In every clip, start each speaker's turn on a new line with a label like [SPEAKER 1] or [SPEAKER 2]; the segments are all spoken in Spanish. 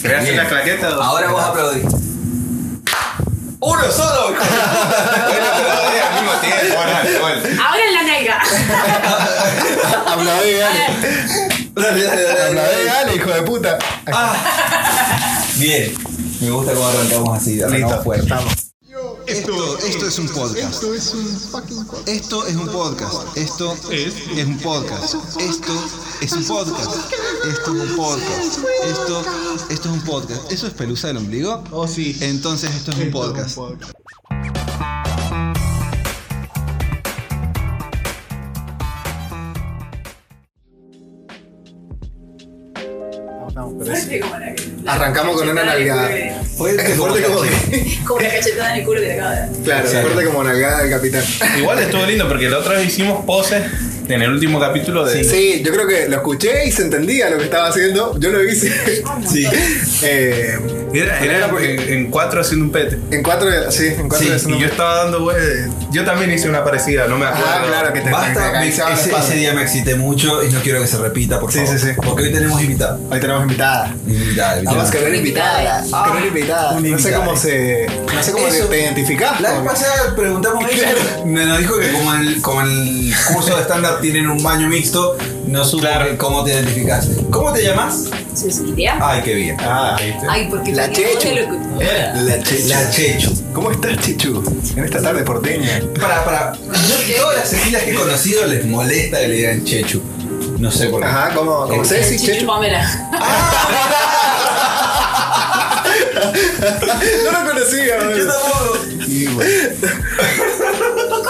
[SPEAKER 1] ¿Querés hacer la claqueta?
[SPEAKER 2] Ahora vos aplaudís. ¡Uno solo! hijo
[SPEAKER 1] Bueno, pero es al mismo tiempo, ahora igual.
[SPEAKER 3] Ahora en la nalga.
[SPEAKER 4] Aplaudí, dale.
[SPEAKER 2] de- Dale, dale, dale,
[SPEAKER 4] Aplaudí,
[SPEAKER 2] dale.
[SPEAKER 4] dale, hijo de puta.
[SPEAKER 2] Ah. Bien. Me gusta cómo arrancamos así, arrancamos fuerte.
[SPEAKER 5] Esto, esto es un podcast. Esto es un fucking podcast. Esto es un podcast. Esto es, un podcast. Esto es un podcast. Esto es un podcast. Esto, esto es un podcast. ¿Eso es pelusa del ombligo?
[SPEAKER 6] Oh, sí.
[SPEAKER 5] Entonces esto es un podcast.
[SPEAKER 3] Fuerte como la que- la
[SPEAKER 4] Arrancamos con una
[SPEAKER 3] cachetada en el
[SPEAKER 4] nalgada.
[SPEAKER 3] culo
[SPEAKER 4] Fuerte, fuerte como que.
[SPEAKER 3] que- Como la cachetada en el culo que te acabo de dar.
[SPEAKER 4] Claro, fuerte como nalgada del capitán.
[SPEAKER 1] Igual estuvo lindo porque la otra vez hicimos poses en el último capítulo de.
[SPEAKER 4] Sí, yo creo que lo escuché y se entendía lo que estaba haciendo. Yo lo hice.
[SPEAKER 1] Sí.
[SPEAKER 4] Eh,
[SPEAKER 1] Era, era en, en cuatro haciendo un pete.
[SPEAKER 4] en cuatro de. Sí, en cuatro
[SPEAKER 1] Sí,
[SPEAKER 4] de.
[SPEAKER 1] y yo estaba dando vueltas. Yo también hice una parecida, no me acuerdo.
[SPEAKER 4] Ah, claro, que te te
[SPEAKER 2] Basta, me-
[SPEAKER 4] acariciaba la
[SPEAKER 2] ese,
[SPEAKER 4] espalda.
[SPEAKER 2] ese día me excité mucho y no quiero que se repita, por
[SPEAKER 4] Sí,
[SPEAKER 2] favor.
[SPEAKER 4] sí, sí.
[SPEAKER 2] Porque hoy tenemos invitada.
[SPEAKER 4] Hoy tenemos invitada.
[SPEAKER 2] Invitada,
[SPEAKER 4] Además,
[SPEAKER 2] invitada.
[SPEAKER 4] que no era invitada.
[SPEAKER 2] Ah,
[SPEAKER 4] Que no era invitada.
[SPEAKER 2] una
[SPEAKER 4] No sé
[SPEAKER 2] invitada.
[SPEAKER 4] cómo se. No sé cómo
[SPEAKER 2] Eso.
[SPEAKER 4] te identificás.
[SPEAKER 2] La vez
[SPEAKER 4] con-
[SPEAKER 2] pasada preguntamos eso. Me nos dijo que como en el, como en el curso de estándar tienen un baño mixto, no supo que- cómo te identificas. ¿Cómo te llamas?
[SPEAKER 3] ¿Se les idea?
[SPEAKER 2] Ay, qué bien.
[SPEAKER 4] Ah,
[SPEAKER 3] Ay, porque
[SPEAKER 4] La
[SPEAKER 3] tenía voz de
[SPEAKER 4] Chechu.
[SPEAKER 3] locutora.
[SPEAKER 4] la Chechu.
[SPEAKER 2] La Chechu.
[SPEAKER 4] ¿Cómo estás, Chichu? En esta tarde porteña.
[SPEAKER 2] Para, para. Yo, todas las cecilas que he conocido les molesta que le digan Chechu. No sé por qué.
[SPEAKER 4] Ajá, como, como
[SPEAKER 2] Eh,
[SPEAKER 4] Ceci,
[SPEAKER 3] Chechu
[SPEAKER 4] Chechu.
[SPEAKER 3] Pamela.
[SPEAKER 2] Ah,
[SPEAKER 4] No lo conocía,
[SPEAKER 2] Yo
[SPEAKER 4] boludo.
[SPEAKER 2] tampoco.
[SPEAKER 4] Y, bueno,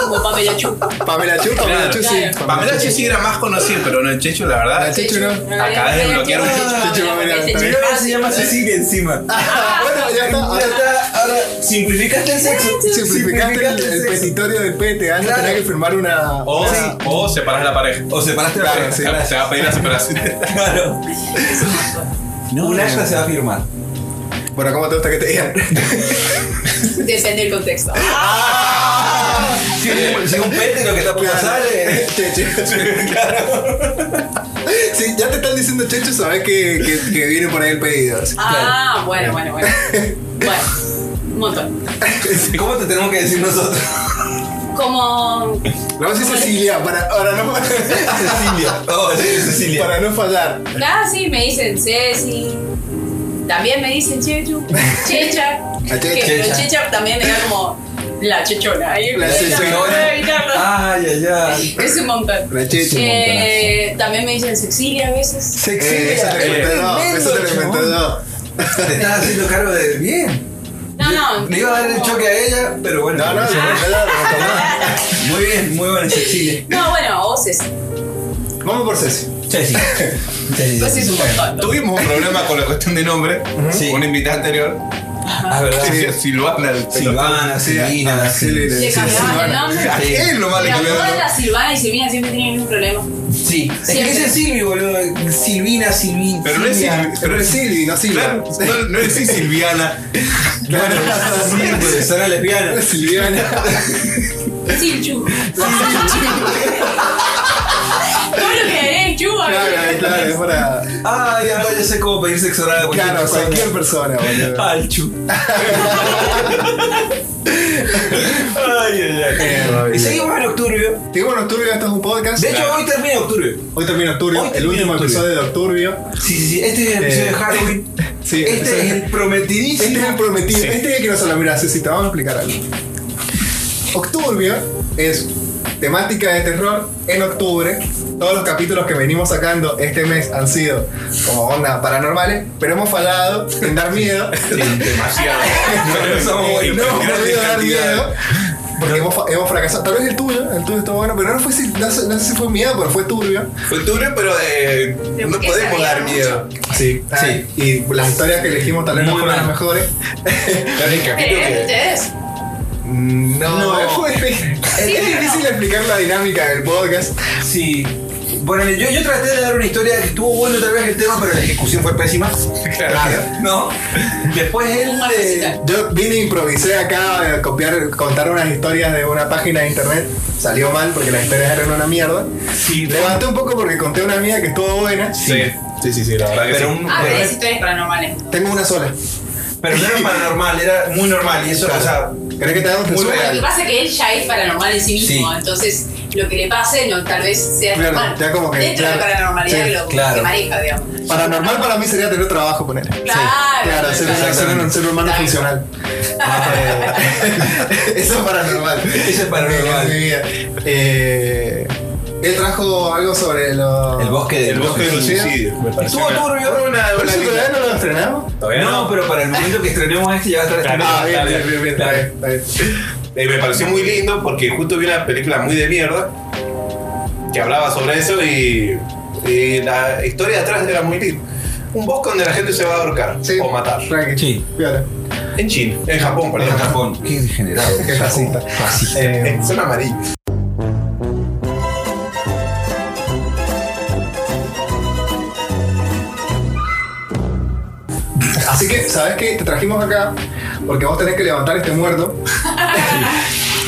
[SPEAKER 3] Como Pamela Chu.
[SPEAKER 4] Pamela Chu, Pamela
[SPEAKER 1] Claro.
[SPEAKER 4] Chu, sí.
[SPEAKER 3] Claro.
[SPEAKER 1] Pamela Che sí era más conocido, pero no el Checho, la verdad.
[SPEAKER 4] La Chechu. no.
[SPEAKER 1] Acabás de bloquear un-
[SPEAKER 4] Chechu Pamela, está
[SPEAKER 3] Chechu
[SPEAKER 4] bien.
[SPEAKER 3] Pamela.
[SPEAKER 2] se llama Cecilia encima.
[SPEAKER 4] Ah, bueno, ya está.
[SPEAKER 2] Ahora,
[SPEAKER 4] Ahora
[SPEAKER 2] ahora, simplificaste el sexo.
[SPEAKER 4] Simplificaste el, el
[SPEAKER 2] sexo.
[SPEAKER 4] petitorio del pete. Antes
[SPEAKER 2] Claro.
[SPEAKER 4] tenía que firmar una.
[SPEAKER 1] O,
[SPEAKER 4] una-
[SPEAKER 1] o separas la pareja.
[SPEAKER 2] O separaste la
[SPEAKER 4] Claro,
[SPEAKER 2] pareja.
[SPEAKER 4] sí.
[SPEAKER 1] Se va- se va a pedir la separación.
[SPEAKER 2] Claro.
[SPEAKER 4] No,
[SPEAKER 2] un
[SPEAKER 4] no.
[SPEAKER 2] acta se va a firmar.
[SPEAKER 4] Bueno, ¿cómo te gusta que te digan?
[SPEAKER 3] Depende del contexto.
[SPEAKER 4] Ah.
[SPEAKER 2] Si si un pete lo que está por pasar es.
[SPEAKER 4] Checho. Sí, ya te están diciendo Checho, sabes que, que, que viene por ahí el pedido.
[SPEAKER 3] Ah, bueno, bueno, bueno. Bueno, un montón.
[SPEAKER 2] ¿Cómo te tenemos que decir nosotros?
[SPEAKER 3] Como.
[SPEAKER 4] Vamos a decir Cecilia para, para, no,
[SPEAKER 2] Cecilia. Oh, sí, Cecilia.
[SPEAKER 4] para no fallar.
[SPEAKER 3] Ah, sí, me dicen Ceci. También me dicen Chechu. Checha.
[SPEAKER 4] La
[SPEAKER 3] Que,
[SPEAKER 4] Checha.
[SPEAKER 3] pero Checha también me da como la chechona. Ahí
[SPEAKER 4] La
[SPEAKER 3] me da
[SPEAKER 4] chechona.
[SPEAKER 3] como para evitarlo.
[SPEAKER 2] Ah, Ay, ay, ay.
[SPEAKER 3] Es un montón.
[SPEAKER 4] La Checho.
[SPEAKER 3] Eh, también me dicen Cecilia a veces.
[SPEAKER 4] Eh, eso te lo
[SPEAKER 1] eh,
[SPEAKER 4] inventé yo, eso te lo inventé yo.
[SPEAKER 2] Te estás haciendo cargo de. Bien.
[SPEAKER 3] No, no.
[SPEAKER 2] Le iba a dar el choque a ella, pero bueno.
[SPEAKER 4] No, no, se me inventé yo.
[SPEAKER 2] Muy bien, muy buena Cecilia.
[SPEAKER 3] No, bueno, o Ceci.
[SPEAKER 4] Vamos por Ceci.
[SPEAKER 2] Ceci. Ceci.
[SPEAKER 3] Ceci Pues es un montón. ¿no?
[SPEAKER 1] Tuvimos un problema con la cuestión de nombre.
[SPEAKER 2] Sí.
[SPEAKER 1] Una invitada anterior.
[SPEAKER 2] Ah, verdad.
[SPEAKER 1] Sí, Silvana. el
[SPEAKER 2] Silvana, Silvina,
[SPEAKER 4] Sí, le-
[SPEAKER 2] sí.
[SPEAKER 3] Le cambiaban el nombre.
[SPEAKER 1] pelotudo. ¿Qué es lo malo
[SPEAKER 3] Mira,
[SPEAKER 1] que le
[SPEAKER 3] todas
[SPEAKER 1] da?
[SPEAKER 3] las Silvana y Silvina siempre tienen el mismo problema.
[SPEAKER 2] Sí. Es que ese es Silvi, boludo. Silvina, Silvina.
[SPEAKER 1] Pero no es Silvina.
[SPEAKER 4] Pero es Silvi, no Silvia.
[SPEAKER 1] Claro, no, no es Silviana.
[SPEAKER 4] Claro,
[SPEAKER 2] Profesora lesbiana.
[SPEAKER 4] Silviana.
[SPEAKER 3] Silchu. Todo lo que haré, Chu. a ver.
[SPEAKER 4] Claro, claro, es para.
[SPEAKER 2] Ay, ahora ya sé cómo pedir sexo oral. a cualquier
[SPEAKER 4] Claro,
[SPEAKER 2] persona.
[SPEAKER 4] cualquier persona, boludo.
[SPEAKER 2] Al chu. ay, ay, ay.
[SPEAKER 4] Eh, Ay,
[SPEAKER 2] Y seguimos en Octurbio.
[SPEAKER 4] Y bueno, Octurbio, esto es un podcast.
[SPEAKER 2] De hecho, hoy termina Octurbio.
[SPEAKER 4] hoy termina Octurbio,
[SPEAKER 2] hoy
[SPEAKER 4] el
[SPEAKER 2] termina
[SPEAKER 4] último
[SPEAKER 2] Octurbio.
[SPEAKER 4] episodio de Octurbio.
[SPEAKER 2] Sí, sí, sí. Este es el
[SPEAKER 4] Eh,
[SPEAKER 2] episodio de Halloween.
[SPEAKER 4] sí,
[SPEAKER 2] este es
[SPEAKER 4] episodio-
[SPEAKER 2] el prometidísimo.
[SPEAKER 4] Este es el prometido.
[SPEAKER 1] Sí.
[SPEAKER 4] Este es el que nos habla. Mira, Ceci, te vamos a explicar algo. Octurbio es temática de terror en octubre. Todos los capítulos que venimos sacando este mes han sido como onda paranormales, pero hemos fallado en dar miedo.
[SPEAKER 1] Demasiado.
[SPEAKER 2] No, no somos
[SPEAKER 4] Eh,
[SPEAKER 2] buenos.
[SPEAKER 4] no hemos
[SPEAKER 1] grandes
[SPEAKER 4] podido dar
[SPEAKER 1] cantidades.
[SPEAKER 4] miedo. Porque hemos, fa- hemos fracasado. Tal vez el tuyo, el tuyo estuvo bueno, pero no, fue, si- no, sé, no sé si fue miedo, pero fue turbio.
[SPEAKER 1] Fue turbio, pero eh,
[SPEAKER 3] Pero
[SPEAKER 1] no
[SPEAKER 3] porque
[SPEAKER 1] podemos
[SPEAKER 3] sabía
[SPEAKER 1] dar
[SPEAKER 3] mucho.
[SPEAKER 1] miedo.
[SPEAKER 4] Sí,
[SPEAKER 2] sí.
[SPEAKER 4] Y las historias que elegimos tal vez no
[SPEAKER 2] Muy
[SPEAKER 4] fueron las
[SPEAKER 2] mal.
[SPEAKER 4] mejores.
[SPEAKER 3] Pero eran ustedes.
[SPEAKER 4] No, fue- es
[SPEAKER 3] pero no.
[SPEAKER 4] difícil explicar la dinámica del podcast.
[SPEAKER 2] Sí. Bueno, yo, yo traté de dar una historia que estuvo bueno tal vez el tema, pero la ejecución fue pésima.
[SPEAKER 4] Claro.
[SPEAKER 2] No. Después él.
[SPEAKER 3] Un mal
[SPEAKER 2] eh,
[SPEAKER 3] recital.
[SPEAKER 4] Yo vine e improvisé acá a copiar, contar unas historias de una página de internet. Salió mal porque las historias eran una mierda.
[SPEAKER 2] sí,
[SPEAKER 4] Levanté un poco porque conté una mía que estuvo buena.
[SPEAKER 1] Sí. Sí, sí, sí, la verdad que
[SPEAKER 2] Pero,
[SPEAKER 1] sí.
[SPEAKER 2] un,
[SPEAKER 3] Ah, pero
[SPEAKER 2] pero-
[SPEAKER 3] es historias paranormales.
[SPEAKER 4] Tengo una sola.
[SPEAKER 2] pero no era paranormal, era muy normal. Y eso, o sea,
[SPEAKER 4] ¿Crees que te hagamos
[SPEAKER 2] Muy
[SPEAKER 4] resumen?
[SPEAKER 3] Lo que pasa es que él ya es paranormal en sí mismo,
[SPEAKER 2] Sí.
[SPEAKER 3] entonces lo que le pase no, tal vez sea
[SPEAKER 4] Claro,
[SPEAKER 3] normal.
[SPEAKER 4] ya como que,
[SPEAKER 3] Dentro de la
[SPEAKER 4] claro,
[SPEAKER 3] paranormalidad
[SPEAKER 4] sí,
[SPEAKER 3] que lo
[SPEAKER 2] claro.
[SPEAKER 3] que maneja, digamos.
[SPEAKER 4] Paranormal para mí sería tener trabajo con él.
[SPEAKER 3] Claro,
[SPEAKER 4] Claro, ser,
[SPEAKER 3] claro.
[SPEAKER 4] ser- ser un ser humano
[SPEAKER 3] Claro.
[SPEAKER 4] funcional. Eh, eso es paranormal.
[SPEAKER 2] Eso es paranormal.
[SPEAKER 4] Es mi vida. Eh, él trajo algo sobre los.
[SPEAKER 2] el bosque de
[SPEAKER 1] El bosque de los suicidios, me parece.
[SPEAKER 2] Estuvo
[SPEAKER 1] que-
[SPEAKER 2] turbio, pero una-
[SPEAKER 4] Pero
[SPEAKER 2] una
[SPEAKER 4] eso
[SPEAKER 2] linda.
[SPEAKER 4] todavía no lo estrenamos.
[SPEAKER 1] Todavía
[SPEAKER 2] no,
[SPEAKER 1] no.
[SPEAKER 2] pero para el momento que estrenemos este ya va a estar
[SPEAKER 1] Claro.
[SPEAKER 2] estrenado.
[SPEAKER 4] Ah, bien, bien, bien, bien, está
[SPEAKER 2] Claro.
[SPEAKER 4] bien, está bien.
[SPEAKER 1] Eh, me pareció muy lindo porque justo vi una película muy de mierda que hablaba sobre eso y, y la historia de atrás era muy linda. Un bosque donde la gente se va a ahorcar
[SPEAKER 4] Sí.
[SPEAKER 1] o matar.
[SPEAKER 4] Tranqui.
[SPEAKER 2] Sí.
[SPEAKER 4] Viola.
[SPEAKER 1] En China, en Japón,
[SPEAKER 2] Perdón,
[SPEAKER 1] perdón.
[SPEAKER 2] Japón. Qué degenerado.
[SPEAKER 4] Qué fascista.
[SPEAKER 2] Fascista.
[SPEAKER 4] Eh,
[SPEAKER 1] Son amarillos.
[SPEAKER 4] Así que, ¿sabes qué? Te trajimos acá porque vos tenés que levantar este muerto.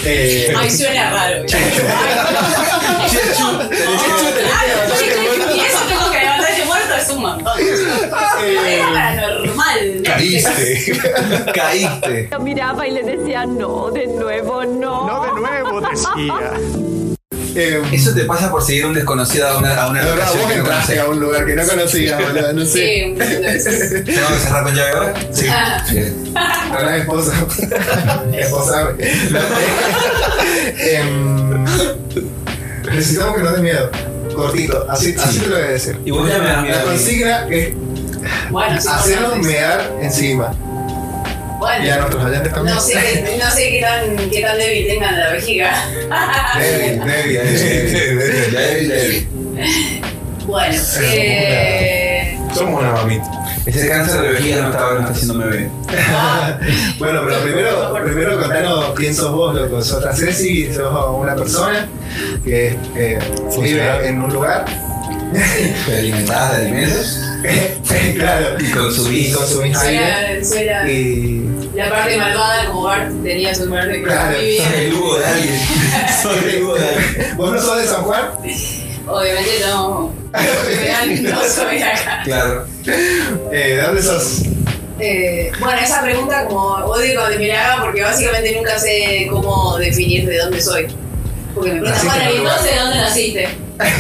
[SPEAKER 4] Eh,
[SPEAKER 3] Ay, suena raro. Ay,
[SPEAKER 2] Chechu, tenés que-
[SPEAKER 3] ay, y eso tengo que levantar ese muerto es un montón.
[SPEAKER 4] eh,
[SPEAKER 3] Era paranormal.
[SPEAKER 1] Caíste.
[SPEAKER 2] Caíste.
[SPEAKER 6] Lo miraba y le decía, no, de nuevo, no.
[SPEAKER 7] No de nuevo, decía.
[SPEAKER 4] eh,
[SPEAKER 2] Eso te pasa por seguir un desconocido a una, a una
[SPEAKER 4] la verdad,
[SPEAKER 2] locación
[SPEAKER 4] vos
[SPEAKER 2] que no
[SPEAKER 4] entraste
[SPEAKER 2] conoces.
[SPEAKER 4] a un lugar que no conocías, boludo, no sé.
[SPEAKER 3] Sí, un montón de veces.
[SPEAKER 2] ¿Tengo que cerrar con llave ahora? Sí.
[SPEAKER 4] A la esposa. esposa. Em, necesitamos que no des miedo. Cortito, así, así te lo voy a decir.
[SPEAKER 2] Y vos ya me das miedo
[SPEAKER 4] La
[SPEAKER 2] a mí.
[SPEAKER 4] consigna es
[SPEAKER 3] Bueno, sí,
[SPEAKER 4] hacernos
[SPEAKER 3] bueno, sí.
[SPEAKER 4] mear encima. Y a
[SPEAKER 3] Bueno,
[SPEAKER 4] nuestros oyentes también.
[SPEAKER 3] no sé, no sé qué tan, qué tan débil tengan la vejiga.
[SPEAKER 4] Débil, débil, débil, débil.
[SPEAKER 2] Débil, débil.
[SPEAKER 3] Bueno, eh.
[SPEAKER 1] Somos una mamita.
[SPEAKER 2] Ese cáncer de vejiga no estaba no está haciéndome bebé.
[SPEAKER 3] ah,
[SPEAKER 4] Bueno, pero primero, primero contanos quién sos vos, loco. Sos la Ceci, sos una persona que eh, vive en un lugar.
[SPEAKER 2] Pero alimentada de alimentos
[SPEAKER 4] claro.
[SPEAKER 2] y consumís.
[SPEAKER 4] Y consumís
[SPEAKER 3] soy
[SPEAKER 4] aire.
[SPEAKER 3] la, soy la,
[SPEAKER 4] Y.
[SPEAKER 3] la parte malvada como Bart tenía su parte
[SPEAKER 4] Claro.
[SPEAKER 2] Soy el Hugo de alguien. Soy el Hugo de alguien.
[SPEAKER 4] ¿Vos no sos de San Juan?
[SPEAKER 3] Obviamente no. No soy de acá.
[SPEAKER 2] Claro.
[SPEAKER 4] Eh, ¿De dónde sos?
[SPEAKER 3] Eh, bueno, esa pregunta como odio cuando me la hagan porque básicamente nunca sé cómo definir de dónde soy. Porque me preguntan,
[SPEAKER 4] Naciste en un
[SPEAKER 3] bueno, ¿y
[SPEAKER 4] lugar".
[SPEAKER 3] entonces de dónde naciste?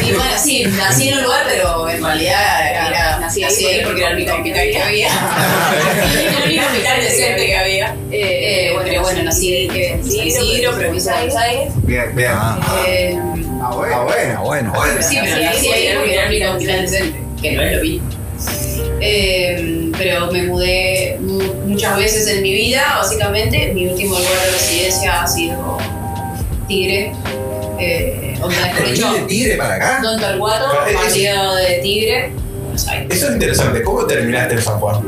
[SPEAKER 3] Y bueno, sí, nací en un lugar, pero en realidad era, nací, ahí porque era el único hospital que había. el único hospital decente que había. Eh, eh, bueno, pero bueno, nací en San Isidro, provincia de Buenos Aires.
[SPEAKER 4] Bien, bien. Ah,
[SPEAKER 3] Eh,
[SPEAKER 4] bueno. Ah, bueno.
[SPEAKER 2] bueno. Bueno.
[SPEAKER 3] sí, pero nací ahí porque era el único hospital decente, que no es lo vi. Eh, pero me mudé mu- muchas veces en mi vida, básicamente. Mi último lugar de residencia ha sido Tigre. Eh, onda, de hecho,
[SPEAKER 2] de tigre para acá?
[SPEAKER 3] Don Torcuato,
[SPEAKER 1] Pero es-
[SPEAKER 3] partido de Tigre. Buenos Aires.
[SPEAKER 1] Eso es interesante. ¿Cómo terminaste en San Juan?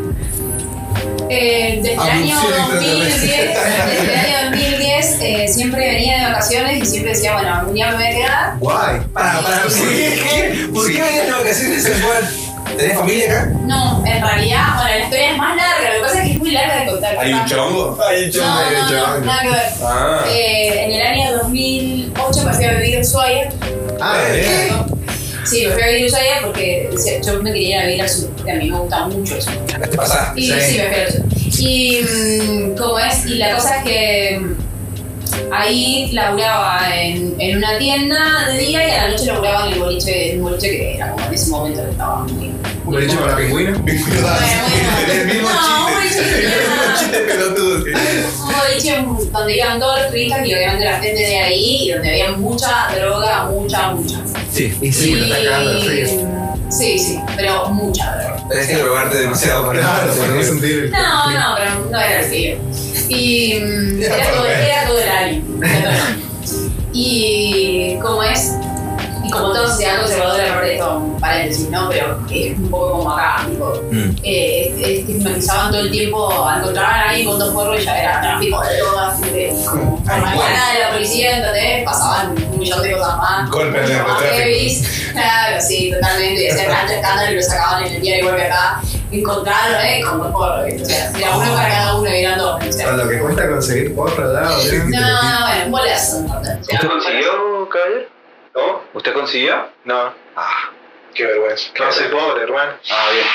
[SPEAKER 3] Eh, desde el año
[SPEAKER 2] Abducción
[SPEAKER 3] 2010, desde el año 2010 eh, siempre venía de vacaciones y siempre decía, bueno, algún día me voy a quedar.
[SPEAKER 4] Guay.
[SPEAKER 2] Para, para, ¿por qué? ¿Por qué venías de vacaciones en San Juan? ¿Tenés familia acá?
[SPEAKER 3] No, en realidad, bueno, la historia es más larga, lo que pasa es que es muy larga de contar.
[SPEAKER 1] ¿Hay un
[SPEAKER 3] ¿verdad?
[SPEAKER 1] chongo?
[SPEAKER 4] Ay, yo
[SPEAKER 3] No, no, no, nada que ver.
[SPEAKER 1] Ah.
[SPEAKER 3] Eh, en el año 2008 me fui a vivir a Ushuaia. Eh,
[SPEAKER 4] Ah, bien.
[SPEAKER 3] Sí, me fui a vivir a Ushuaia porque se- yo me quería ir a vivir al sur, porque a mí me gusta mucho el sur.
[SPEAKER 2] Te pasaste.
[SPEAKER 3] Y sí, me fui al sur. Y mm, cómo es, y la cosa es que mm, ahí laburaba en, en una tienda de día y a la noche laburaba en el boliche, en un boliche que era como en ese momento que estaba muy...
[SPEAKER 4] ¿Un boliche para pingüinos?
[SPEAKER 1] El mismo
[SPEAKER 3] No, un boliche de mierda.
[SPEAKER 1] chiste pelotudo.
[SPEAKER 3] un boliche donde iban todos los ricas y obviamente la gente de ahí y donde había mucha droga, mucha, mucha.
[SPEAKER 2] Sí.
[SPEAKER 4] Y sí, lo está cagando de frío.
[SPEAKER 3] Sí, sí, pero mucha droga.
[SPEAKER 2] Tenés que drogarte demasiado para
[SPEAKER 4] Claro, para no
[SPEAKER 2] porque-
[SPEAKER 4] sentir el.
[SPEAKER 3] No, no, pero no era el frío. Y mm,
[SPEAKER 2] Era
[SPEAKER 3] era
[SPEAKER 2] para
[SPEAKER 3] todo,
[SPEAKER 2] ver.
[SPEAKER 3] era todo el año. Y como es, y como todo sociedad conservadora, aparte esto, un paréntesis, ¿no? Pero es un poco como acá, tipo,
[SPEAKER 2] Mm.
[SPEAKER 3] eh, est- estigmatizaban todo el tiempo, al encontraban ahí con dos porros y ya era tráfico de drogas, eh, como
[SPEAKER 2] Ay, guay.
[SPEAKER 3] nada de la policía, ¿entendés? Pasaban un millón de cosas más.
[SPEAKER 1] Golpes de
[SPEAKER 3] mucho más
[SPEAKER 1] narcotráfico.
[SPEAKER 3] heavies. Claro, sí, totalmente. Y hacían tanto escándalo y lo sacaban en el diario igual que acá. Encontraron, ¿eh? Con dos porros. ¿viste? O sea, era uno para cada uno y eran dos. ¿viste?
[SPEAKER 4] Para lo que cuesta conseguir porro al lado.
[SPEAKER 3] No, no, bueno, un bolazo. ¿entendés?
[SPEAKER 8] ¿Usted consiguió caer? ¿No? ¿Usted consiguió? No. Ah,
[SPEAKER 1] Qué vergüenza.
[SPEAKER 7] No soy pobre, hermano.
[SPEAKER 1] Ah, bien.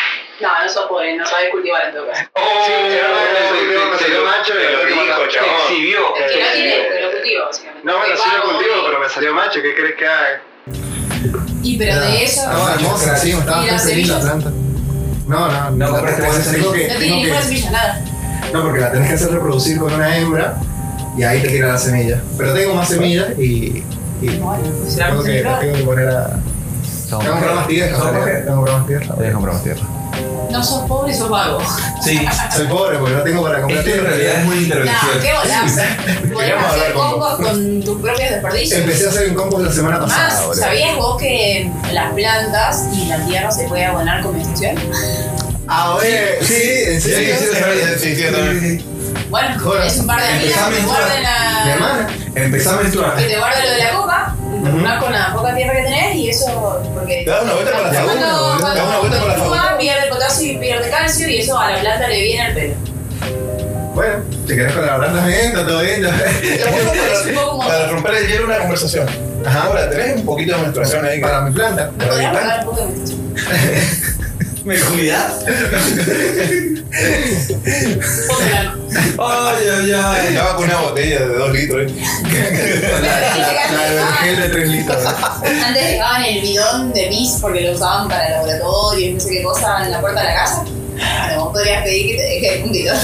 [SPEAKER 3] No, no sos pobre, no sabes cultivar en todo caso.
[SPEAKER 7] Oh,
[SPEAKER 1] Sí, era verdad,
[SPEAKER 7] se-
[SPEAKER 1] ese video me
[SPEAKER 7] se-
[SPEAKER 1] salió
[SPEAKER 7] se-
[SPEAKER 1] macho y
[SPEAKER 7] se
[SPEAKER 1] lo dijo,
[SPEAKER 7] mataron.
[SPEAKER 1] chabón.
[SPEAKER 7] Exhibió.
[SPEAKER 3] El que no
[SPEAKER 7] Eh,
[SPEAKER 3] tiene, lo cultiva, básicamente. eh.
[SPEAKER 7] No, bueno, sí lo
[SPEAKER 3] Vago,
[SPEAKER 7] cultivo,
[SPEAKER 3] y-
[SPEAKER 7] pero me salió macho. ¿Qué crees que haga?
[SPEAKER 3] Y pero de eso.
[SPEAKER 4] Estaba hermosa, sí, me estaba
[SPEAKER 3] ¿Y las
[SPEAKER 4] bastante bien la
[SPEAKER 3] semillas?
[SPEAKER 4] planta. No, no, no, la
[SPEAKER 2] compraste
[SPEAKER 4] tengo
[SPEAKER 2] buenas
[SPEAKER 4] que- tengo que-
[SPEAKER 3] No tiene ninguna semilla, nada.
[SPEAKER 4] No, porque la tenés que hacer reproducir con una hembra y ahí te tira la semilla. Pero tengo más semillas y. y
[SPEAKER 3] Bueno, pues será
[SPEAKER 4] tengo, que, las
[SPEAKER 3] cultivar.
[SPEAKER 4] tengo que poner a. Tengo que comprar más
[SPEAKER 2] Son
[SPEAKER 4] tierra, en realidad.
[SPEAKER 2] mujeres.
[SPEAKER 4] Tengo que comprar más tierra.
[SPEAKER 2] Debes comprar más tierra.
[SPEAKER 3] No sos pobre, sos vago.
[SPEAKER 2] Sí.
[SPEAKER 4] Soy pobre porque no tengo para comprar
[SPEAKER 2] Esto en
[SPEAKER 4] tierra.
[SPEAKER 2] realidad es una
[SPEAKER 3] No,
[SPEAKER 2] intervención.
[SPEAKER 3] qué bolazo.
[SPEAKER 4] Queríamos
[SPEAKER 3] Podés
[SPEAKER 4] hablar
[SPEAKER 3] hacer
[SPEAKER 4] con
[SPEAKER 3] congos con tus propios desperdicios.
[SPEAKER 4] Empecé a hacer en compost la semana pasada,
[SPEAKER 3] Más,
[SPEAKER 4] boludo.
[SPEAKER 3] ¿sabías vos que las plantas y la tierra se puede abonar con menstruación?
[SPEAKER 4] Ah, oye, sí, en
[SPEAKER 2] Sí,
[SPEAKER 4] serio.
[SPEAKER 2] sí, lo sabía.
[SPEAKER 1] Sí, sí, yo también.
[SPEAKER 2] Sí, sí.
[SPEAKER 3] Bueno,
[SPEAKER 4] Joder,
[SPEAKER 3] es un par de
[SPEAKER 2] empezá
[SPEAKER 3] amigas
[SPEAKER 2] a
[SPEAKER 3] que te
[SPEAKER 2] menstruar.
[SPEAKER 3] guarden
[SPEAKER 4] Mi
[SPEAKER 3] la.
[SPEAKER 4] hermana.
[SPEAKER 2] Empezá a menstruar.
[SPEAKER 3] Que te guarden lo de la coca, y te
[SPEAKER 4] Ujú.
[SPEAKER 3] juntás con la poca tierra que tenés y eso. Porque
[SPEAKER 1] Te das una vuelta con la
[SPEAKER 3] Cuando-
[SPEAKER 1] faguna, boludo. Te das una
[SPEAKER 3] Cuando
[SPEAKER 1] vuelta con la
[SPEAKER 3] menstrua,
[SPEAKER 1] faguna.
[SPEAKER 3] pierde potasio y pierde calcio y eso a la planta le viene al pelo.
[SPEAKER 4] Bueno, si querés colaborar también, está todo bien.
[SPEAKER 1] Es bueno para, para romper el hielo una conversación.
[SPEAKER 4] Ajá.
[SPEAKER 1] Ahora, tenés un poquito de menstruación ahí.
[SPEAKER 4] Para mi planta.
[SPEAKER 3] ¿Me podrías guardar un poco de menstruación?
[SPEAKER 2] ¿Me cuidás?
[SPEAKER 3] Poco blanco.
[SPEAKER 2] Ay, ay, ay.
[SPEAKER 1] Estaba con una botella de 2 litros. ¿eh?
[SPEAKER 4] La, la, la del gel de 3 litros.
[SPEAKER 3] Antes dejaban el bidón de bis porque lo usaban para laboratorios, no sé qué cosa, en la puerta de la casa. Bueno, vos podrías pedir que te deje un bidón.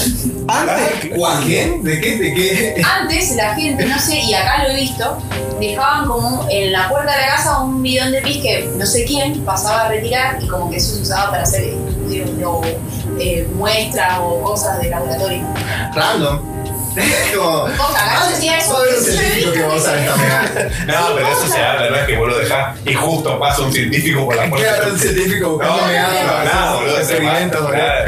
[SPEAKER 2] Antes,
[SPEAKER 4] ¿A
[SPEAKER 2] ¿cuándo?
[SPEAKER 4] quién? ¿De qué? ¿De qué?
[SPEAKER 3] Antes la gente, no sé, y acá lo he visto, dejaban como en la puerta de la casa un bidón de pis que no sé quién pasaba a retirar y como que eso se usaba para hacer estudios o eh, muestras o cosas de laboratorio.
[SPEAKER 4] Random. Como.
[SPEAKER 3] Vos acá yo decía eso,
[SPEAKER 4] Todo
[SPEAKER 3] porque
[SPEAKER 4] el
[SPEAKER 3] siempre he
[SPEAKER 4] científico
[SPEAKER 3] visto
[SPEAKER 4] que vos sabés
[SPEAKER 3] eso.
[SPEAKER 4] también.
[SPEAKER 1] No, pero eso se da, la verdad es que vos lo dejás y justo pasa un científico por la
[SPEAKER 4] Queda
[SPEAKER 1] puerta.
[SPEAKER 4] un científico
[SPEAKER 1] No,
[SPEAKER 4] buscando
[SPEAKER 1] no,
[SPEAKER 4] meado para
[SPEAKER 1] nada,
[SPEAKER 4] hacer
[SPEAKER 1] boludo. se
[SPEAKER 4] experimentos,
[SPEAKER 1] va,
[SPEAKER 4] boludo.
[SPEAKER 1] nada.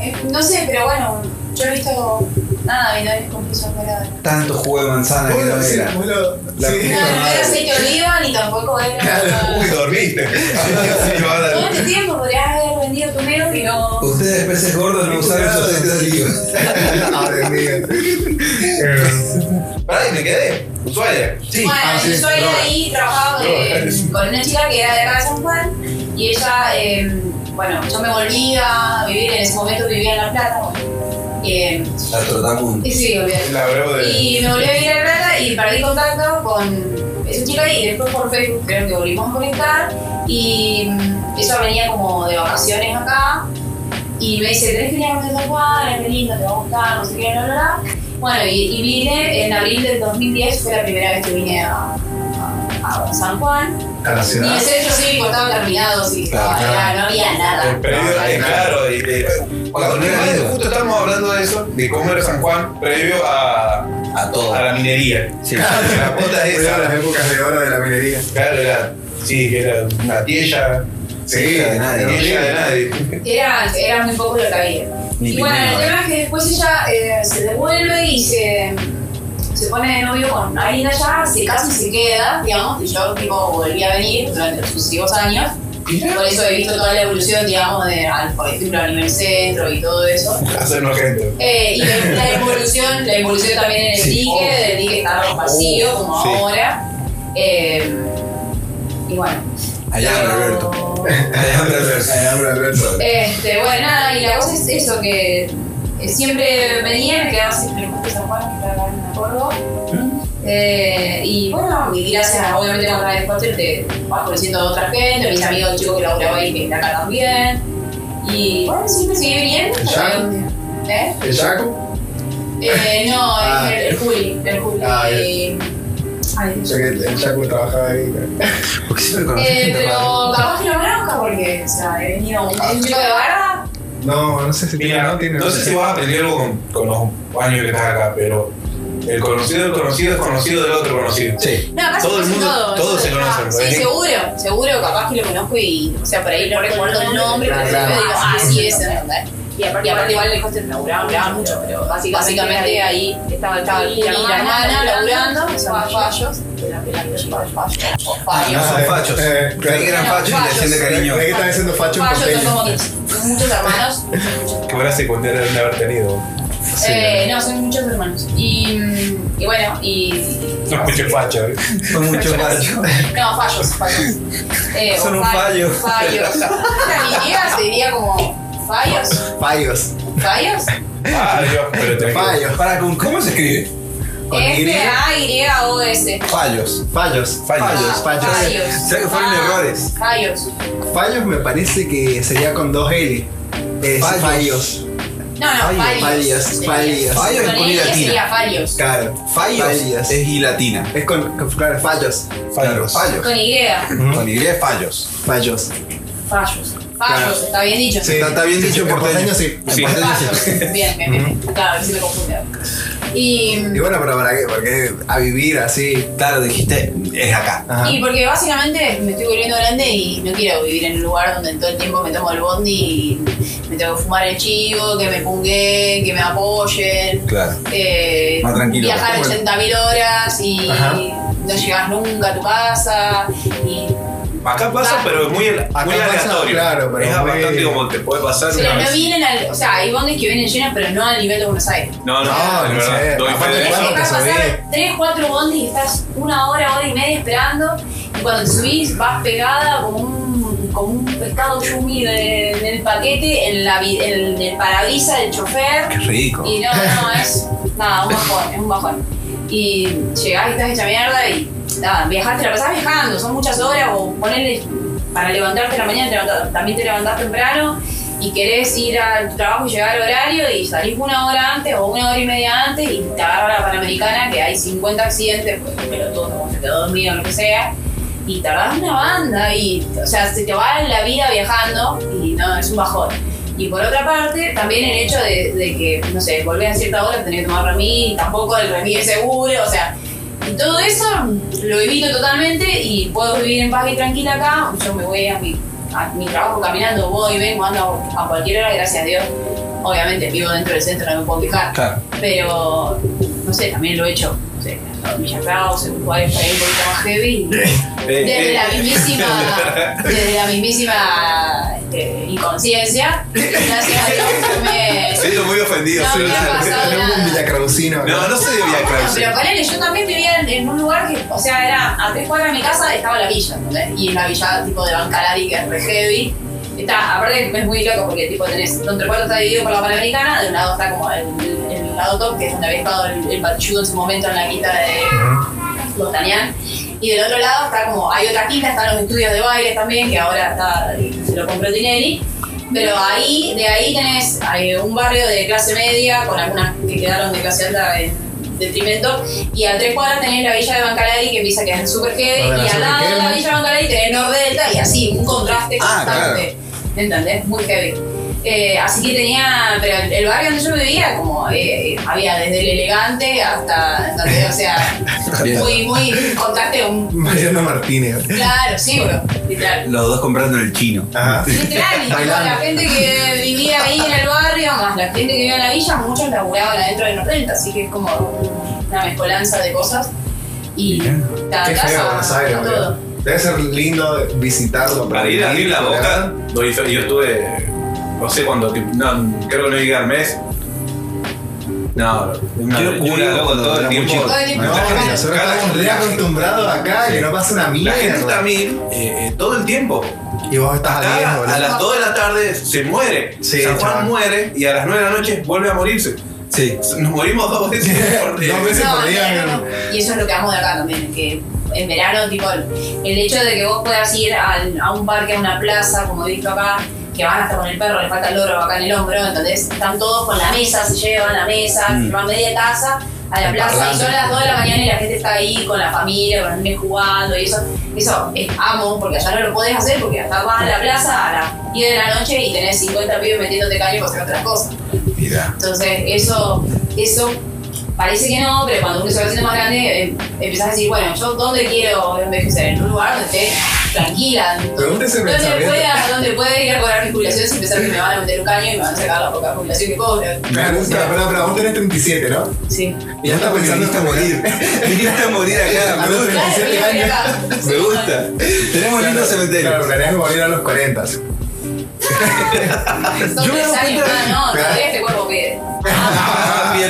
[SPEAKER 3] Eh, No sé, pero bueno, yo he visto nada, bidones con piso morado.
[SPEAKER 2] Tanto jugo de manzana que
[SPEAKER 4] Vos
[SPEAKER 2] no
[SPEAKER 4] lo- sí,
[SPEAKER 2] era.
[SPEAKER 4] vos lo-
[SPEAKER 2] La
[SPEAKER 4] sí.
[SPEAKER 3] No, no era aceite de oliva ni tampoco
[SPEAKER 1] Uy,
[SPEAKER 3] era.
[SPEAKER 1] dormiste. Sí, ahora-
[SPEAKER 3] Todo este tiempo podrías haber vendido tu negro y no.
[SPEAKER 2] Ustedes, peces gordos, no usaron sus aceite de oliva.
[SPEAKER 4] Madre mía. Eh,
[SPEAKER 1] Pará, y me quedé. Usuaria. Sí.
[SPEAKER 3] bueno,
[SPEAKER 4] ah, sí,
[SPEAKER 3] yo ahí,
[SPEAKER 4] droga.
[SPEAKER 3] ahí trabajaba con,
[SPEAKER 1] Droga,
[SPEAKER 3] eh,
[SPEAKER 1] es-
[SPEAKER 3] con una chica que era de acá de San Juan y ella, eh, bueno, yo me volvía a vivir, en ese momento vivía en La Plata. Bueno, eh,
[SPEAKER 2] La trotamos.
[SPEAKER 3] y sí, olvidé.
[SPEAKER 1] La bravo de.
[SPEAKER 3] Y me volví a vivir a Plata y perdí contacto con esa chica y después por Facebook creo que volvimos a conectar y mm, ella venía como de vacaciones acá y me dice, tenés que ir a San Juan, es muy lindo, te va a gustar, no sé qué, bla, bla, bla. Bueno, y, y vine en abril del 2010, fue la primera vez que vine a, a- a San Juan.
[SPEAKER 4] A la
[SPEAKER 3] Y el
[SPEAKER 4] ciudad.
[SPEAKER 3] centro cívico estaba terminado, sí,
[SPEAKER 2] Claro,
[SPEAKER 3] estaba-
[SPEAKER 2] claro.
[SPEAKER 3] era- no había
[SPEAKER 1] El
[SPEAKER 3] nada.
[SPEAKER 1] previo,
[SPEAKER 4] No,
[SPEAKER 1] eh,
[SPEAKER 4] no.
[SPEAKER 1] claro, y de- cuando
[SPEAKER 2] no era
[SPEAKER 1] además,
[SPEAKER 2] lindo.
[SPEAKER 1] justo estábamos hablando de eso, de cómo era San Juan previo a,
[SPEAKER 2] A todo.
[SPEAKER 1] a la minería.
[SPEAKER 2] Oh. Sí.
[SPEAKER 1] La puta
[SPEAKER 4] Era las
[SPEAKER 1] esa,
[SPEAKER 4] épocas de oro de la minería.
[SPEAKER 1] claro, era, sí, que era una tiella,
[SPEAKER 2] Sí, de nadie, ¿no?
[SPEAKER 1] tiella de nadie.
[SPEAKER 3] Era, era muy poco lo que había.
[SPEAKER 2] Ni
[SPEAKER 3] y bueno,
[SPEAKER 2] pingüino,
[SPEAKER 3] el tema es que después ella eh, se devuelve y se, se pone de novio con una linda ya, se casa y se queda, digamos, y yo tipo volví a venir durante los sucesivos años. Por eso he visto toda la evolución, digamos, de, al- por ejemplo, a nivel centro y todo eso.
[SPEAKER 1] Hacernos gente.
[SPEAKER 3] Eh, y la- la evolución, la evolución también en el dique, el dique está más vacío como
[SPEAKER 2] Oh, Sí.
[SPEAKER 3] ahora. Eh, y bueno.
[SPEAKER 2] Allá,
[SPEAKER 3] pero-
[SPEAKER 2] Roberto. Allá, Roberto.
[SPEAKER 4] Ay, hombre, Alberto.
[SPEAKER 2] Eh,
[SPEAKER 3] Este, bueno, nada, y la cosa es eso, que eh, siempre venía, me quedaba siempre en San Juan, que estaba acá en Córdoba. Eh, y bueno, y gracias, a- obviamente, a Canal Spotter te vas conociendo a otra gente, mis amigos, chicos que laburaba ahí, que está acá también. Y bueno, siempre seguí viniendo.
[SPEAKER 4] ¿El
[SPEAKER 3] hasta que
[SPEAKER 4] Yaco?
[SPEAKER 3] un día- ¿Eh?
[SPEAKER 4] ¿El Jaco?
[SPEAKER 3] Eh, no,
[SPEAKER 4] Ah.
[SPEAKER 3] el, el Juli, el Juli.
[SPEAKER 4] Ah, el-
[SPEAKER 3] eh, ay,
[SPEAKER 4] Yo que el Jaco trabajaba ahí.
[SPEAKER 2] Porque siempre conocí
[SPEAKER 3] eh,
[SPEAKER 2] gente rara.
[SPEAKER 3] pero capaz que lo conozca porque, o sea, he venido un, un chico de barra.
[SPEAKER 4] No, no sé si tiene,
[SPEAKER 1] Mira,
[SPEAKER 4] no tiene.
[SPEAKER 1] no sé si vas a aprender algo con, con los años que estás acá, pero el conocido del conocido es conocido del otro conocido.
[SPEAKER 2] Sí.
[SPEAKER 3] No, acá
[SPEAKER 1] Todo
[SPEAKER 3] se
[SPEAKER 1] el
[SPEAKER 3] conocen
[SPEAKER 1] mundo-
[SPEAKER 3] todos.
[SPEAKER 1] todos se
[SPEAKER 3] Ah,
[SPEAKER 1] conocen,
[SPEAKER 3] Sí,
[SPEAKER 1] ¿verdad?
[SPEAKER 3] seguro, seguro, capaz que lo conozco y, o sea, por ahí no recuerdo el nombre, pero
[SPEAKER 4] Claro.
[SPEAKER 3] siempre digo, ah, sí, ese, ¿entendés? Y aparte, igual el hostel laburaba, laburaba mucho, pero básicamente, ahí estaba, estaba mi la hermana laburando, que se llama Fallos, que era que la que llevaba Fallos, o Fallos.
[SPEAKER 2] Ah, No, son fachos.
[SPEAKER 4] Eh, eh,
[SPEAKER 2] Creí que eran
[SPEAKER 3] claro.
[SPEAKER 2] fachos y le hacían de cariño.
[SPEAKER 4] Ahí están haciendo facho en
[SPEAKER 3] Fallos
[SPEAKER 4] papel.
[SPEAKER 3] son como que muchos hermanos.
[SPEAKER 1] Qué buena secundaria de haber tenido.
[SPEAKER 3] Eh, no, son muchos hermanos. Y, mm, y bueno, y
[SPEAKER 1] No escuché facho, eh.
[SPEAKER 2] Son mucho macho.
[SPEAKER 3] No, fallos, fallos. Eh,
[SPEAKER 2] Son
[SPEAKER 3] o
[SPEAKER 2] un
[SPEAKER 3] fa-
[SPEAKER 2] fallo.
[SPEAKER 3] Fallos. La griega se diría como fallos,
[SPEAKER 4] Fallos.
[SPEAKER 3] fallos.
[SPEAKER 1] Ah, Dios, pero te
[SPEAKER 4] Fallos.
[SPEAKER 2] Para, ¿cómo- ¿Cómo se escribe? Con
[SPEAKER 3] F
[SPEAKER 2] Y.
[SPEAKER 3] A Y O S. Ah,
[SPEAKER 2] Fallos.
[SPEAKER 4] Fallos.
[SPEAKER 2] Fallos.
[SPEAKER 4] Fallos. Fallos.
[SPEAKER 3] Fallos.
[SPEAKER 2] ¿Sabes que fueron
[SPEAKER 3] Ah,
[SPEAKER 2] errores?
[SPEAKER 3] Fallos.
[SPEAKER 4] Fallos me parece que sería con dos L. Es
[SPEAKER 2] Fallos.
[SPEAKER 4] fallos.
[SPEAKER 3] No, no,
[SPEAKER 4] Fallos,
[SPEAKER 3] fallos.
[SPEAKER 4] fallos, fallos.
[SPEAKER 3] sería.
[SPEAKER 2] Fallos
[SPEAKER 3] Con
[SPEAKER 2] con I
[SPEAKER 3] I
[SPEAKER 2] latina.
[SPEAKER 3] sería fallos.
[SPEAKER 4] Claro.
[SPEAKER 2] Fallos
[SPEAKER 4] Fallos.
[SPEAKER 2] es y latina.
[SPEAKER 4] Es con, con- claro, fallos.
[SPEAKER 2] Claro,
[SPEAKER 4] Fallos.
[SPEAKER 2] fallos.
[SPEAKER 3] Con Y.
[SPEAKER 2] Con Y es fallos.
[SPEAKER 4] Fallos.
[SPEAKER 3] Fallos.
[SPEAKER 4] Claro.
[SPEAKER 3] Fallos, está bien dicho.
[SPEAKER 2] Está- está bien dicho en porteño.
[SPEAKER 4] sí.
[SPEAKER 2] Sí.
[SPEAKER 3] Fallos. Bien, bien, bien. Claro, sí me confundí. Y,
[SPEAKER 4] Y bueno, pero ¿para qué? Porque a vivir así.
[SPEAKER 2] Claro, dijiste, es acá.
[SPEAKER 4] Ajá.
[SPEAKER 3] y porque básicamente me estoy volviendo grande y no quiero vivir en un lugar donde todo el tiempo me tomo el bondi y me tengo que fumar el chivo, que me punguen, que me apoyen.
[SPEAKER 2] Claro.
[SPEAKER 3] eh,
[SPEAKER 2] Más tranquilo.
[SPEAKER 3] viajar
[SPEAKER 2] Bueno.
[SPEAKER 3] 80.000 horas y
[SPEAKER 4] Ajá.
[SPEAKER 3] no llegas nunca a tu casa. Y,
[SPEAKER 1] Acá pasa, pero es muy, muy
[SPEAKER 4] pasa,
[SPEAKER 1] aleatorio.
[SPEAKER 4] claro, pero
[SPEAKER 1] es
[SPEAKER 4] muy-
[SPEAKER 1] bastante como te puede pasar
[SPEAKER 3] pero
[SPEAKER 1] una
[SPEAKER 3] no
[SPEAKER 1] vez.
[SPEAKER 3] vienen al. O sea, hay bondis que vienen llenas, pero no al nivel de Buenos Aires.
[SPEAKER 1] No,
[SPEAKER 4] No,
[SPEAKER 1] no, de
[SPEAKER 4] no
[SPEAKER 1] verdad.
[SPEAKER 4] sé.
[SPEAKER 1] Doy fe
[SPEAKER 4] Aparte,
[SPEAKER 1] de
[SPEAKER 3] Te
[SPEAKER 1] eso.
[SPEAKER 4] ¿cuándo
[SPEAKER 3] a
[SPEAKER 4] te subís?
[SPEAKER 3] pasar 3, 4 bondis y estás una hora, hora y media esperando. Y cuando te subís, vas pegada como un, como un pescado chumi de- en el paquete, en, la, vi- en el parabrisas del chofer.
[SPEAKER 2] Qué rico.
[SPEAKER 3] Y no, no, es nada, un bajón, es un bajón. Y llegás y estás hecha mierda y nada, viajaste, la pasás viajando, son muchas horas o ponele para levantarte a la mañana, te levantás- también te levantás temprano y querés ir a tu trabajo y llegar al horario y salís una hora antes o una hora y media antes y te agarra la Panamericana que hay 50 accidentes, pues pero todo, se te dormido, lo que sea. Y tardás una banda y, o sea, se te va la vida viajando y no, es un bajón. Y por otra parte, también el hecho de, de que, no sé, volvés a cierta hora, tenés que tomar remis, tampoco el remis es seguro, o sea, y todo eso lo evito totalmente y puedo vivir en paz y tranquila acá. Yo me voy a mi, a mi trabajo caminando, voy, vengo, ando a cualquier hora, gracias a Dios. Obviamente vivo dentro del centro, no me puedo quejar.
[SPEAKER 2] Claro.
[SPEAKER 3] Pero, no sé, también lo he hecho, no sé, en Villa Kraus, en lugares para ir un poquito más heavy. y- desde la mismísima, desde la mismísima este, inconsciencia, gracias a Dios no me,
[SPEAKER 2] Siento muy ofendido.
[SPEAKER 3] no me ha pasado
[SPEAKER 4] Un
[SPEAKER 3] nada.
[SPEAKER 4] villacraucino.
[SPEAKER 2] No, no sé de Villa
[SPEAKER 3] No,
[SPEAKER 2] Krause.
[SPEAKER 3] Ah, pero ponele, yo también vivía en, en un lugar que, o sea, era a tres cuadras de mi casa estaba la villa, ¿entendés? Y una villa tipo de Bancalari que es re heavy. Está, aparte es muy loco porque tipo tenés, entre cuatro está dividido por la Panamericana, de un lado está como el, el lado top, que es donde había estado el, el pachudo en su momento en la quinta de, Botanián. Y del otro lado está como, hay otra quinta, están los estudios de baile también, que ahora está, se lo compró Tinelli. Pero ahí, de ahí tenés eh, un barrio de clase media, con algunas que quedaron de clase alta en detrimento. Y a tres cuadras tenés la villa de Bancalari, que empieza que es súper heavy.
[SPEAKER 4] Ahora,
[SPEAKER 3] Y
[SPEAKER 4] súper
[SPEAKER 3] al lado de la
[SPEAKER 4] heavy.
[SPEAKER 3] villa de Bancalari tenés Nordelta, y así, un contraste
[SPEAKER 2] Ah,
[SPEAKER 3] constante. ¿Entendés? Muy heavy. Eh, así que tenía, pero el, el barrio donde yo vivía, como eh, había desde el elegante hasta, ¿entendés? o sea,
[SPEAKER 2] Bien.
[SPEAKER 3] muy, muy contraste un.
[SPEAKER 4] Mariano Martínez.
[SPEAKER 3] Claro, sí, bro. Literal.
[SPEAKER 2] Los dos comprando en el chino.
[SPEAKER 4] Ajá.
[SPEAKER 3] Literal, y tipo, la gente que vivía ahí en el barrio, más la gente que vivía en la villa, muchos laburaban adentro de Nordelta, así que es como una mezcolanza de cosas. Y la
[SPEAKER 4] Qué feo Buenos Aires,
[SPEAKER 3] todo.
[SPEAKER 4] boludo. Debe ser lindo visitarlo.
[SPEAKER 1] Para ir a abrir la boca, doy fe- yo estuve, no sé cuándo, tipo, no, creo que no llegué al mes. No, una
[SPEAKER 2] Qué
[SPEAKER 1] locura,
[SPEAKER 2] locura,
[SPEAKER 1] loco, todo el
[SPEAKER 2] era muy
[SPEAKER 1] tiempo.
[SPEAKER 2] chico.
[SPEAKER 3] Todo el tiempo.
[SPEAKER 4] No,
[SPEAKER 1] La gente-
[SPEAKER 4] nosotros
[SPEAKER 1] cada-
[SPEAKER 4] estamos re acostumbrados acá que no pasa una
[SPEAKER 1] La
[SPEAKER 4] mierda.
[SPEAKER 1] gente está a mil eh, eh, todo el tiempo.
[SPEAKER 4] Y vos estás
[SPEAKER 1] Acá,
[SPEAKER 4] a 10,
[SPEAKER 1] a
[SPEAKER 4] boludo.
[SPEAKER 1] las 2 de la tarde se muere.
[SPEAKER 4] Sí,
[SPEAKER 1] San Juan
[SPEAKER 4] chaval.
[SPEAKER 1] muere y a las 9 de la noche vuelve a morirse.
[SPEAKER 2] Sí.
[SPEAKER 1] Nos morimos dos veces por día.
[SPEAKER 4] Dos veces. se podía-
[SPEAKER 3] no, no, no. Y eso es lo que amo de acá también, que en verano, tipo, el, el hecho de que vos puedas ir al- a un parque, a una plaza, como he visto acá, que van hasta con el perro, le falta el loro acá en el hombro, entonces están todos con la mesa, se llevan la mesa,
[SPEAKER 2] Mm.
[SPEAKER 3] se llevan media taza a la
[SPEAKER 4] El
[SPEAKER 3] plaza
[SPEAKER 4] parlante.
[SPEAKER 3] y son las 2 de la mañana y la gente está ahí con la familia, con los niños jugando y eso, eso es amo, porque allá no lo podés hacer porque acá vas a la plaza a las 10 de la noche y tenés 50 pibes metiéndote calle para hacer otras cosas.
[SPEAKER 2] Mira.
[SPEAKER 3] Entonces, eso, eso parece que no, pero cuando uno se va haciendo más grande, eh, empezás a decir, bueno, yo dónde quiero envejecer, en un lugar donde esté tranquila,
[SPEAKER 4] Pregúntese
[SPEAKER 3] donde
[SPEAKER 4] pensamiento.
[SPEAKER 3] pueda, donde pueda ir a cobrar mi jubilación sin pensar que me van a meter un caño y me van a sacar la poca jubilación que cobro.
[SPEAKER 4] Me gusta, pero, pero vos tenés 37, ¿no?
[SPEAKER 3] Sí.
[SPEAKER 4] Y ya está pensando
[SPEAKER 2] viniste a morir. Viniste a morir acá.
[SPEAKER 4] A
[SPEAKER 2] Me
[SPEAKER 4] los
[SPEAKER 2] gusta.
[SPEAKER 4] 37
[SPEAKER 3] Claro,
[SPEAKER 4] años.
[SPEAKER 3] claro.
[SPEAKER 2] Me gusta. Tenemos lindo
[SPEAKER 4] Claro,
[SPEAKER 2] cementerio.
[SPEAKER 4] planeas morir a los 40.
[SPEAKER 3] Son
[SPEAKER 2] Yo me
[SPEAKER 3] tres
[SPEAKER 2] doy cuenta-
[SPEAKER 3] años, ah, no, todavía este cuerpo pide.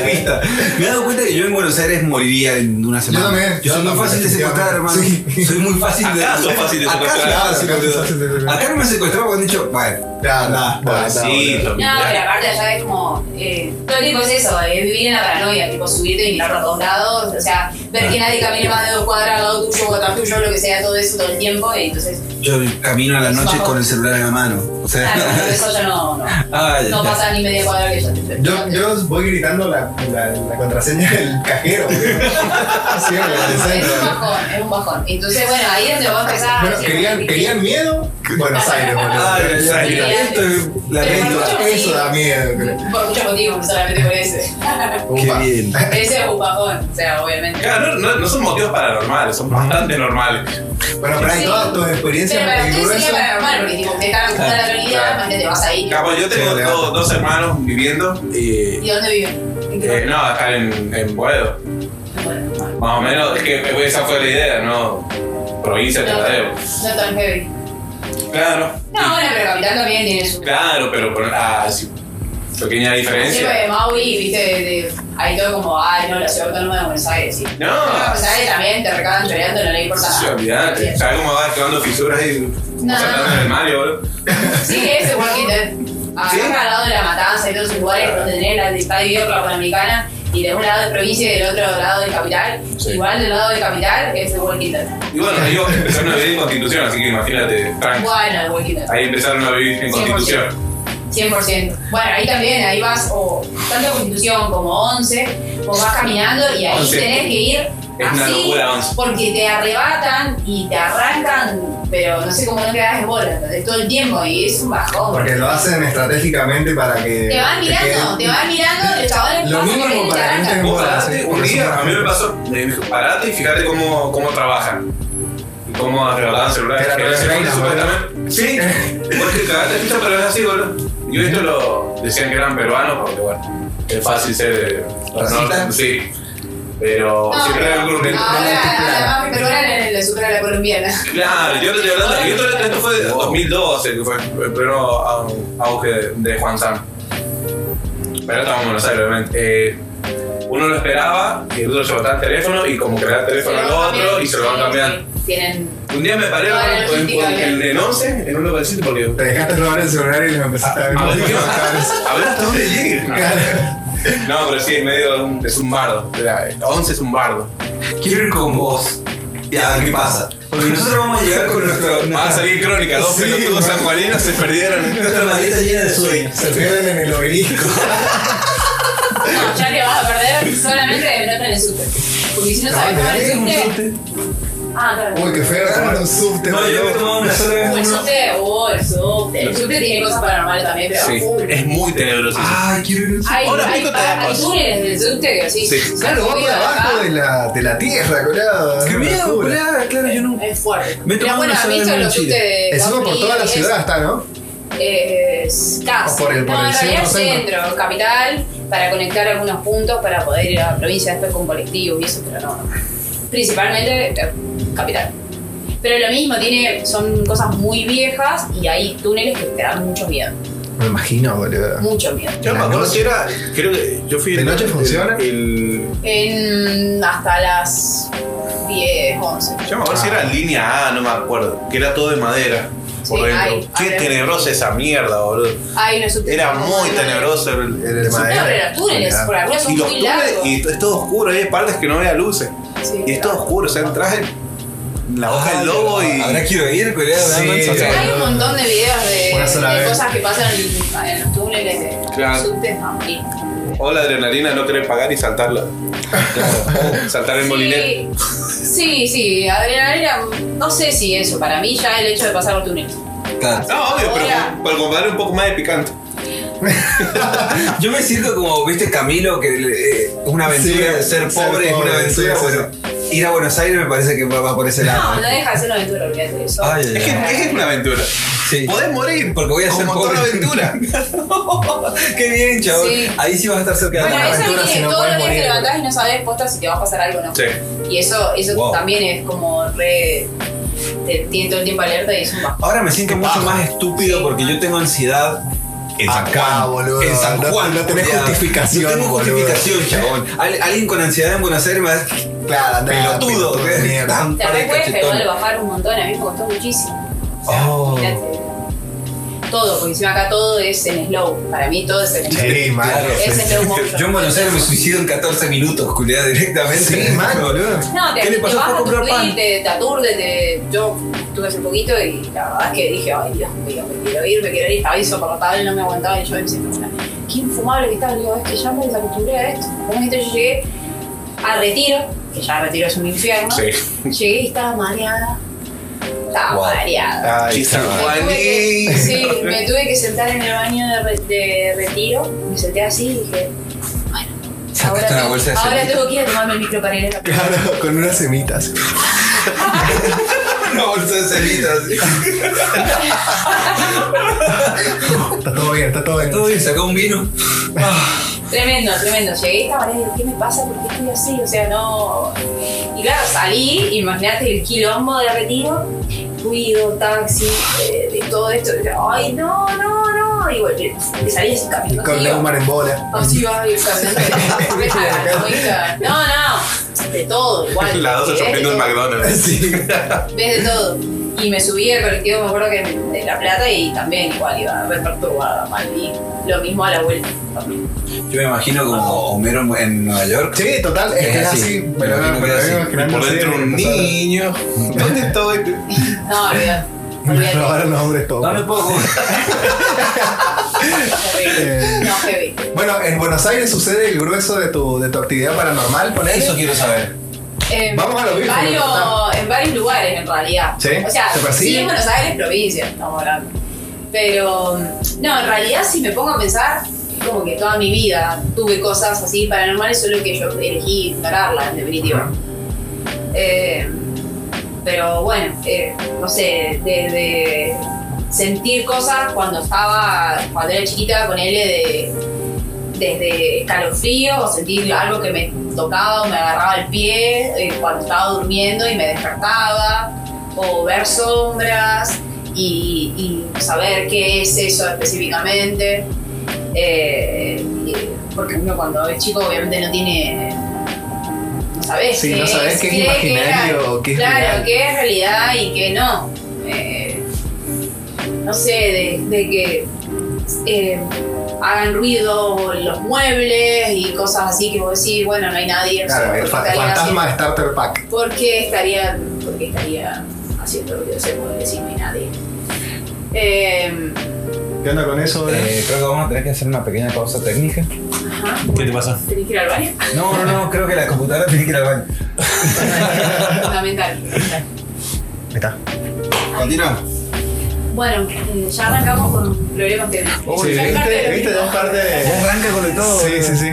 [SPEAKER 2] lista. Me he dado cuenta que yo en Buenos Aires moriría en una semana.
[SPEAKER 4] también.
[SPEAKER 2] Yo soy muy
[SPEAKER 4] Yo también,
[SPEAKER 2] fácil de secuestrar, hermano.
[SPEAKER 4] Sí.
[SPEAKER 2] Soy muy fácil de
[SPEAKER 1] Acá sos fácil de
[SPEAKER 2] Acá
[SPEAKER 1] secuestrar.
[SPEAKER 2] sí,
[SPEAKER 4] Claro,
[SPEAKER 2] sí, sí,
[SPEAKER 4] acá sos fácil de secuestrar.
[SPEAKER 2] Acá no me secuestraron porque han dicho, bueno.
[SPEAKER 4] Ya,
[SPEAKER 2] Nah,
[SPEAKER 4] nah, nah,
[SPEAKER 1] Sí,
[SPEAKER 4] nah,
[SPEAKER 1] lo
[SPEAKER 3] No, pero aparte allá es como. Eh, todo el tiempo es eso, es vivir en la paranoia, tipo subirte y mirar a todos lados, o sea, ver
[SPEAKER 4] Ah.
[SPEAKER 3] que nadie camine más de dos cuadras al lado tuyo o atrás tuyo, lo que sea, todo eso todo el tiempo, y entonces.
[SPEAKER 2] Yo camino a la noche con el celular en la mano. O sea.
[SPEAKER 3] Claro, todo eso ya no. No,
[SPEAKER 2] Ah, ya,
[SPEAKER 3] no
[SPEAKER 2] ya.
[SPEAKER 3] pasa ni media cuadra que yo te
[SPEAKER 4] Yo, yo voy gritando la, la, la contraseña del cajero. boludo. Sí, en el
[SPEAKER 3] Ah, Es un
[SPEAKER 4] centro.
[SPEAKER 3] bajón, es un bajón. Entonces, bueno, ahí es donde va a empezar. a
[SPEAKER 4] Bueno,
[SPEAKER 3] decir,
[SPEAKER 4] ¿querían, ¿querían miedo? Buenos Aires,
[SPEAKER 2] Ah, ya,
[SPEAKER 4] boludo.
[SPEAKER 2] ya, ya. Esto es la
[SPEAKER 3] Pero
[SPEAKER 2] lengua.
[SPEAKER 3] mucho
[SPEAKER 4] Eso da miedo, creo.
[SPEAKER 3] Por muchos motivos, solamente por ese.
[SPEAKER 2] Qué
[SPEAKER 4] Upa.
[SPEAKER 2] bien.
[SPEAKER 3] ese es un bajón, o sea, obviamente.
[SPEAKER 1] Claro, no, no- no son motivos paranormales, son bastante normales.
[SPEAKER 4] Bueno, pero hay
[SPEAKER 3] Sí.
[SPEAKER 4] todas tus experiencias
[SPEAKER 3] Pero para ustedes sería
[SPEAKER 4] peligrosas.
[SPEAKER 3] paranormal, porque tipo, te están contando la realidad, más que te vas a ir.
[SPEAKER 1] Capaz, yo tengo
[SPEAKER 4] Sí, le
[SPEAKER 1] dos, dos hermanos viviendo. eh,
[SPEAKER 3] ¿Y dónde viven? ¿En qué
[SPEAKER 1] eh, no, acá en, en Boedo.
[SPEAKER 3] lugar? Bueno, no.
[SPEAKER 1] Más o menos, es que esa fue la idea, ¿no? Provincia de Tadeo.
[SPEAKER 3] No tan heavy.
[SPEAKER 1] Claro,
[SPEAKER 3] No, bueno, pero Capital también tiene su.
[SPEAKER 1] claro, pero por la pequeña
[SPEAKER 3] Sí,
[SPEAKER 1] diferencia.
[SPEAKER 3] porque Maui, viste, de- de- ahí todo como, ay, no, la ciudad autónoma de Buenos Aires, sí.
[SPEAKER 1] No.
[SPEAKER 3] Pero Buenos Aires también te recaban choreando, no le importa
[SPEAKER 1] Sí,
[SPEAKER 3] nada.
[SPEAKER 1] olvidate. ¿Sabes cómo va activando fisuras y
[SPEAKER 3] No.
[SPEAKER 1] saltando en el Mario, boludo?
[SPEAKER 3] Sí, ese Walking Acá
[SPEAKER 1] ¿Sí?
[SPEAKER 3] al lado de la matanza y todos esos lugares donde tenés la, está dividido por la Panamericana y de un lado de provincia y del otro lado de capital.
[SPEAKER 1] Sí.
[SPEAKER 3] Igual del lado de capital es el Walking Dead.
[SPEAKER 1] Y bueno, ellos empezaron a vivir en Constitución, así que imagínate, tranqui.
[SPEAKER 3] Bueno, el Walking Dead.
[SPEAKER 1] Ahí empezaron a vivir en
[SPEAKER 3] 100%.
[SPEAKER 1] Constitución.
[SPEAKER 3] 100%. Bueno, ahí también, ahí vas, o tanto Constitución como 11, vos vas caminando y ahí
[SPEAKER 1] 11.
[SPEAKER 3] tenés que ir
[SPEAKER 1] Es una
[SPEAKER 3] así,
[SPEAKER 1] locura, 11.
[SPEAKER 3] porque te arrebatan y te arrancan, pero no sé cómo no quedás de bola, ¿entendés? todo el tiempo, y es un bajón.
[SPEAKER 4] Porque lo hacen estratégicamente para que.
[SPEAKER 3] te van mirando,
[SPEAKER 4] queden-
[SPEAKER 3] te van mirando, los chavales
[SPEAKER 4] Lo
[SPEAKER 3] pasan
[SPEAKER 4] mismo
[SPEAKER 3] y
[SPEAKER 4] como
[SPEAKER 3] te
[SPEAKER 4] para la gente
[SPEAKER 3] arrancan.
[SPEAKER 4] en
[SPEAKER 1] Vos
[SPEAKER 4] bola.
[SPEAKER 1] parate,
[SPEAKER 4] sí,
[SPEAKER 1] un
[SPEAKER 4] por eso
[SPEAKER 1] día a mí me
[SPEAKER 4] no-
[SPEAKER 1] pasó, me dijo, parate y fíjate cómo, cómo trabajan. Y cómo arreglaban celulares.
[SPEAKER 4] Era
[SPEAKER 1] que
[SPEAKER 4] todo
[SPEAKER 1] ese
[SPEAKER 4] reina,
[SPEAKER 1] hombre, supuestamente- Sí, vos te cagaste ficha, pero es así, boludo. Yo esto lo decían que eran peruanos, porque bueno, es fácil ser
[SPEAKER 2] ¿Racista?
[SPEAKER 1] norte, sí. Pero
[SPEAKER 3] No,
[SPEAKER 1] siempre hay algo que-
[SPEAKER 3] Ahora, además, pero ahora le- le supera a la colombiana.
[SPEAKER 1] Claro, yo te estoy hablando, yo te- esto fue de 2012, que fue el primer au- auge de- de Juan Sam. Pero estamos en Buenos Aires, obviamente. Eh, uno lo esperaba y el otro se botaba el teléfono y como que le da el teléfono al otro y se lo van cambiando.
[SPEAKER 3] Tienen.
[SPEAKER 1] Un día me paré
[SPEAKER 3] Toda la
[SPEAKER 1] en- en-
[SPEAKER 3] logística,
[SPEAKER 1] en- en en 11, en un localcito, porque...
[SPEAKER 4] Te dejaste robar el celular y lo empezaste
[SPEAKER 2] Ah,
[SPEAKER 4] a ver.
[SPEAKER 1] A
[SPEAKER 4] con
[SPEAKER 1] ver,
[SPEAKER 4] los
[SPEAKER 1] ¿qué?
[SPEAKER 4] cables.
[SPEAKER 1] A ver hasta dónde llegue. No, pero sí, en medio de un- es un bardo. La- 11 es un bardo.
[SPEAKER 2] Quiero ir con vos. Y a ver qué pasa. Porque nosotros vamos a llegar con nuestro.
[SPEAKER 1] Va a salir crónica, dos
[SPEAKER 2] Sí,
[SPEAKER 1] pelotudos sanjuaninos se perdieron.
[SPEAKER 2] Nuestra maleta llena de sueños.
[SPEAKER 4] Se pierden en el obelisco.
[SPEAKER 3] No, ya que vas a perder, solamente no en el súper. Porque si no sabes tomar el subte. Ah, claro.
[SPEAKER 4] Uy, qué feo tomar un subte.
[SPEAKER 2] No, yo me he tomado una sola
[SPEAKER 3] O el
[SPEAKER 2] vez uno.
[SPEAKER 3] subte, oh, el subte. El subte tiene cosas paranormales también, pero.
[SPEAKER 1] Sí,
[SPEAKER 4] Eh,
[SPEAKER 3] uh,
[SPEAKER 1] es muy tenebroso.
[SPEAKER 2] Ay, quiero ir.
[SPEAKER 3] Hay,
[SPEAKER 1] Ahora
[SPEAKER 3] hay,
[SPEAKER 1] pico te
[SPEAKER 3] pa- hay
[SPEAKER 1] damos.
[SPEAKER 3] túneles del subte que sí.
[SPEAKER 1] Sí.
[SPEAKER 3] si
[SPEAKER 4] Claro,
[SPEAKER 3] has
[SPEAKER 4] va por
[SPEAKER 3] subido
[SPEAKER 4] abajo
[SPEAKER 3] acá,
[SPEAKER 4] de la, de la tierra, colado.
[SPEAKER 2] Qué
[SPEAKER 4] una
[SPEAKER 2] miedo,
[SPEAKER 4] locura.
[SPEAKER 2] boludo. Claro, yo nunca.
[SPEAKER 3] Es fuerte.
[SPEAKER 2] Me he
[SPEAKER 3] Pero
[SPEAKER 2] tomado una
[SPEAKER 3] bueno, ¿has
[SPEAKER 2] sola
[SPEAKER 3] visto
[SPEAKER 2] vez en
[SPEAKER 3] los
[SPEAKER 2] Chile.
[SPEAKER 3] subtes de.
[SPEAKER 4] Encima por
[SPEAKER 3] Gaudí
[SPEAKER 4] toda la
[SPEAKER 3] y
[SPEAKER 4] ciudad
[SPEAKER 3] Eh, eso?
[SPEAKER 4] está, ¿no?
[SPEAKER 3] Eh, es casi.
[SPEAKER 4] O por el- por
[SPEAKER 3] no,
[SPEAKER 4] el
[SPEAKER 3] en realidad
[SPEAKER 4] centro,
[SPEAKER 3] centro, capital, para conectar algunos puntos para poder ir a la provincia después con colectivos y eso, pero no. no. Principalmente eh, capital. Pero lo mismo, tiene, son cosas muy viejas y hay túneles que te dan mucho miedo.
[SPEAKER 4] Me imagino, boludo.
[SPEAKER 3] Mucho miedo.
[SPEAKER 1] Yo no me acuerdo si era. Creo que yo fui.
[SPEAKER 4] ¿De
[SPEAKER 1] el-
[SPEAKER 4] noche funciona?
[SPEAKER 1] El, el-
[SPEAKER 3] En, hasta las 10, 11.
[SPEAKER 1] yo me acuerdo si era línea A, no me acuerdo. Que era todo de madera. Por
[SPEAKER 3] Sí,
[SPEAKER 1] dentro.
[SPEAKER 3] hay-
[SPEAKER 1] Qué
[SPEAKER 3] hay-
[SPEAKER 1] tenebrosa esa mierda, boludo.
[SPEAKER 3] Ay, no subte-
[SPEAKER 1] Era muy
[SPEAKER 3] no, no,
[SPEAKER 1] tenebroso el. el-
[SPEAKER 4] El de
[SPEAKER 3] No,
[SPEAKER 4] madera.
[SPEAKER 3] pero los túneles, por algunos son
[SPEAKER 1] y los
[SPEAKER 3] muy
[SPEAKER 1] túneles,
[SPEAKER 3] largos.
[SPEAKER 1] y es todo oscuro, hay partes que no había luces.
[SPEAKER 3] Sí.
[SPEAKER 1] Y es todo oscuro, o sea, entras en la hoja
[SPEAKER 2] Ah,
[SPEAKER 1] del lobo y.
[SPEAKER 2] Ahora quiero ir, cuidado.
[SPEAKER 4] Sí.
[SPEAKER 2] o sea,
[SPEAKER 3] Hay un montón de videos
[SPEAKER 4] Una
[SPEAKER 3] de,
[SPEAKER 4] sola
[SPEAKER 3] de
[SPEAKER 4] vez.
[SPEAKER 3] cosas que pasan en, en los túneles de
[SPEAKER 1] Claro.
[SPEAKER 3] subtes a morir.
[SPEAKER 1] O la adrenalina no querer pagar y saltarla. Claro. O saltar el molinete.
[SPEAKER 3] Sí, sí, sí, adrenalina, no sé si eso, para mí ya el hecho de pasar por túneles.
[SPEAKER 2] claro.
[SPEAKER 1] No, obvio, pero
[SPEAKER 3] Ahora-
[SPEAKER 1] para compararle un poco más de picante.
[SPEAKER 2] Yo me siento como, viste, Camilo, que eh, es una aventura, ser
[SPEAKER 4] Sí, ser
[SPEAKER 2] pobre es
[SPEAKER 4] pobre,
[SPEAKER 2] una aventura.
[SPEAKER 4] sí, sí,
[SPEAKER 2] bueno, ir a Buenos Aires me parece que va, va por ese lado.
[SPEAKER 3] No, no deja de ser una aventura, olvídate de eso.
[SPEAKER 2] Ay, ay,
[SPEAKER 1] Es que es que es una aventura.
[SPEAKER 2] Sí.
[SPEAKER 1] Podés morir
[SPEAKER 2] Porque voy a ser
[SPEAKER 1] como
[SPEAKER 2] pobre.
[SPEAKER 1] toda aventura.
[SPEAKER 2] Qué bien, chabón.
[SPEAKER 3] Sí.
[SPEAKER 2] Ahí sí vas a estar cerca de
[SPEAKER 3] Bueno,
[SPEAKER 2] la
[SPEAKER 3] eso
[SPEAKER 2] aventura.
[SPEAKER 3] que
[SPEAKER 4] si
[SPEAKER 3] tiene,
[SPEAKER 4] no
[SPEAKER 3] todos
[SPEAKER 4] podés
[SPEAKER 3] los días te
[SPEAKER 4] morir.
[SPEAKER 3] levantás y no sabes posta si te va a pasar algo o no.
[SPEAKER 1] Sí.
[SPEAKER 3] Y eso, eso
[SPEAKER 2] Wow.
[SPEAKER 3] también es como re. te tiene todo el tiempo alerta y es un bajo.
[SPEAKER 2] Ahora me siento mucho
[SPEAKER 1] baja.
[SPEAKER 2] más estúpido
[SPEAKER 3] Sí.
[SPEAKER 2] porque yo tengo ansiedad En San
[SPEAKER 4] Acá,
[SPEAKER 2] Juan.
[SPEAKER 4] boludo.
[SPEAKER 2] En San
[SPEAKER 4] No-
[SPEAKER 2] Juan.
[SPEAKER 4] no tenés
[SPEAKER 2] culiado.
[SPEAKER 4] justificación,
[SPEAKER 2] No tengo
[SPEAKER 4] boludo.
[SPEAKER 2] justificación, chabón. Al- alguien con ansiedad en Buenos Aires me da.
[SPEAKER 4] Claro, andá,
[SPEAKER 2] Pelotudo.
[SPEAKER 4] pelotudo de
[SPEAKER 2] que-
[SPEAKER 4] mierda.
[SPEAKER 2] dan
[SPEAKER 3] Te
[SPEAKER 2] par de
[SPEAKER 3] recuerdo,
[SPEAKER 2] cachetones.
[SPEAKER 3] igual lo bajaron un montón, a mí me costó muchísimo. O sea,
[SPEAKER 2] Oh.
[SPEAKER 3] fíjate, Todo, porque encima acá todo es en slow. Para mí todo es en slow.
[SPEAKER 4] Sí, mal.
[SPEAKER 2] Claro.
[SPEAKER 3] Ese slow motion.
[SPEAKER 2] Yo en Buenos Aires me suicido en 14 minutos, culiado, directamente.
[SPEAKER 4] Sí, mal, boludo.
[SPEAKER 3] No, te,
[SPEAKER 2] ¿Qué le
[SPEAKER 3] te
[SPEAKER 2] pasó?
[SPEAKER 3] vas
[SPEAKER 2] Fue a
[SPEAKER 3] a tu
[SPEAKER 2] comprar pan.
[SPEAKER 3] clip, te, te aturde, te- yo estuve hace poquito y la verdad es que dije, ay Dios mío, me quiero ir, me quiero ir, estaba insoportable, no me aguantaba y yo me siento una, qué infumable que estaba, le digo, es que ya me desacostumbré a esto. De momento yo llegué a retiro, que ya retiro es un infierno, llegué y estaba mareada, estaba
[SPEAKER 2] Wow. Ah,
[SPEAKER 3] mareada.
[SPEAKER 4] Ay,
[SPEAKER 1] San
[SPEAKER 3] Me tuve que-
[SPEAKER 1] Juanín.
[SPEAKER 3] sí, me tuve que sentar en el baño de, re- de retiro, me senté así y dije, bueno, ahora,
[SPEAKER 2] Sacaste una
[SPEAKER 3] tengo-
[SPEAKER 2] bolsa de
[SPEAKER 3] ahora
[SPEAKER 2] semillas.
[SPEAKER 3] tengo que ir a tomarme el micro para ir a la
[SPEAKER 4] claro, con unas semitas.
[SPEAKER 2] Una bolsa de celitas.
[SPEAKER 4] Está todo bien, está todo bien.
[SPEAKER 2] Todo bien, sacó un vino.
[SPEAKER 3] Tremendo, tremendo. Llegué y estaba digo, ¿qué me pasa? ¿Por qué estoy así? O sea, no. Y claro, salí, imagínate el quilombo de retiro, ruido, taxi, eh, de todo esto. Y yo, Ay, no, no, no. Y bueno, y salí así
[SPEAKER 4] Y
[SPEAKER 3] caminando.
[SPEAKER 4] con
[SPEAKER 3] así,
[SPEAKER 4] Neumar en bola.
[SPEAKER 3] iba- Así va, y caminando. Ah, no, no, de todo, igual.
[SPEAKER 1] La doce
[SPEAKER 3] Ves de
[SPEAKER 1] rompiendo el
[SPEAKER 3] todo.
[SPEAKER 1] McDonald's.
[SPEAKER 2] Sí.
[SPEAKER 3] Ves de todo. Y me subí al colectivo, me acuerdo que de La Plata, y también igual iba re perturbada, mal. Y lo mismo a la vuelta también.
[SPEAKER 2] Yo me imagino como Homero en Nueva York.
[SPEAKER 4] Sí, total, es que es así.
[SPEAKER 2] Me
[SPEAKER 4] Pero
[SPEAKER 2] imagino
[SPEAKER 4] no,
[SPEAKER 2] que
[SPEAKER 4] pero
[SPEAKER 2] es
[SPEAKER 4] me
[SPEAKER 2] así.
[SPEAKER 4] imagino
[SPEAKER 1] Por dentro un niño. ¿Dónde estoy?
[SPEAKER 3] No, olvidate.
[SPEAKER 4] Me
[SPEAKER 3] Olvidate.
[SPEAKER 4] robaron los hombres todos.
[SPEAKER 2] No me puedo jugar.
[SPEAKER 4] Eh,
[SPEAKER 3] Horrible. No, heavy.
[SPEAKER 4] Bueno, en Buenos Aires sucede el grueso de tu, de tu actividad paranormal, ponele.
[SPEAKER 2] Eso quiero saber.
[SPEAKER 3] Eh,
[SPEAKER 4] Vamos a lo
[SPEAKER 3] en
[SPEAKER 4] virgen,
[SPEAKER 3] varios,
[SPEAKER 4] ¿no?
[SPEAKER 3] en varios lugares, en realidad.
[SPEAKER 4] ¿Sí?
[SPEAKER 3] O sea,
[SPEAKER 4] ¿Te persiguen?
[SPEAKER 3] sí, en Buenos Aires, provincia, estamos hablando. Pero, no, en realidad, si me pongo a pensar, como que toda mi vida tuve cosas así paranormales, solo que yo elegí ignorarlas, en definitiva. Eh, pero bueno, eh, no sé, desde sentir cosas cuando estaba, cuando era chiquita, ponerle de, desde escalofrío o sentir algo que me tocaba o me agarraba el pie eh, cuando estaba durmiendo y me despertaba, o ver sombras y, y saber qué es eso específicamente. Eh, y- porque uno cuando es chico obviamente no tiene... No sabes
[SPEAKER 4] Sí, no sabés qué es imaginario o qué es
[SPEAKER 3] Claro,
[SPEAKER 4] real.
[SPEAKER 3] qué es realidad y qué no. Eh, no sé, de, de que eh, hagan ruido los muebles y cosas así que vos decís, bueno, no hay nadie.
[SPEAKER 4] Claro, el fa-
[SPEAKER 3] porque
[SPEAKER 4] fantasma starter pack.
[SPEAKER 3] ¿Por qué estaría, por qué estaría haciendo ruido ese mueble si no hay nadie? Eh,
[SPEAKER 4] ¿Qué onda con eso, bro?
[SPEAKER 2] Eh, creo que vamos a tener que hacer una pequeña pausa técnica.
[SPEAKER 3] ajá.
[SPEAKER 8] ¿Qué te pasa?
[SPEAKER 3] Tenés que ir al baño.
[SPEAKER 2] No, no, no, creo que la computadora tiene que ir al baño.
[SPEAKER 3] Fundamental. fundamental.
[SPEAKER 4] Ahí está.
[SPEAKER 5] Continúa.
[SPEAKER 3] Bueno, eh, ya arrancamos con problemas que.
[SPEAKER 4] Uy,
[SPEAKER 3] Ya es parte de
[SPEAKER 4] ¿viste? ¿Viste?
[SPEAKER 3] lo mismo.
[SPEAKER 4] Ya es parte de...
[SPEAKER 2] Arranca con el todo.
[SPEAKER 4] Sí, sí, sí.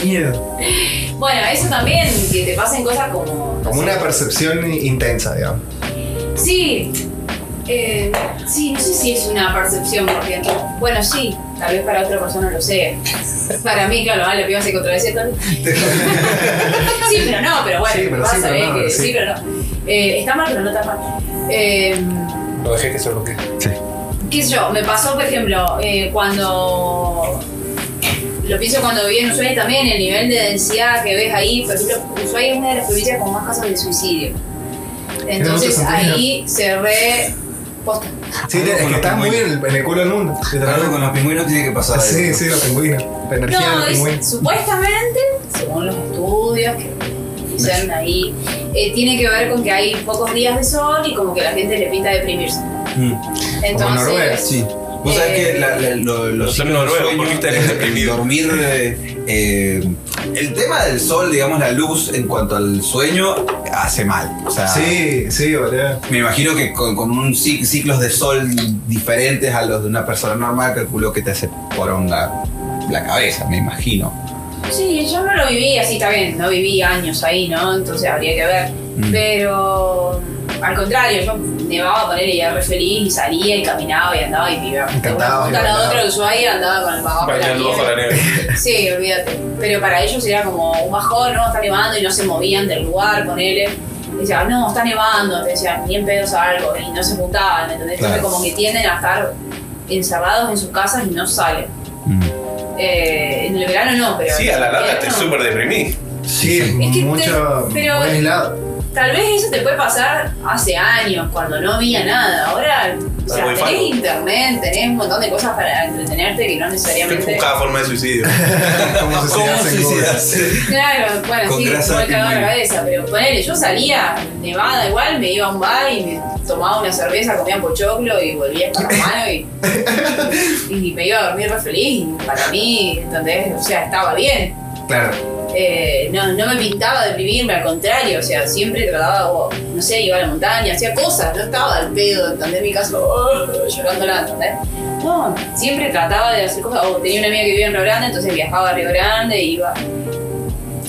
[SPEAKER 4] Qué miedo.
[SPEAKER 3] Bueno, eso también, que te pasen cosas como. no
[SPEAKER 4] Como
[SPEAKER 3] sé,
[SPEAKER 4] una percepción intensa, digamos.
[SPEAKER 3] Sí. Eh, sí, no sé si es una percepción, porque bueno, sí, tal vez para otra persona lo sea. Para mí, claro, ah, lo pido hace que otra vez ¿eh, Tony? Sí, pero no, pero bueno,
[SPEAKER 4] Sí, pero
[SPEAKER 3] vas
[SPEAKER 4] sí,
[SPEAKER 3] a
[SPEAKER 4] pero
[SPEAKER 3] ver
[SPEAKER 4] no,
[SPEAKER 3] que
[SPEAKER 4] sí.
[SPEAKER 3] sí, pero no. Eh, está mal, pero no está mal. Eh,
[SPEAKER 1] Lo dejé que se bloquee.
[SPEAKER 3] qué sé yo, me pasó, por ejemplo, eh, cuando. Lo pienso cuando viví en Ushuaia también, el nivel de densidad que ves ahí. Por ejemplo, Ushuaia es una de las provincias con más casos de suicidio. Entonces
[SPEAKER 4] Sentido.
[SPEAKER 3] ahí cerré. Posta.
[SPEAKER 4] Sí,
[SPEAKER 2] Algo
[SPEAKER 4] es
[SPEAKER 2] con
[SPEAKER 4] que
[SPEAKER 2] los
[SPEAKER 4] estás muy en
[SPEAKER 2] pingüinos.
[SPEAKER 4] el, en el culo del mundo.
[SPEAKER 2] Algo con los pingüinos tiene que pasar.
[SPEAKER 4] Sí, sí, los pingüinos. La energía de
[SPEAKER 3] No,
[SPEAKER 4] los
[SPEAKER 3] es-
[SPEAKER 4] pingüinos.
[SPEAKER 3] supuestamente, según los estudios que hicieron ahí, eh, tiene que ver con que hay pocos días de sol y como que la gente le pinta deprimirse.
[SPEAKER 2] Mm.
[SPEAKER 4] Como Noruega,
[SPEAKER 3] Entonces,
[SPEAKER 2] Sí. Vos sabés
[SPEAKER 3] Eh,
[SPEAKER 2] que la- la- lo- los
[SPEAKER 1] Los noruegos,
[SPEAKER 2] sueños,
[SPEAKER 1] porque
[SPEAKER 2] el-
[SPEAKER 1] están deprimidos.
[SPEAKER 2] eh, dormir, eh, eh, el tema del sol, digamos, la luz en cuanto al sueño, hace mal. O sea,
[SPEAKER 4] Sí, sí, boludo.
[SPEAKER 2] me imagino que con, con un cic- ciclos de sol diferentes a los de una persona normal, calculo que te hace poronga la cabeza, me imagino.
[SPEAKER 3] sí, yo no lo viví así, está bien, no viví años ahí, ¿no? Entonces habría que ver.
[SPEAKER 2] Mm.
[SPEAKER 3] Pero al contrario, yo nevaba a poner y era re feliz y salía y caminaba y andaba y vivía. De una
[SPEAKER 4] Cantaba,
[SPEAKER 3] punta a
[SPEAKER 4] y
[SPEAKER 3] la
[SPEAKER 4] bailaba.
[SPEAKER 3] otra de Ushuaia andaba con el bajo.
[SPEAKER 1] Bailando bajo la nieve.
[SPEAKER 3] Sí, olvídate. Pero para ellos era como un bajón, ¿no? Está nevando y no se movían del lugar, ponele. Decían, no, está nevando. Te decían, ni en pedos algo. Y no se juntaban, ¿entendés? Entonces,
[SPEAKER 2] Claro.
[SPEAKER 3] como que tienden a estar encerrados en sus casas y no salen. Eh, en el verano no, pero.
[SPEAKER 1] Sí, a la larga te
[SPEAKER 3] invierno-
[SPEAKER 1] súper deprimí.
[SPEAKER 4] Sí,
[SPEAKER 3] Es que te-
[SPEAKER 4] mucho.
[SPEAKER 3] pero-
[SPEAKER 4] muy aislado.
[SPEAKER 3] Tal vez eso te puede pasar hace años, cuando no había nada. Ahora, o sea,
[SPEAKER 1] muy
[SPEAKER 3] tenés
[SPEAKER 1] fácil.
[SPEAKER 3] internet, tenés un montón de cosas para entretenerte que no necesariamente.
[SPEAKER 1] Buscaba forma de suicidio.
[SPEAKER 4] Como se
[SPEAKER 2] ¿Cómo
[SPEAKER 4] hace en Google.
[SPEAKER 2] suicidarse?
[SPEAKER 3] Claro, bueno,
[SPEAKER 2] Con
[SPEAKER 3] sí, me
[SPEAKER 2] grasa
[SPEAKER 3] puede cagar
[SPEAKER 2] y-
[SPEAKER 3] la cabeza, pero ponele, yo salía nevada igual, me iba a un bar y me tomaba una cerveza, comía pochoclo y volvía con la mano y, y me iba a dormir re feliz. y Para mí, ¿entendés? O sea, estaba bien.
[SPEAKER 4] Claro.
[SPEAKER 3] Eh, no, no me pintaba deprimirme, al contrario, o sea, siempre trataba, o, no sé, iba a la montaña, hacía cosas, no estaba al pedo, ¿entendés? En mi caso, oh, llorándola, ¿entendés? No, siempre trataba de hacer cosas, o tenía una amiga que vivía en Río Grande, entonces viajaba a Río Grande, iba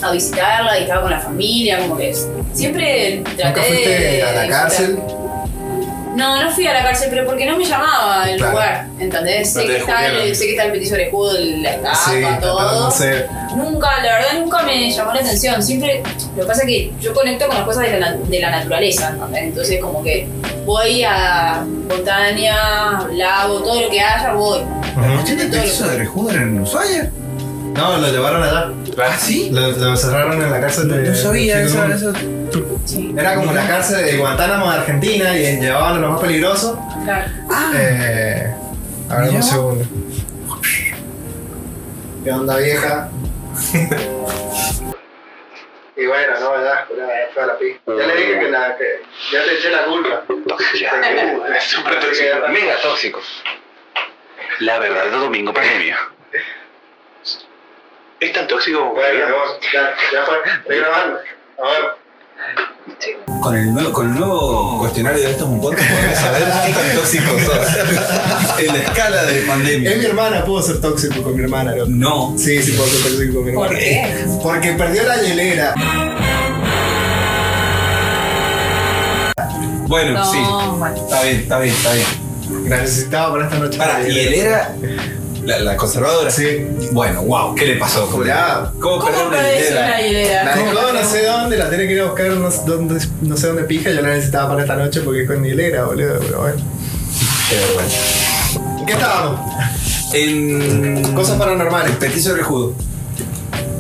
[SPEAKER 3] a visitarla y estaba con la familia, como que es. Siempre traté
[SPEAKER 4] ¿Nunca
[SPEAKER 3] de...
[SPEAKER 4] fuiste a la cárcel?
[SPEAKER 3] No, no fui a la cárcel, pero porque no me llamaba el
[SPEAKER 4] Claro.
[SPEAKER 3] lugar, ¿entendés?
[SPEAKER 1] No
[SPEAKER 3] sé,
[SPEAKER 1] te
[SPEAKER 3] que está el,
[SPEAKER 1] descubrieron.
[SPEAKER 3] sé que está el petiso orejudo, la estafa,
[SPEAKER 4] Sí,
[SPEAKER 3] todo.
[SPEAKER 4] tratando de ser.
[SPEAKER 3] Nunca, la verdad nunca me llamó la atención. Siempre, lo que pasa es que yo conecto con las cosas de la, na- de la naturaleza. ¿entendés? Entonces como que voy a montaña, lago, todo lo que haya, voy.
[SPEAKER 2] ¿Usted te hizo de rejugar en Ushuaia?
[SPEAKER 4] No, lo llevaron allá.
[SPEAKER 2] ¿Ah, sí?
[SPEAKER 4] Lo, lo cerraron en la cárcel de.
[SPEAKER 2] No sabía
[SPEAKER 4] de
[SPEAKER 2] eso,
[SPEAKER 4] Chicxulub.
[SPEAKER 2] eso.
[SPEAKER 3] Sí,
[SPEAKER 4] Era como la cárcel de Guantánamo de Argentina y llevaban a los más peligrosos.
[SPEAKER 3] claro.
[SPEAKER 4] Eh, a
[SPEAKER 2] Ah.
[SPEAKER 4] ver,
[SPEAKER 2] Mirá.
[SPEAKER 4] un segundo. ¿Qué onda, vieja?
[SPEAKER 7] Y bueno, no, ya, ya fue a la pista. Ya le dije que, la, que ya te eché la culpa.
[SPEAKER 8] Toxicidad. Súper tóxico. Mega tóxico. La verdad de Domingo Pandemia. Es tan tóxico como
[SPEAKER 7] Bueno, vos, ya, ya fue. Estoy grabando. A ver.
[SPEAKER 2] Con el, nuevo, con el nuevo cuestionario de estos un podcast podemos saber qué tan tóxicos sos. En la escala de
[SPEAKER 4] Es mi
[SPEAKER 2] pandemia.
[SPEAKER 4] hermana, puedo ser tóxico con mi hermana, loco.
[SPEAKER 2] No.
[SPEAKER 4] Sí, sí, puedo ser tóxico con mi hermana.
[SPEAKER 3] ¿Por qué?
[SPEAKER 4] Porque perdió la hielera.
[SPEAKER 2] Bueno,
[SPEAKER 3] No,
[SPEAKER 2] sí.
[SPEAKER 3] bueno.
[SPEAKER 2] Está bien, está bien, está bien.
[SPEAKER 4] La necesitaba para esta noche.
[SPEAKER 2] Para, y él era la, la conservadora.
[SPEAKER 4] Sí.
[SPEAKER 2] Bueno, wow, ¿qué le pasó?
[SPEAKER 4] Ya.
[SPEAKER 2] ¿Cómo
[SPEAKER 3] ¿Cómo
[SPEAKER 2] perder una
[SPEAKER 3] perdés
[SPEAKER 2] hilera?
[SPEAKER 3] una
[SPEAKER 4] La
[SPEAKER 3] hilera?
[SPEAKER 4] dejó no sé dónde, la tiene que ir a buscar no sé dónde, no sé dónde pija. Yo la necesitaba para esta noche porque es con hielera, boludo. Pero bueno.
[SPEAKER 2] Qué vergüenza.
[SPEAKER 4] ¿En qué estábamos?
[SPEAKER 2] En.
[SPEAKER 4] Cosas paranormales.
[SPEAKER 2] Petiso rejudo.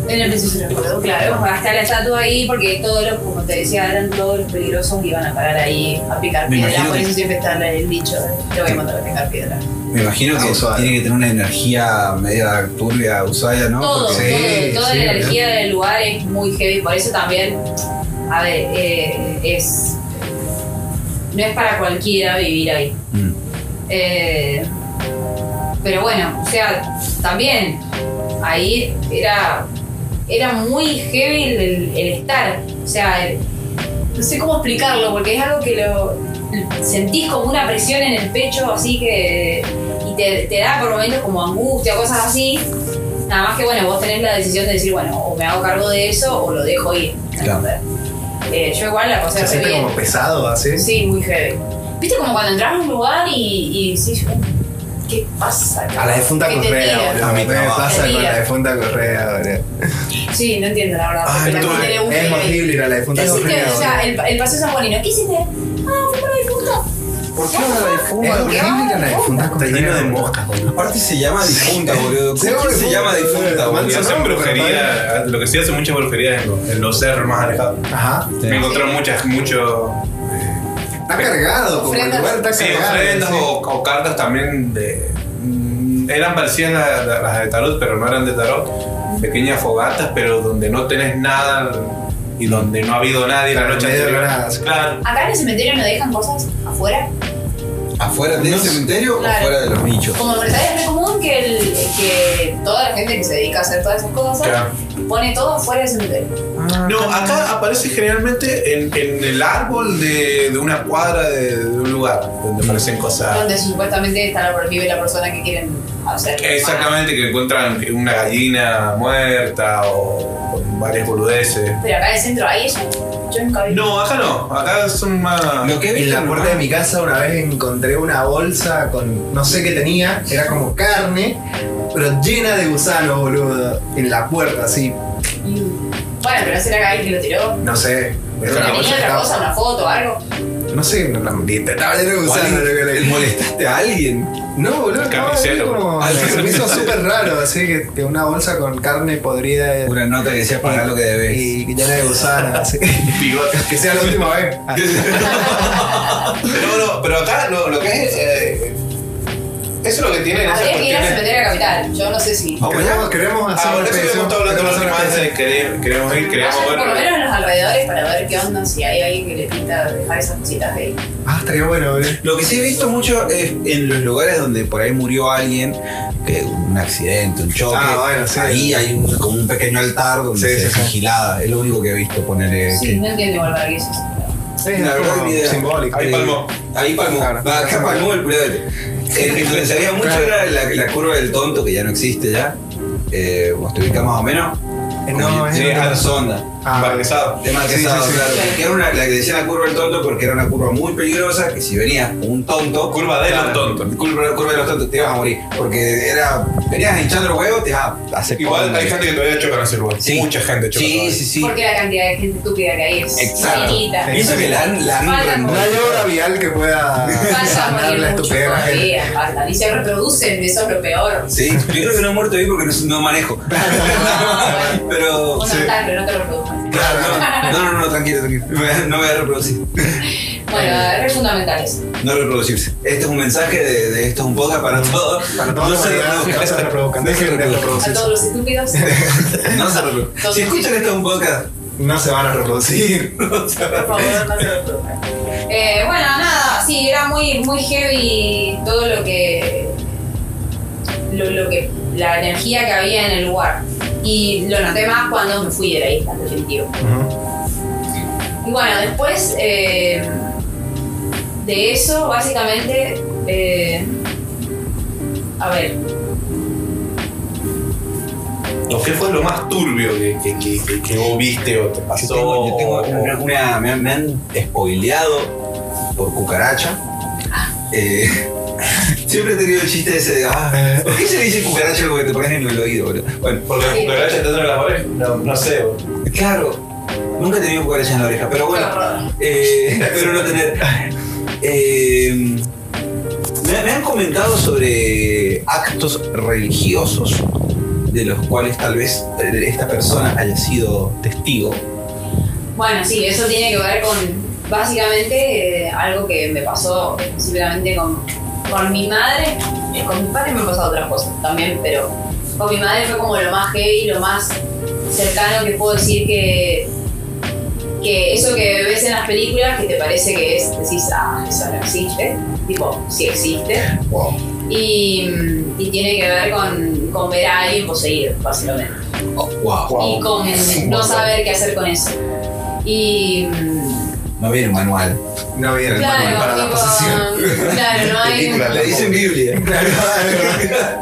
[SPEAKER 3] En el principio se recuerdo, claro. Hasta la estatua ahí, porque todos los, como te decía, eran todos los peligrosos que iban a parar ahí a picar
[SPEAKER 2] Me
[SPEAKER 3] piedra.
[SPEAKER 2] imagino
[SPEAKER 3] Por
[SPEAKER 2] que-
[SPEAKER 3] eso siempre está el dicho, te voy a mandar a picar piedra.
[SPEAKER 2] Me imagino que
[SPEAKER 4] Ushuaia.
[SPEAKER 2] tiene que tener una energía media turbia, usada, ¿no?
[SPEAKER 3] todo,
[SPEAKER 2] Porque-
[SPEAKER 4] Sí,
[SPEAKER 3] todo, toda
[SPEAKER 4] sí,
[SPEAKER 3] la
[SPEAKER 4] ¿verdad?
[SPEAKER 3] energía del lugar es muy heavy, por eso también, a ver, eh, es, no es para cualquiera vivir ahí.
[SPEAKER 2] Mm.
[SPEAKER 3] Eh, pero bueno, o sea, también ahí era, era muy heavy el, el estar, o sea, el- no sé cómo explicarlo, porque es algo que lo sentís como una presión en el pecho, así que y te, te da por momentos como angustia, cosas así. Nada más que bueno, vos tenés la decisión de decir, bueno, o me hago cargo de eso o lo dejo ir.
[SPEAKER 2] Claro.
[SPEAKER 3] Eh, yo igual la pasé
[SPEAKER 4] Se
[SPEAKER 3] re
[SPEAKER 4] siente
[SPEAKER 3] bien.
[SPEAKER 4] como pesado, ¿ah, así.
[SPEAKER 3] Sí, muy heavy. ¿Viste como cuando entras a un lugar y, y decís, "Uh, ¿qué pasa acá?
[SPEAKER 4] A la defunta
[SPEAKER 3] ¿Qué te
[SPEAKER 4] Correa,
[SPEAKER 3] tira?"
[SPEAKER 4] boludo.
[SPEAKER 2] A mí
[SPEAKER 4] me
[SPEAKER 2] no.
[SPEAKER 4] pasa
[SPEAKER 3] Te
[SPEAKER 4] con
[SPEAKER 3] tira.
[SPEAKER 4] la defunta Correa, boludo.
[SPEAKER 3] Sí, no entiendo la verdad.
[SPEAKER 4] Ay,
[SPEAKER 3] porque la
[SPEAKER 4] tú,
[SPEAKER 3] gente le gusta
[SPEAKER 4] Ah, es
[SPEAKER 3] y-
[SPEAKER 4] horrible ir a la
[SPEAKER 3] ¿Qué
[SPEAKER 4] defunta
[SPEAKER 3] hiciste?
[SPEAKER 4] Correa.
[SPEAKER 3] O sea, el, el paseo San Juanino. ¿Qué hiciste? Ah, fue para difunta.
[SPEAKER 2] ¿Por qué no la
[SPEAKER 4] boludo. Es
[SPEAKER 2] difunta?
[SPEAKER 4] horrible ir a la defunta Correa.
[SPEAKER 1] lleno de moscas,
[SPEAKER 4] boludo.
[SPEAKER 2] Aparte se llama difunta, boludo.
[SPEAKER 4] Se
[SPEAKER 2] ¿Cómo
[SPEAKER 4] llama
[SPEAKER 2] que se
[SPEAKER 4] difunta,
[SPEAKER 2] llama
[SPEAKER 4] boludo.
[SPEAKER 2] difunta,
[SPEAKER 1] Y
[SPEAKER 2] boludo?
[SPEAKER 4] Manso.
[SPEAKER 1] hacen
[SPEAKER 4] No,
[SPEAKER 1] brujería, lo que sí hace mucha brujería es en los, en los cerros más alejados.
[SPEAKER 4] Ajá.
[SPEAKER 1] Me encontré muchas, mucho. eh,
[SPEAKER 4] Está cargado, como el
[SPEAKER 3] Ofrendas.
[SPEAKER 4] lugar está
[SPEAKER 1] Sí,
[SPEAKER 4] cargado.
[SPEAKER 1] ofrendas
[SPEAKER 4] sí.
[SPEAKER 1] o, o cartas también de. mm, Eran parecidas la- la- las, de tarot, pero no eran de tarot. Pequeñas fogatas, pero donde no tenés nada y donde no ha habido nadie la noche
[SPEAKER 4] Medio de
[SPEAKER 1] anterior.
[SPEAKER 4] la nada, sí.
[SPEAKER 1] Claro.
[SPEAKER 3] Acá en el cementerio no dejan cosas afuera.
[SPEAKER 2] ¿Afuera del cementerio
[SPEAKER 3] Claro.
[SPEAKER 2] o fuera de los nichos?
[SPEAKER 3] Como en Bretaña es muy común que, el, que toda la gente que se dedica a hacer todas esas cosas
[SPEAKER 1] Claro.
[SPEAKER 3] pone todo afuera del cementerio. Ah,
[SPEAKER 1] No, acá aparece generalmente en, en el árbol de, de una cuadra de, de un lugar donde aparecen
[SPEAKER 4] Ah.
[SPEAKER 1] cosas.
[SPEAKER 3] Donde supuestamente está la, vive la persona que quieren hacer.
[SPEAKER 1] Exactamente, que encuentran una gallina muerta o con varias boludeces.
[SPEAKER 3] Pero acá en el centro hay eso. Yo nunca vi.
[SPEAKER 1] No, acá no, acá son más.
[SPEAKER 2] Lo que he
[SPEAKER 4] En
[SPEAKER 2] visto
[SPEAKER 4] la
[SPEAKER 2] nomás-
[SPEAKER 4] puerta de mi casa una vez encontré una bolsa con no sé qué tenía, era como carne, pero llena de gusanos, boludo. En la puerta, así,
[SPEAKER 3] Y- Bueno, pero será que alguien que lo tiró.
[SPEAKER 4] no sé. Era
[SPEAKER 3] Pero
[SPEAKER 4] una bolsa que
[SPEAKER 3] tenía otra
[SPEAKER 4] estaba-
[SPEAKER 3] cosa, una foto o algo.
[SPEAKER 4] No sé, no la estaba lleno de
[SPEAKER 2] ¿O
[SPEAKER 4] gusanos.
[SPEAKER 2] alguien-
[SPEAKER 4] lo que le-
[SPEAKER 2] ¿Molestaste a alguien?
[SPEAKER 4] No, boludo,
[SPEAKER 1] El
[SPEAKER 4] no, es
[SPEAKER 1] carnicero.
[SPEAKER 4] como.
[SPEAKER 2] Al
[SPEAKER 4] Se me hizo
[SPEAKER 2] carnicero.
[SPEAKER 4] súper raro, así que, que una bolsa con carne podrida. eh,
[SPEAKER 2] Una nota que decía pagar lo que debes.
[SPEAKER 4] Y llena de gusano, así.
[SPEAKER 1] Bigote.
[SPEAKER 4] Que sea la última vez.
[SPEAKER 1] No, no, pero acá lo, lo que es. eh, eso es lo que tienen esas
[SPEAKER 3] Habría que ir al
[SPEAKER 1] cuestiones.
[SPEAKER 3] cementerio de la capital. Yo no sé si.
[SPEAKER 2] Ah, bueno.
[SPEAKER 4] Queremos, queremos hacer
[SPEAKER 1] Ah, bueno, eso
[SPEAKER 4] una
[SPEAKER 1] habíamos
[SPEAKER 4] expedición,
[SPEAKER 1] estado hablando la última
[SPEAKER 4] queremos hacer una
[SPEAKER 1] vez. Queríamos, queríamos ir, queríamos
[SPEAKER 3] Vayan Ah, por lo
[SPEAKER 1] ver.
[SPEAKER 3] menos a los alrededores para ver qué onda, si hay alguien que le pinta dejar esas cositas ahí.
[SPEAKER 4] expedición. Ah, estaría bueno, boludo.
[SPEAKER 2] Lo que sí he visto mucho es en los lugares donde por ahí murió alguien, que un accidente, un choque.
[SPEAKER 4] Ah, bueno, sí.
[SPEAKER 2] Ahí hay un, como un pequeño altar donde se
[SPEAKER 4] Sí, sí,
[SPEAKER 2] hace
[SPEAKER 4] sí.
[SPEAKER 2] gilada. Es lo único que he visto poner.
[SPEAKER 3] Sí, no entiendo igual para qué eso.
[SPEAKER 4] Sí, es como simbólico. eh.
[SPEAKER 1] Ahí
[SPEAKER 2] Ahí
[SPEAKER 1] palmó.
[SPEAKER 2] palmó. Ahí palmó.
[SPEAKER 4] Claro.
[SPEAKER 2] Va, Acá palmó el culete. El que influenciaría mucho
[SPEAKER 4] Claro.
[SPEAKER 2] era la, la curva del tonto, que ya no existe ya. Eh, ¿Vos te ubicás más o menos?
[SPEAKER 4] Eh, no, es
[SPEAKER 2] sí,
[SPEAKER 4] otra.
[SPEAKER 2] la sonda.
[SPEAKER 4] Ah,
[SPEAKER 1] Embarquezado.
[SPEAKER 2] De Marquesado, claro. Que era una, la que decía la curva del tonto porque era una curva muy peligrosa que si venías con un tonto.
[SPEAKER 1] Curva de los
[SPEAKER 2] Claro,
[SPEAKER 1] tontos.
[SPEAKER 2] Curva, curva de los tontos, te ibas a morir. Porque era. Venías hinchando los huevos, te ibas a hacer
[SPEAKER 1] Igual
[SPEAKER 2] polvo.
[SPEAKER 1] hay gente que todavía choca en ese lugar.
[SPEAKER 2] Sí.
[SPEAKER 1] Mucha gente choca.
[SPEAKER 2] Sí,
[SPEAKER 1] todavía.
[SPEAKER 2] sí, sí.
[SPEAKER 3] Porque la cantidad de gente estúpida que hay es
[SPEAKER 2] Exacto.
[SPEAKER 3] infinita.
[SPEAKER 2] Y Eso que la han. La han
[SPEAKER 3] Falta
[SPEAKER 2] remol-
[SPEAKER 4] No hay obra vial que pueda
[SPEAKER 3] Falta
[SPEAKER 4] ganar
[SPEAKER 3] morir
[SPEAKER 4] la
[SPEAKER 3] mucho
[SPEAKER 4] estupidez de la gente.
[SPEAKER 3] todavía, falta. Y se reproducen, eso es lo peor.
[SPEAKER 2] Sí, yo creo que no he muerto ahí porque no, no manejo.
[SPEAKER 3] Ah,
[SPEAKER 2] Pero.
[SPEAKER 3] Un
[SPEAKER 2] sí.
[SPEAKER 3] altar, pero no te lo reproduzcan.
[SPEAKER 2] Claro, no, no, no, no, tranquilo, tranquilo. No me voy a reproducir.
[SPEAKER 3] Bueno, es fundamental eso.
[SPEAKER 2] No reproducirse. Este es un mensaje de, de esto es un podcast para todos.
[SPEAKER 4] Para toda
[SPEAKER 2] no
[SPEAKER 4] la
[SPEAKER 2] se
[SPEAKER 4] humanidad, no se reproduzcan.
[SPEAKER 2] No se
[SPEAKER 4] Dejen de
[SPEAKER 2] reproduzcan.
[SPEAKER 3] A todos los estúpidos.
[SPEAKER 2] No se reproduzcan. Si escuchan esto es un podcast,
[SPEAKER 4] No se van a reproducir.
[SPEAKER 3] Por favor, no se lo propongan. Eh, bueno, nada, sí, era muy, muy heavy todo lo que, lo, lo que. la energía que había en el lugar. Y lo noté más cuando me fui de la isla, en definitivo. Y bueno, después eh, de eso, básicamente. eh, a ver,
[SPEAKER 1] ¿O ¿Qué fue lo más turbio que, que, que, que- que vos viste o te pasó?
[SPEAKER 2] yo tengo, yo tengo
[SPEAKER 1] o-
[SPEAKER 2] una, una- me, han- me han spoileado por cucaracha. Eh, siempre he tenido el chiste ese de,
[SPEAKER 4] Eh,
[SPEAKER 2] ah, ¿por qué se le dice cucaracha algo que te pones en el oído, boludo? Bueno,
[SPEAKER 1] Porque la cucaracha te entra en las orejas. No, no sé. bro.
[SPEAKER 2] Claro, nunca he tenido cucarachas en la oreja, pero bueno, eh, espero no tener. Eh, me, me han comentado sobre actos religiosos de los cuales tal vez eh, esta persona haya sido testigo.
[SPEAKER 3] Bueno, sí, eso tiene que ver con básicamente eh, algo que me pasó específicamente con, con mi madre. Eh, Con mi padre me han pasado otras cosas también, pero con mi madre fue como lo más gay, lo más cercano que puedo decir que, que eso que ves en las películas que te parece que es, decís, ah, eso no existe, tipo, sí existe. Y, mm, y tiene que ver con, con ver a alguien poseído, básicamente
[SPEAKER 2] Oh, wow.
[SPEAKER 3] y con no saber qué hacer con eso. Y mm,
[SPEAKER 2] No viene un manual.
[SPEAKER 4] No viene
[SPEAKER 3] claro,
[SPEAKER 4] para la
[SPEAKER 3] tipo,
[SPEAKER 4] posesión.
[SPEAKER 3] claro, no hay
[SPEAKER 4] Película.
[SPEAKER 2] Le dicen Biblia.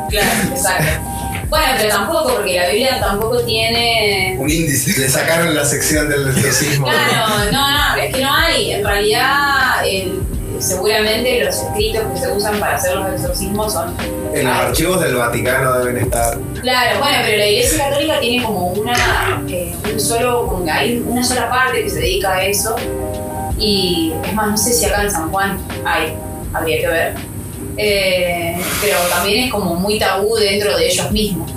[SPEAKER 3] claro, exacto. Bueno, pero tampoco, porque la Biblia tampoco tiene.
[SPEAKER 2] un índice.
[SPEAKER 4] Le sacaron la sección del exorcismo.
[SPEAKER 3] Claro, no, no, es que no hay. En realidad, el- seguramente los escritos que se usan para hacer los exorcismos son.
[SPEAKER 4] En los archivos del Vaticano deben estar.
[SPEAKER 3] Claro, bueno, pero la Iglesia Católica tiene como una, eh, un solo, como que hay una sola parte que se dedica a eso. Y es más, no sé si acá en San Juan hay, habría que ver. Eh, pero también es como muy tabú dentro de ellos mismos.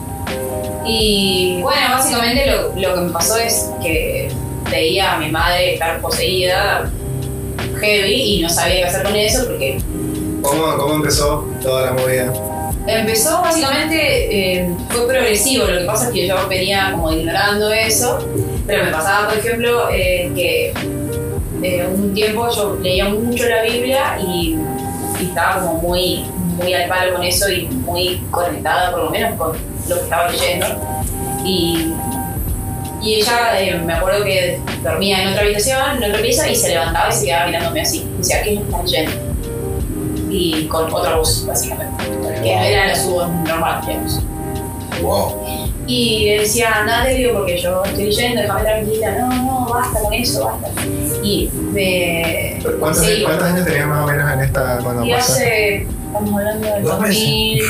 [SPEAKER 3] Y bueno, básicamente lo, lo que me pasó es que veía a mi madre estar poseída heavy y no sabía qué hacer con eso porque
[SPEAKER 4] ¿Cómo, cómo empezó toda la movida?
[SPEAKER 3] Empezó básicamente, eh, fue progresivo, lo que pasa es que yo venía como ignorando eso, pero me pasaba, por ejemplo, eh, que eh, un tiempo yo leía mucho la Biblia y, y estaba como muy, muy al palo con eso y muy conectada por lo menos con lo que estaba leyendo. Y, y ella, eh, me acuerdo que dormía en otra habitación, en otra pieza, y se levantaba y se quedaba mirándome así. Decía, ¿qué estás leyendo? Y con otra voz, básicamente que eran los subos normales, digamos.
[SPEAKER 2] Wow.
[SPEAKER 3] Y le decía, nada te digo porque yo estoy yendo, déjame tranquila, no, no, basta con eso, basta. Y me.
[SPEAKER 4] ¿Cuántos,
[SPEAKER 3] Sí.
[SPEAKER 4] ¿cuántos años tenías más o menos en esta cuando
[SPEAKER 3] Y
[SPEAKER 4] pasó?
[SPEAKER 3] hace, estamos hablando del
[SPEAKER 2] Dos
[SPEAKER 3] 2000,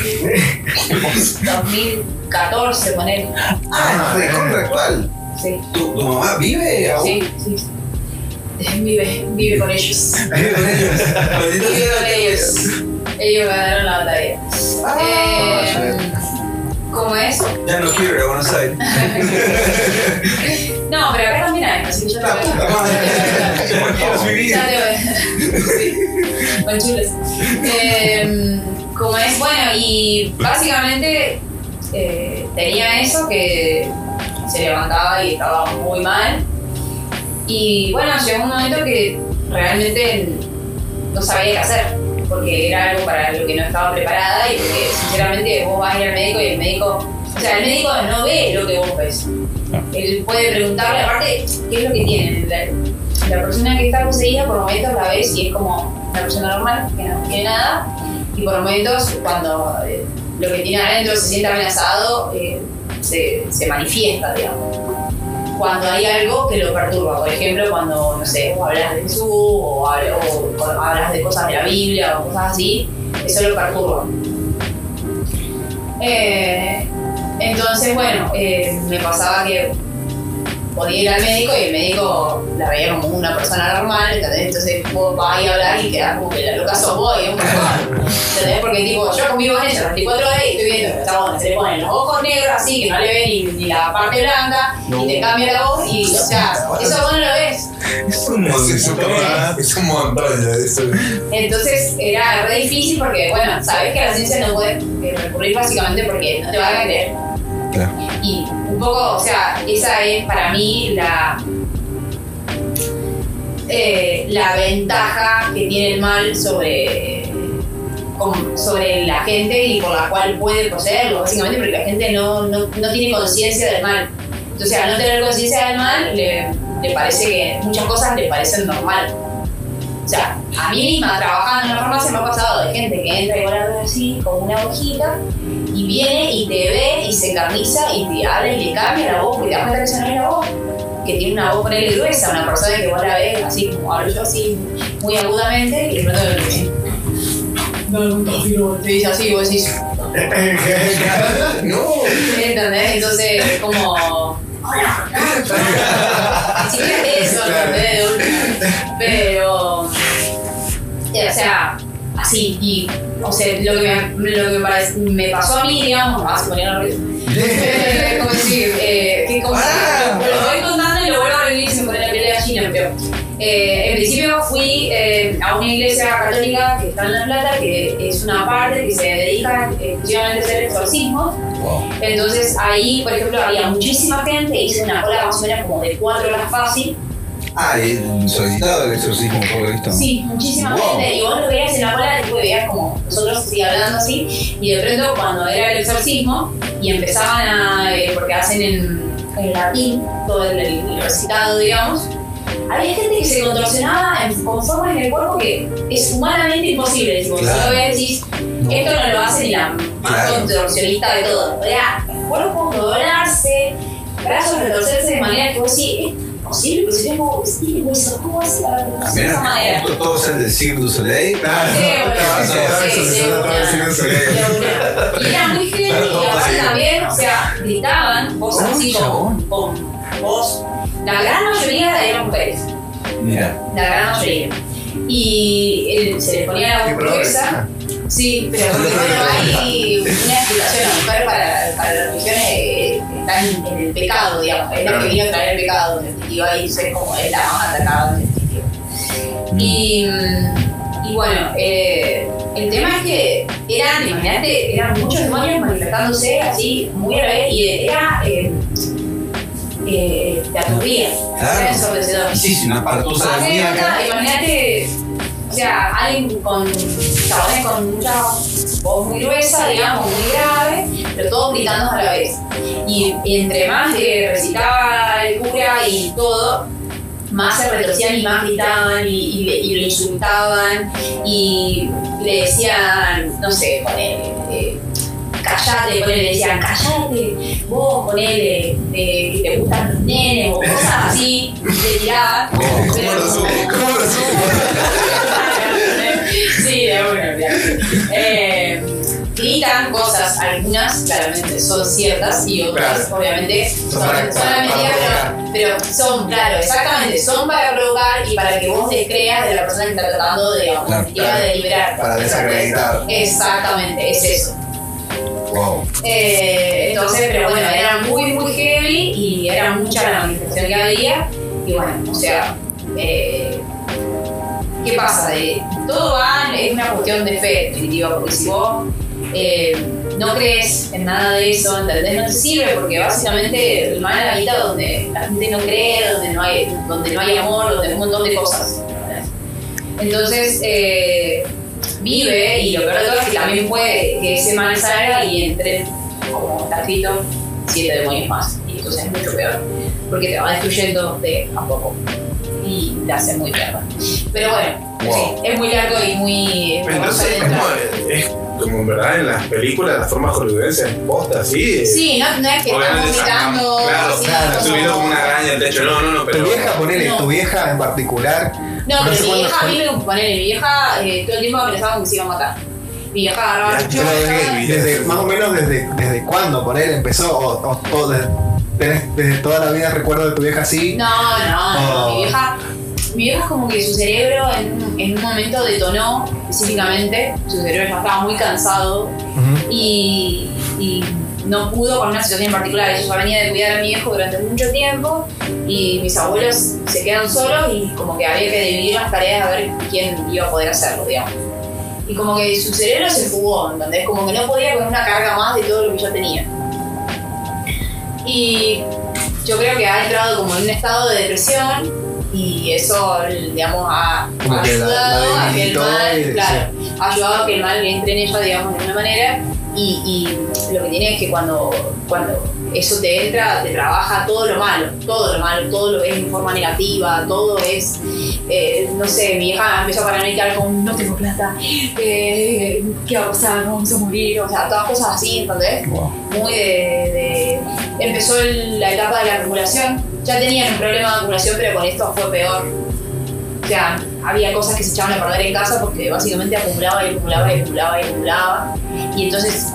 [SPEAKER 3] 2014, poner.
[SPEAKER 2] Ah,
[SPEAKER 4] Ah,
[SPEAKER 2] es contractual.
[SPEAKER 3] Sí,
[SPEAKER 2] ¿Tu, tu mamá vive aún?
[SPEAKER 3] sí, sí. sí. Vive, vive con ellos.
[SPEAKER 2] Bendito
[SPEAKER 3] Vive con
[SPEAKER 2] sea
[SPEAKER 3] ellos.
[SPEAKER 2] Dios.
[SPEAKER 3] Ellos ganaron la batalla. Eh, ¿Cómo es?
[SPEAKER 2] Ya no quiero ir a Buenos Aires.
[SPEAKER 3] No, pero acá también hay, así que yo
[SPEAKER 2] La puta madre.
[SPEAKER 3] también.
[SPEAKER 2] Quiero mi vida.
[SPEAKER 3] Ya te voy. Sí. Manchules. Eh, como es, bueno, y básicamente eh, tenía eso que se levantaba y estaba muy mal. Y bueno, llegó un momento que realmente no sabía qué hacer, porque era algo para lo que no estaba preparada y porque sinceramente vos vas a ir al médico y el médico, o sea, el médico no ve lo que vos ves. Él puede preguntarle, aparte, ¿qué es lo que tiene? La, la persona que está poseída por momentos la ves y es como una persona normal, que no tiene nada, y por momentos cuando eh, lo que tiene adentro se siente amenazado, eh, se, se manifiesta, digamos. Cuando hay algo que lo perturba, por ejemplo, cuando, no sé, vos hablas de Jesús o, habl- o- o hablas de cosas de la Biblia o cosas así, eso lo perturba. Eh, entonces, bueno, eh, me pasaba que podía ir al médico y el médico la veía como una persona normal, ¿entendés? Entonces vos vas a hablar y quedás como que la loca sos vos y es un montón, ¿entendés? Porque tipo, yo convivo en ella 24 horas y estoy viendo que esta onda se le ponen los ojos negros así, que no le ven ni, ni la parte blanca, y te cambia la voz y, o sea, eso vos no lo ves.
[SPEAKER 2] Es un montón. Es un montón. ya, eso.
[SPEAKER 3] Entonces era re difícil porque, bueno, sabes que a la ciencia no puedes eh, recurrir básicamente porque no te van a creer.
[SPEAKER 2] Claro.
[SPEAKER 3] Y un poco, o sea, esa es para mí la, eh, la ventaja que tiene el mal sobre, con- sobre la gente y por la cual puede poseerlo, básicamente porque la gente no, no, no tiene conciencia del mal. Entonces, al no tener conciencia del mal, le, le parece que muchas cosas le parecen normal. O sea, a mí misma trabajando en la farmacia me ha pasado de gente que entra y volando así, con una hojita, y viene y te ve y se encarniza y te habla y le cambia la voz, porque te das cuenta que esa no es la voz, que tiene una voz él gruesa, una persona que vos la ves así, como hablo yo así, muy agudamente, y de pronto no, no, no, te dice así, y vos decís,
[SPEAKER 2] No.
[SPEAKER 3] ¿entendés? Entonces, como, hola, ni siquiera es eso, ¿entendés? De última. Pero, eh, o sea, así, y, o sea, lo que, me, lo que parec- me pasó a mí, digamos, ah, se ponía nervioso. Eh, como decir, eh, que como
[SPEAKER 2] Ah.
[SPEAKER 3] lo voy contando y lo vuelvo a vivir y se me pone la piel de gallina, me peor. Eh, en principio fui eh, a una iglesia católica que está en La Plata, que es una parte que se dedica exclusivamente a hacer exorcismos. Entonces ahí, por ejemplo, había muchísima gente, hice una cola más o menos como de cuatro horas fácil.
[SPEAKER 2] Ah, el solicitado del exorcismo, por lo visto.
[SPEAKER 3] Sí, muchísima
[SPEAKER 2] Wow.
[SPEAKER 3] gente. Y vos lo veías en la cola, después veías como nosotros así hablando así. Y de pronto, cuando era el exorcismo, y empezaban a. eh, porque hacen en, en latín todo el, el recitado, digamos. Había gente que se contorsionaba en- con formas en el cuerpo que es humanamente imposible. Tipo,
[SPEAKER 2] Claro.
[SPEAKER 3] Si lo ves, decís, esto no lo hace ni la más
[SPEAKER 2] Claro.
[SPEAKER 3] contorsionista de todo. Era cuerpo doblarse, brazos retorcerse de manera que vos decís, es posible, pero si tengo huesos, ¿cómo hace para
[SPEAKER 2] Ah,
[SPEAKER 3] retorcerse de esa
[SPEAKER 2] mira,
[SPEAKER 3] manera?
[SPEAKER 2] justo todos el de Cirque du Soleil.
[SPEAKER 4] Claro.
[SPEAKER 3] Sí,
[SPEAKER 2] boludo,
[SPEAKER 4] Sí,
[SPEAKER 3] sí,
[SPEAKER 4] sí,
[SPEAKER 3] sí,
[SPEAKER 4] sí,
[SPEAKER 3] una-
[SPEAKER 4] sí, sí, sí.
[SPEAKER 3] Y Era muy gente y aparte también, o sea, gritaban, vos así con, con voz. La gran mayoría eran mujeres,
[SPEAKER 2] Mira.
[SPEAKER 3] la gran mayoría. Y él- se les ponía la
[SPEAKER 4] Qué
[SPEAKER 3] voz
[SPEAKER 4] progre.
[SPEAKER 3] gruesa. Sí, pero porque, bueno, hay una explicación a la mujer para, para las religiones eh, está en, en el pecado, digamos. Es la que vino a traer el pecado definitiva y eso es como es la más atacada definitiva. Y, mm, y bueno, eh, el tema es que eran, imagínate, eran muchos demonios manifestándose así muy a la vez y era. Eh, eh, te aturdía,
[SPEAKER 2] Claro.
[SPEAKER 3] era ensordecedor.
[SPEAKER 2] Sí, sí, una partusa de
[SPEAKER 3] Hace
[SPEAKER 2] mierda.
[SPEAKER 3] una- Imagínate, o sea, alguien con chabones con mucha voz muy gruesa, digamos, muy grave, pero todos gritando a la vez. Y, y entre más le recitaba el cura y todo, más se retorcían y más gritaban y, y le- y lo insultaban y le decían, no sé, ponele, eh, callate, ponele, le decían, callate, vos ponele, eh, que te gustan los nenes o cosas así, le tiraban. pero-
[SPEAKER 4] ¿Cómo lo supo?
[SPEAKER 3] sí, de una, de una. Eh, grita, citan cosas, algunas claramente son ciertas y otras
[SPEAKER 4] Claro.
[SPEAKER 3] obviamente
[SPEAKER 4] Son
[SPEAKER 3] son,
[SPEAKER 4] para-
[SPEAKER 3] son
[SPEAKER 4] para-
[SPEAKER 3] la mentira,
[SPEAKER 4] para
[SPEAKER 3] pero, pero son, claro, exactamente, son para provocar y para que vos descreas de la persona que está tratando de, digamos,
[SPEAKER 2] Claro,
[SPEAKER 3] iba a deliberar.
[SPEAKER 2] Para desacreditar.
[SPEAKER 3] Exactamente, es eso.
[SPEAKER 2] Wow.
[SPEAKER 3] Eh, entonces, pero bueno, era muy, muy heavy y era mucha la manifestación que había. Y bueno, o sea, eh, ¿qué pasa? Eh, todo va, es una cuestión de fe, en definitiva, porque si vos eh, no crees en nada de eso, ¿entendés? No te sirve porque básicamente el mal es la vida donde la gente no cree, donde no hay, donde no hay amor, donde hay un montón de cosas. ¿entendés? Entonces, eh, vive y lo peor de todo es que también puede que ese mal salga y entre, como está escrito, siete demonios más. Y entonces es mucho peor, porque te va destruyendo de a poco y te hace muy mierda. Pero bueno,
[SPEAKER 2] Wow.
[SPEAKER 3] sí, es muy largo y muy.
[SPEAKER 1] Pero Entonces, es como, es como en verdad en las películas, las formas hollywoodenses, posta, sí.
[SPEAKER 3] Sí, no, no es que estamos
[SPEAKER 1] Obviamente
[SPEAKER 3] gritando.
[SPEAKER 1] Claro,
[SPEAKER 3] así,
[SPEAKER 1] claro,
[SPEAKER 3] como-
[SPEAKER 1] subido como una araña al techo. No, no, no,
[SPEAKER 4] Tu
[SPEAKER 1] pero.
[SPEAKER 4] vieja, pues, ponele,
[SPEAKER 3] No.
[SPEAKER 4] tu vieja en particular.
[SPEAKER 3] No,
[SPEAKER 4] No sé
[SPEAKER 3] pero mi
[SPEAKER 4] cuándo
[SPEAKER 3] vieja
[SPEAKER 4] fue.
[SPEAKER 3] vive con poner, mi vieja eh, todo el tiempo pensaba que se iba a matar. Mi vieja agarraba
[SPEAKER 1] Ya,
[SPEAKER 3] yo
[SPEAKER 4] pero
[SPEAKER 3] agarraba-
[SPEAKER 4] desde, desde- más o menos desde, desde cuándo, ponele, empezó. O, o- o de- tenés desde toda la vida recuerdo de tu vieja así.
[SPEAKER 3] No, no, no.
[SPEAKER 4] Oh.
[SPEAKER 3] Mi vieja, mi vieja es como que su cerebro en, un- en un momento detonó específicamente, su cerebro ya estaba muy cansado
[SPEAKER 4] Ujú.
[SPEAKER 3] y, y no pudo con una situación en particular. Yo ya venía de cuidar a mi hijo durante mucho tiempo y mis abuelos se quedan solos y como que había que dividir las tareas a ver quién iba a poder hacerlo, digamos. Y como que su cerebro se fugó, ¿entendés? Como que no podía con una carga más de todo lo que yo tenía. Y yo creo que ha entrado como en un estado de depresión y eso, digamos, ha,
[SPEAKER 4] Como
[SPEAKER 3] ha
[SPEAKER 4] que la-
[SPEAKER 3] ayudado
[SPEAKER 4] la
[SPEAKER 3] a que el
[SPEAKER 4] debilitó
[SPEAKER 3] mal,
[SPEAKER 4] y-
[SPEAKER 3] claro, ha ayudado a que el mal entre en ella, digamos, de una manera. Y, y lo que tiene es que cuando, cuando eso te entra, te trabaja todo lo malo, todo lo malo, todo lo es en forma negativa, todo es, eh, no sé, mi hija empezó a paranoicar con no tengo plata, eh, ¿qué va a pasar? ¿Nos vamos a morir? O sea, todas cosas así, ¿entendés? muy de, de- empezó el- la etapa de la acumulación. Ya tenían un problema de acumulación, pero con esto fue peor. O sea, había cosas que se echaban a perder en casa porque básicamente acumulaba y acumulaba y acumulaba y acumulaba. Y entonces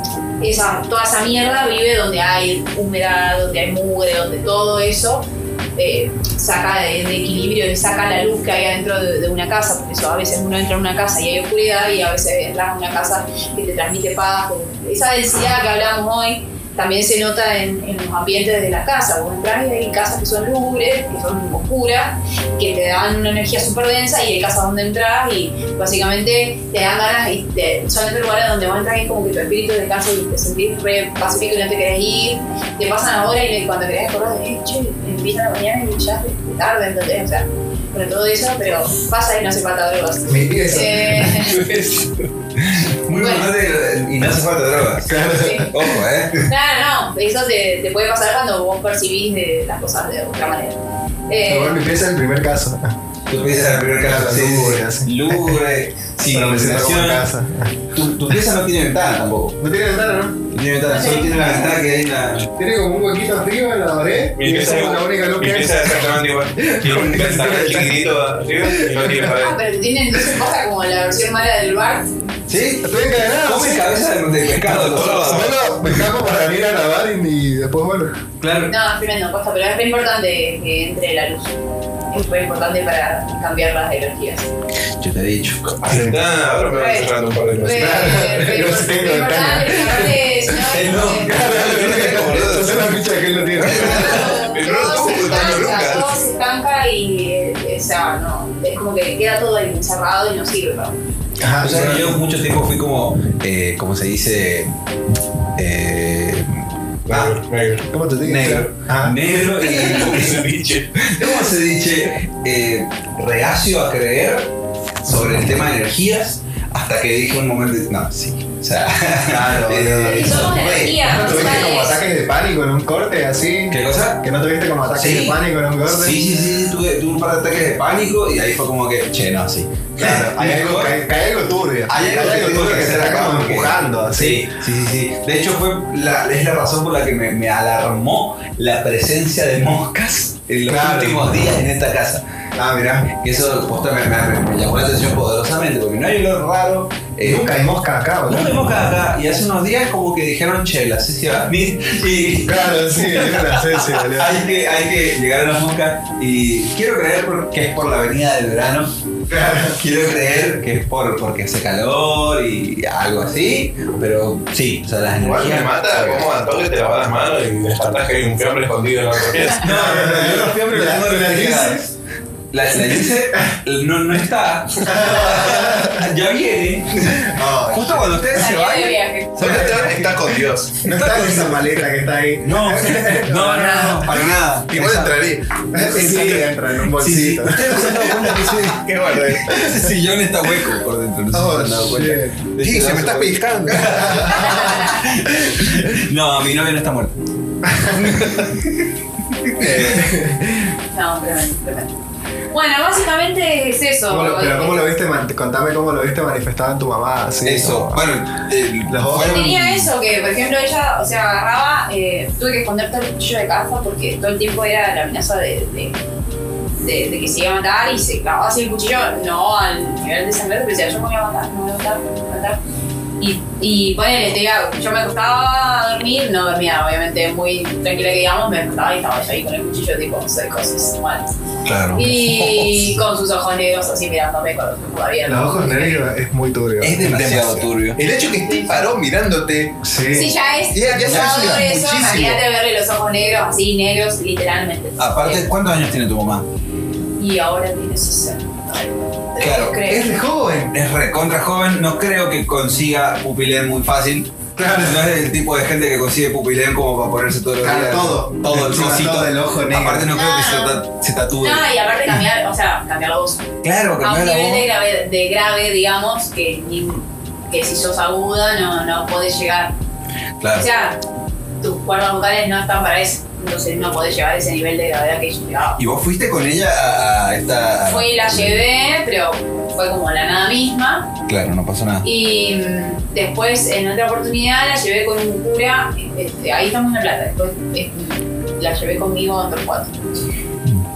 [SPEAKER 3] esa, toda esa mierda vive donde hay humedad, donde hay mugre, donde todo eso eh, saca de, de equilibrio y saca la luz que hay adentro de, de una casa. Porque eso a veces uno entra en una casa y hay oscuridad y a veces entras en una casa que te transmite paz. como- Esa densidad que hablábamos hoy también se nota en, en los ambientes de la casa. Vos entras y hay casas que son lúgubres, que son oscuras, que te dan una energía súper densa y hay casas donde entras y básicamente te dan ganas y te- son lugares donde vos entras y es como que tu espíritu descansa y te sentís re pacífico y no te querés ir. Te pasan horas y cuando querés acordar, eh, che, empieza la mañana y ya es tarde, entonces, o sea, bueno, todo eso, pero pasa y no hace falta drogas.
[SPEAKER 4] Mi vieja.
[SPEAKER 3] Eh,
[SPEAKER 2] Muy
[SPEAKER 3] Bueno.
[SPEAKER 2] importante y no hace falta drogas.
[SPEAKER 4] Claro.
[SPEAKER 3] sí.
[SPEAKER 2] Ojo, eh.
[SPEAKER 3] Claro, no, eso te, te puede pasar cuando vos percibís de las cosas de otra manera. Eh,
[SPEAKER 4] Igual mi pieza es el primer caso.
[SPEAKER 2] Tú piensas en primer caso,
[SPEAKER 4] Claro,
[SPEAKER 2] sí, sí,
[SPEAKER 4] lúgubre,
[SPEAKER 2] sí.
[SPEAKER 4] así.
[SPEAKER 2] Lúgubre, sin
[SPEAKER 4] Pero me siento como en
[SPEAKER 2] iluminación.
[SPEAKER 4] casa.
[SPEAKER 2] Tu, tu pieza no tiene ventana tampoco.
[SPEAKER 4] No tiene ventana, ¿no?
[SPEAKER 2] No tiene ventana, solo tiene la ventana que hay en la.
[SPEAKER 4] Tiene como un huequito arriba en la pared.
[SPEAKER 1] Mi
[SPEAKER 4] Y esa
[SPEAKER 1] pieza
[SPEAKER 4] es la única luz
[SPEAKER 1] mi
[SPEAKER 4] que hay.
[SPEAKER 1] pieza es exactamente igual. Tiene un ventaje chiquitito arriba y no tiene pared.
[SPEAKER 3] ah, pero tienen, entonces pasa como la versión mala del bar.
[SPEAKER 2] ¿Sí?
[SPEAKER 4] Estoy encadenado.
[SPEAKER 2] Come
[SPEAKER 4] sí.
[SPEAKER 2] cabeza de, de pescado los sábados.
[SPEAKER 4] Bueno, me escapo para venir a grabar y, y después, bueno.
[SPEAKER 2] Claro.
[SPEAKER 3] No, es tremendo, posta, pero es re importante que entre la luz. Es re importante para cambiar las energías.
[SPEAKER 2] Yo te he dicho.
[SPEAKER 1] Ah, ahora me van cerrando un par de cosas.
[SPEAKER 3] Re, re, re,
[SPEAKER 4] Yo sí tengo
[SPEAKER 3] re importante, aparte, si
[SPEAKER 2] Eh,
[SPEAKER 3] no,
[SPEAKER 2] no,
[SPEAKER 3] como
[SPEAKER 4] Esa
[SPEAKER 3] que-
[SPEAKER 4] es la ficha que él no tiene.
[SPEAKER 1] Pero no lo
[SPEAKER 3] todo
[SPEAKER 1] estamos
[SPEAKER 3] se
[SPEAKER 1] ocultando
[SPEAKER 3] estanca,
[SPEAKER 1] nunca.
[SPEAKER 3] todo se estanca y eh, o sea, no, es como que queda todo ahí encerrado y no sirve. ¿no?
[SPEAKER 4] Ajá,
[SPEAKER 2] O sea, yo mucho tiempo fui como, eh, como se dice, eh, ah,
[SPEAKER 1] negro.
[SPEAKER 4] ¿Cómo te digo?
[SPEAKER 2] negro.
[SPEAKER 4] Ajá.
[SPEAKER 2] Negro y, ¿cómo se dice? Eh, reacio a creer sobre el tema de energías hasta que dije un momento, no, sí. O sea,
[SPEAKER 4] Claro,
[SPEAKER 2] eh,
[SPEAKER 3] Y somos
[SPEAKER 2] güey,
[SPEAKER 3] energía,
[SPEAKER 4] ¿No tuviste como
[SPEAKER 3] personales.
[SPEAKER 4] ataques de pánico en un corte así?
[SPEAKER 2] ¿Qué cosa?
[SPEAKER 4] ¿Que no tuviste como ataques
[SPEAKER 2] Sí.
[SPEAKER 4] de pánico en un corte?
[SPEAKER 2] Sí, sí, sí, tuve, tuve un par de ataques de pánico y ahí fue como que, che, no, sí.
[SPEAKER 4] Claro, hay algo, hay, hay algo turbio.
[SPEAKER 2] Hay algo que tengo
[SPEAKER 4] que
[SPEAKER 2] que
[SPEAKER 4] se
[SPEAKER 2] hacer
[SPEAKER 4] está
[SPEAKER 2] acá
[SPEAKER 4] como
[SPEAKER 2] porque-
[SPEAKER 4] empujando así.
[SPEAKER 2] Sí, sí, sí, sí. De hecho, fue la, es la razón por la que me, me alarmó la presencia de moscas en los
[SPEAKER 4] Claro.
[SPEAKER 2] últimos días en esta casa.
[SPEAKER 4] Ah, mirá.
[SPEAKER 2] Eso posta, me, me- me llamó la atención poderosamente, porque no hay olor raro, eh, Eh,
[SPEAKER 4] Nunca hay mosca acá, ¿verdad?
[SPEAKER 2] Nunca hemos acá y hace unos días como que dijeron chela, sí, sí, a mí. Y
[SPEAKER 4] Claro, sí, es la esencia, boludo.
[SPEAKER 2] hay que, hay que llegar a las moscas y quiero creer por- que es por la avenida del verano. Quiero creer que es por, porque hace calor y algo así, pero sí, o sea, las
[SPEAKER 1] Igual me
[SPEAKER 2] energías...
[SPEAKER 1] mata cómo Antonio te lava las manos y descartas que hay un fiambre escondido en la otra pieza.
[SPEAKER 2] No, no, no, yo los fiambres los tengo refrigerados. La, la dice, no, no está. ya viene.
[SPEAKER 9] No,
[SPEAKER 2] Justo cuando ustedes se
[SPEAKER 3] Salió de
[SPEAKER 2] vayan.
[SPEAKER 3] viaje.
[SPEAKER 1] este
[SPEAKER 9] Sebastián está con Dios.
[SPEAKER 4] No está con esa maleta que está ahí.
[SPEAKER 2] No, no, no, no, para nada.
[SPEAKER 9] Igual entraría.
[SPEAKER 4] Sí, entra en un bolsito. eh.
[SPEAKER 2] Ustedes no se han dado cuenta que ese-
[SPEAKER 9] Qué guardé.
[SPEAKER 2] que ese sillón está hueco por dentro. No se
[SPEAKER 4] Oh,
[SPEAKER 2] han dado cuenta.
[SPEAKER 4] shit.
[SPEAKER 2] De
[SPEAKER 9] Sí,
[SPEAKER 2] ese
[SPEAKER 9] se me está
[SPEAKER 2] lado
[SPEAKER 9] pellizcando.
[SPEAKER 2] No, mi novia no está muerta.
[SPEAKER 3] No, tremendo, tremendo. Bueno, básicamente es eso.
[SPEAKER 4] ¿Cómo lo- pero ¿cómo lo viste? man- Contame cómo lo viste manifestado en tu mamá. así,
[SPEAKER 2] Eso,
[SPEAKER 4] como-
[SPEAKER 2] bueno, eh,
[SPEAKER 4] Las dos.
[SPEAKER 2] fueron-
[SPEAKER 3] Tenía eso, que por ejemplo ella, o sea, agarraba, eh, tuve que esconder todo el cuchillo de caza porque todo el tiempo era la amenaza de, de, de- de que se iba a matar y se clavaba así el cuchillo, no al nivel de sangre, pero decía, yo me voy a matar, no me voy a matar, me voy a matar. Y, y ponele, te diga, yo me acostaba a dormir, no dormía, obviamente muy tranquila que digamos, me acostaba y estaba yo ahí con el cuchillo tipo, hacer cosas malas.
[SPEAKER 2] Claro.
[SPEAKER 3] Y con sus ojos negros así mirándome con los ojos abiertos.
[SPEAKER 4] Los ojos negros es muy turbio.
[SPEAKER 2] Es demasiado
[SPEAKER 9] Demasiado.
[SPEAKER 2] turbio.
[SPEAKER 9] El hecho que esté paró mirándote.
[SPEAKER 4] Sí.
[SPEAKER 3] Sí, ya es.
[SPEAKER 9] Ya- ya se
[SPEAKER 3] pasado
[SPEAKER 9] ayuda
[SPEAKER 3] por eso,
[SPEAKER 9] muchísimo.
[SPEAKER 3] imagínate verle los ojos negros, así, negros, literalmente. Eh,
[SPEAKER 2] Aparte, ¿cuántos años tiene tu mamá?
[SPEAKER 3] Y ahora tiene 60.
[SPEAKER 2] Claro,
[SPEAKER 3] creo.
[SPEAKER 4] Es de joven.
[SPEAKER 2] Es recontra joven, no creo que consiga pupilén muy fácil.
[SPEAKER 4] Claro.
[SPEAKER 2] No es el tipo de gente que consigue pupilén como para ponerse todo el
[SPEAKER 4] Claro, todo.
[SPEAKER 2] Todo el
[SPEAKER 4] Encima
[SPEAKER 2] cosito.
[SPEAKER 4] todo el ojo negro.
[SPEAKER 2] Aparte no creo que se, ta- se tatúe.
[SPEAKER 3] No, y aparte cambiar, o sea, cambiar la voz.
[SPEAKER 2] Claro,
[SPEAKER 3] A un
[SPEAKER 2] cambiar la
[SPEAKER 3] nivel de
[SPEAKER 2] voz.
[SPEAKER 3] grave, de grave, digamos, que, ni- que si sos aguda no, no podés llegar. O
[SPEAKER 2] Claro.
[SPEAKER 3] sea, tus cuerdas vocales no están para eso. Entonces no podés llegar a ese nivel de gravedad que yo llegaba.
[SPEAKER 2] ¿Y vos fuiste con ella a, a esta...?
[SPEAKER 3] Fui y la llevé, pero fue como la nada misma.
[SPEAKER 2] Claro, no pasó nada.
[SPEAKER 3] Y mm, después, en otra oportunidad, la llevé con un cura. este, ahí estamos en La Plata. Después este, la llevé conmigo a Torcuato.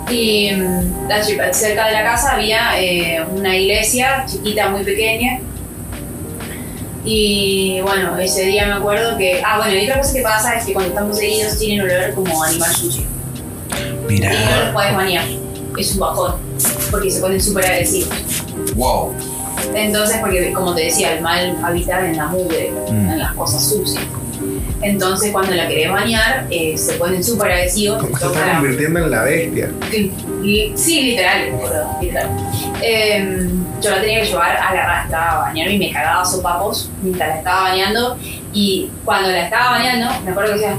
[SPEAKER 3] Y mm, la lle- cerca de la casa había eh, una iglesia chiquita, muy pequeña. Y bueno, ese día me acuerdo que. Ah, bueno, y otra cosa que pasa es que cuando están poseídos tienen olor como animal sucio. Y no los puedes bañar. Es un bajón. Porque se ponen súper agresivos.
[SPEAKER 2] Wow.
[SPEAKER 3] Entonces, porque como te decía, el mal habita en la mugre,
[SPEAKER 2] Mm.
[SPEAKER 3] en las cosas sucias. Entonces, cuando la querés bañar, eh, se ponen súper agresivos.
[SPEAKER 4] Como que se
[SPEAKER 3] tocan
[SPEAKER 4] está
[SPEAKER 3] la-
[SPEAKER 4] convirtiendo en la bestia.
[SPEAKER 3] li- li- Sí, literal. boludo, literal. Eh, yo la tenía que llevar a la rasta a bañar y me cagaba a sopapos mientras la estaba bañando. Y cuando la estaba bañando, me acuerdo que decía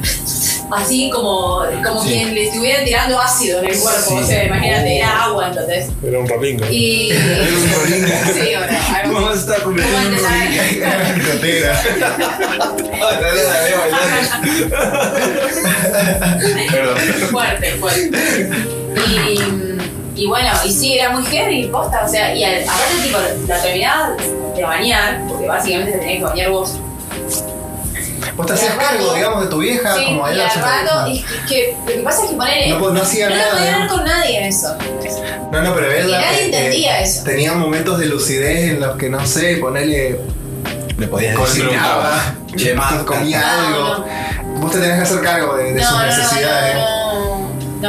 [SPEAKER 3] así como, como
[SPEAKER 2] Sí.
[SPEAKER 3] quien le estuviera tirando ácido en el cuerpo.
[SPEAKER 2] Sí.
[SPEAKER 3] O sea, imagínate, era agua, entonces.
[SPEAKER 1] Era un rapingo.
[SPEAKER 3] Y. sí, bueno, algo
[SPEAKER 2] Vamos a estar convirtiendo en un
[SPEAKER 3] Aguante,
[SPEAKER 2] rodillo.
[SPEAKER 4] Picotera.
[SPEAKER 2] Ah, la veo bailar.
[SPEAKER 1] Perdón.
[SPEAKER 3] fuerte, fuerte. Y, y bueno, y sí, era muy heavy, posta, o sea, y al- aparte, tipo, la terminabas de bañar, porque básicamente te tenías que bañar vos.
[SPEAKER 4] Vos te hacías
[SPEAKER 3] Y al rato-
[SPEAKER 4] cargo, digamos, de tu vieja.
[SPEAKER 3] sí,
[SPEAKER 4] como
[SPEAKER 3] y
[SPEAKER 4] ella
[SPEAKER 3] al
[SPEAKER 4] se-
[SPEAKER 3] rato, y que, que lo que pasa es que ponele,
[SPEAKER 4] No,
[SPEAKER 3] no,
[SPEAKER 4] pues, no hacía
[SPEAKER 3] lo
[SPEAKER 4] nada.
[SPEAKER 3] podía hablar
[SPEAKER 4] digamos.
[SPEAKER 3] con nadie en eso.
[SPEAKER 4] No, no, pero es
[SPEAKER 3] Y
[SPEAKER 4] la-
[SPEAKER 3] nadie
[SPEAKER 4] eh,
[SPEAKER 3] entendía eso.
[SPEAKER 4] Tenía momentos de lucidez en los que, no sé, ponerle
[SPEAKER 2] Le podías decir
[SPEAKER 4] cocinaba,
[SPEAKER 2] Che, más
[SPEAKER 4] comía
[SPEAKER 3] No,
[SPEAKER 4] algo. Vos te tenés que hacer cargo de, de
[SPEAKER 3] no,
[SPEAKER 4] sus
[SPEAKER 3] no,
[SPEAKER 4] necesidades.
[SPEAKER 3] no, no,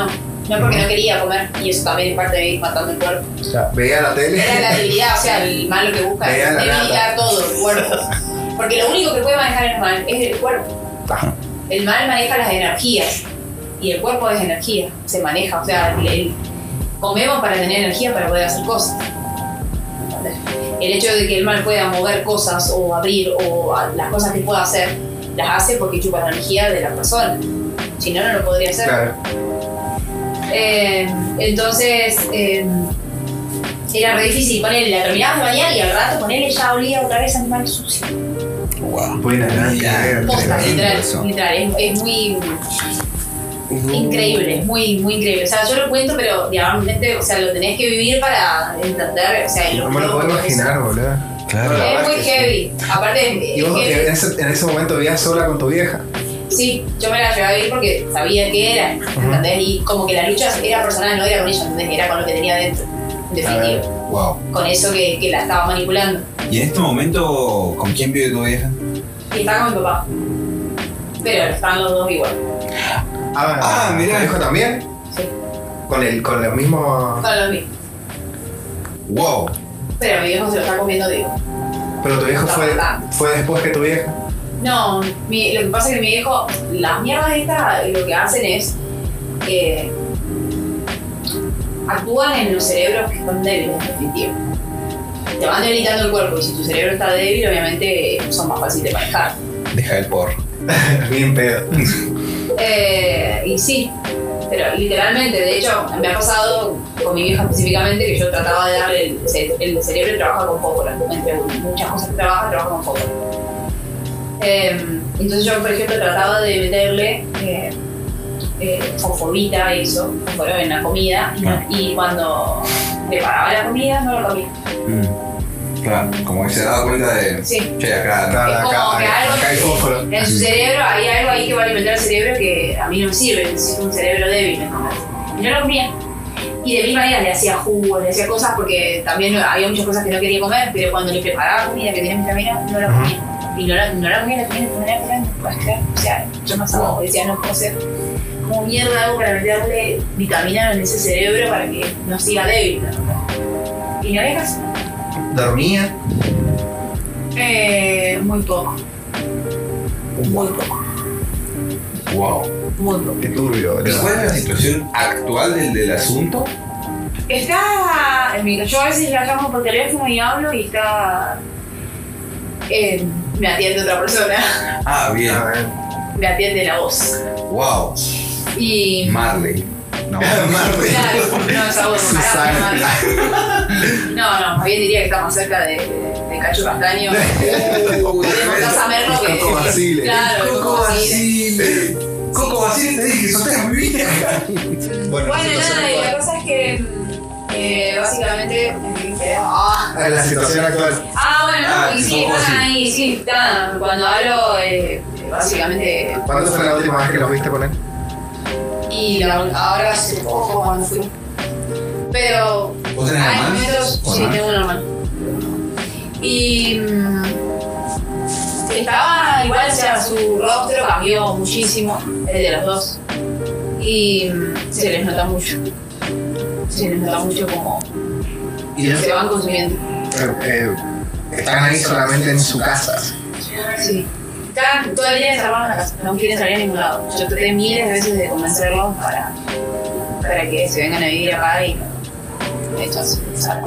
[SPEAKER 3] no, no, no, porque no quería comer, y eso también es parte de ir matando el cuerpo.
[SPEAKER 4] O sea, veía la tele.
[SPEAKER 3] Era la debilidad, o sea, el malo que busca
[SPEAKER 4] Veía
[SPEAKER 3] es
[SPEAKER 4] la
[SPEAKER 3] debilitar todo el cuerpo. Porque lo único que puede manejar el mal es el cuerpo.
[SPEAKER 4] Ajá.
[SPEAKER 3] El mal maneja las energías y el cuerpo es energía, se maneja, o sea, el- el- comemos para tener energía para poder hacer cosas. ¿Entendés? El hecho de que el mal pueda mover cosas o abrir o a- las cosas que pueda hacer, las hace porque chupa la energía de la persona. Si no, no lo podría hacer.
[SPEAKER 4] Claro.
[SPEAKER 3] Eh, entonces, eh, era re difícil ponerle, la terminabas de bañar y al rato ponerle ya olía otra vez a animal sucio.
[SPEAKER 2] Wow.
[SPEAKER 4] Buena, nada que ver.
[SPEAKER 3] Posta,
[SPEAKER 2] Tremendo
[SPEAKER 3] literal,
[SPEAKER 2] eso.
[SPEAKER 3] literal, es, es muy increíble, es muy, muy increíble. O sea, yo lo cuento, pero realmente, o sea, lo tenés que vivir para entender, o sea,
[SPEAKER 4] No me lo puedo
[SPEAKER 3] locos que
[SPEAKER 4] imaginar, boludo.
[SPEAKER 2] Claro.
[SPEAKER 3] son. Es
[SPEAKER 4] verdad
[SPEAKER 3] muy
[SPEAKER 4] que sí.
[SPEAKER 3] heavy. Aparte,
[SPEAKER 4] Y
[SPEAKER 3] es
[SPEAKER 4] vos
[SPEAKER 3] heavy.
[SPEAKER 4] en ese, en ese momento vivías sola con tu vieja.
[SPEAKER 3] Sí, yo me la llevaba a vivir porque sabía que era, ¿entendés? Y como que la lucha era personal, no era con ella, ¿entendés? Era con lo que tenía dentro. definitivo.
[SPEAKER 2] Wow.
[SPEAKER 3] Con eso que, que la estaba manipulando.
[SPEAKER 2] Y en este momento, ¿con quién vive tu vieja?
[SPEAKER 3] Y estaba con mi papá. Pero están los dos igual.
[SPEAKER 2] Ah, mirá.
[SPEAKER 4] ¿tu hijo también?
[SPEAKER 3] Sí.
[SPEAKER 4] Con el, con el mismo.
[SPEAKER 3] Con los mismos.
[SPEAKER 2] Wow.
[SPEAKER 3] Pero mi viejo se lo está comiendo vivo.
[SPEAKER 4] Pero tu viejo
[SPEAKER 3] No,
[SPEAKER 4] fue,
[SPEAKER 3] no.
[SPEAKER 4] fue después que tu vieja.
[SPEAKER 3] No, mi- lo que pasa es que mi viejo, las mierdas estas lo que hacen es eh, actúan en los cerebros que están débiles, en definitivo. Te van debilitando el cuerpo y si tu cerebro está débil, obviamente son más fáciles de manejar.
[SPEAKER 2] Deja el porro.
[SPEAKER 4] Bien pedo.
[SPEAKER 3] Eh, y sí, pero literalmente, de hecho, me ha pasado con mi vieja específicamente que yo trataba de darle el, ce- el cerebro y trabaja con fósforo. Entre muchas cosas que trabaja, trabaja con fósforo. Eh, entonces yo, por ejemplo, trataba de meterle eh, eh, fosforita y eso, fósforo en la comida y-
[SPEAKER 2] Ah.
[SPEAKER 3] y cuando preparaba la comida no lo comía.
[SPEAKER 2] Mm. Claro, como que se daba cuenta de.
[SPEAKER 3] Sí.
[SPEAKER 2] Che, acá.
[SPEAKER 4] Claro,
[SPEAKER 3] Es como
[SPEAKER 4] acá,
[SPEAKER 3] que algo-
[SPEAKER 4] acá hay fósforo.
[SPEAKER 3] En su cerebro hay algo ahí que va a alimentar el cerebro que a mí no me sirve, necesito un cerebro débil. ¿no? Y no lo comía. Y de mil maneras le hacía jugos, le hacía cosas porque también había muchas cosas que no quería comer, pero cuando le preparaba comida que tenía vitaminas, no la comía. Y no la, no la comía, la comía de manera que no puedes creer. O sea, yo me asaba, porque decía, no puedo ser. Como mierda hago para meterle vitaminas en ese cerebro para que no siga débil? ¿no? Y no dejas
[SPEAKER 4] Dormía.
[SPEAKER 3] eh, muy poco. Muy poco,
[SPEAKER 2] Wow.
[SPEAKER 3] muy poco.
[SPEAKER 4] Qué turbio,
[SPEAKER 2] ¿Y
[SPEAKER 4] boludo.
[SPEAKER 2] cuál es la situación actual del, del asunto?
[SPEAKER 3] Está en mi- Yo a veces la llamo por teléfono y hablo y está. eh, me atiende otra persona.
[SPEAKER 2] Ah, bien.
[SPEAKER 4] A ver.
[SPEAKER 3] Me atiende la voz.
[SPEAKER 2] Wow.
[SPEAKER 3] Y.
[SPEAKER 2] Marley. No.
[SPEAKER 4] Marley.
[SPEAKER 3] Claro, no, esa voz no
[SPEAKER 4] Susana.
[SPEAKER 3] No, no, más bien diría que está más cerca de, de Cacho Castaño. de Mostaza Merlo que.
[SPEAKER 4] Coco Basile.
[SPEAKER 3] Claro, de Coco Basile.
[SPEAKER 2] Basile. Coco Basile te dije, sos de mi vieja.
[SPEAKER 4] Bueno, la
[SPEAKER 3] Bueno,
[SPEAKER 4] situación
[SPEAKER 3] nada, eh. y la
[SPEAKER 4] actual.
[SPEAKER 3] cosa es que. mm, eh, básicamente. Ah.
[SPEAKER 4] Ah, La situación actual.
[SPEAKER 3] Ah, bueno,
[SPEAKER 2] Ah,
[SPEAKER 3] y sí,
[SPEAKER 2] tipo,
[SPEAKER 3] bueno,
[SPEAKER 2] sí.
[SPEAKER 3] ahí sí, nada, cuando hablo, eh, básicamente,
[SPEAKER 4] ¿Cuándo fue la última vez que los viste con él?
[SPEAKER 3] y la- ahora hace poco cuando fui. Pero
[SPEAKER 2] ¿Vos tenés
[SPEAKER 3] hay
[SPEAKER 2] hermanos?
[SPEAKER 3] momentos,
[SPEAKER 2] ¿O
[SPEAKER 3] sí,
[SPEAKER 2] hermanas?
[SPEAKER 3] tengo un hermano. Y mm, estaba igual, o sea, su rostro cambió muchísimo, el de los dos. Y mm, se les nota mucho. Se les nota mucho como
[SPEAKER 4] Y
[SPEAKER 3] se van consumiendo.
[SPEAKER 4] eh, están ahí solamente en su casa.
[SPEAKER 3] Sí. Están todo el día encerrados en la casa, no quieren salir a ningún lado. Yo traté miles de veces de convencerlos para, para que se vengan a vivir acá y de hecho se salen.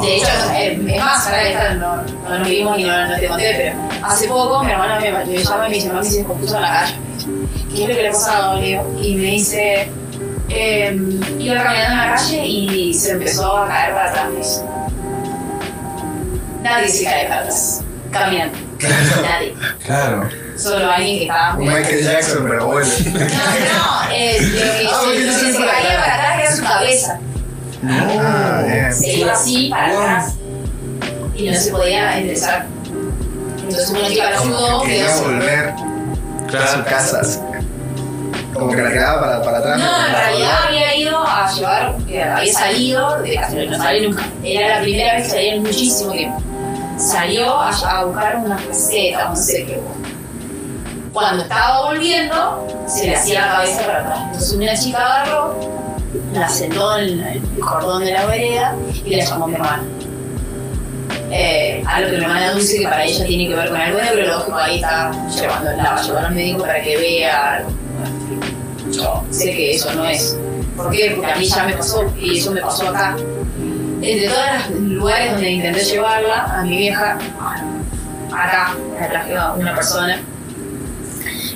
[SPEAKER 3] De hecho, eh, es más, ahora esta no, no nos vimos y no, no te conté, pero hace poco mi hermana me, me llama y me dice, mami se descompuso en la calle. ¿Qué es lo que le ha pasado? Le digo, y me dice, em, iba caminando en la calle y se empezó a caer para atrás. me dice. Nadie se cae para atrás, caminando. Nadie.
[SPEAKER 2] Claro.
[SPEAKER 3] Solo alguien que estaba
[SPEAKER 4] Un Michael Jackson, pero bueno.
[SPEAKER 3] No, no, eh, lo que
[SPEAKER 4] Ah,
[SPEAKER 3] lo
[SPEAKER 4] porque
[SPEAKER 3] que
[SPEAKER 4] no se
[SPEAKER 3] se
[SPEAKER 4] para
[SPEAKER 3] caía
[SPEAKER 4] atrás.
[SPEAKER 3] para atrás era su cabeza.
[SPEAKER 4] Ah, bien.
[SPEAKER 3] Se iba así para
[SPEAKER 2] Wow.
[SPEAKER 3] atrás y no se podía enderezar. Entonces uno chica lo ayudó,
[SPEAKER 4] Como que
[SPEAKER 3] quedó
[SPEAKER 4] quería
[SPEAKER 3] sin-
[SPEAKER 4] volver a su casa. Como que la quedaba para, para atrás.
[SPEAKER 3] No, en
[SPEAKER 4] para
[SPEAKER 3] realidad había ido a llevar, eh, había salido de casa, pero no salió nunca. Era la primera vez que salía en muchísimo tiempo. Salió a, a buscar una receta, no sé qué. Cuando estaba volviendo, se le hacía la cabeza para atrás. Entonces una chica agarró, la sentó en el cordón de la vereda y la llamó mi hermana. Eh, a lo que mi hermana Dulce, que para ella tiene que ver con algo pero lo lógico ahí está llevando, la va a llevar al médico para que vea yo sé que eso no es. ¿Por qué? Porque a mí ya me pasó y eso me pasó acá. Entre todos los lugares donde intenté llevarla a mi vieja, acá la traje a una persona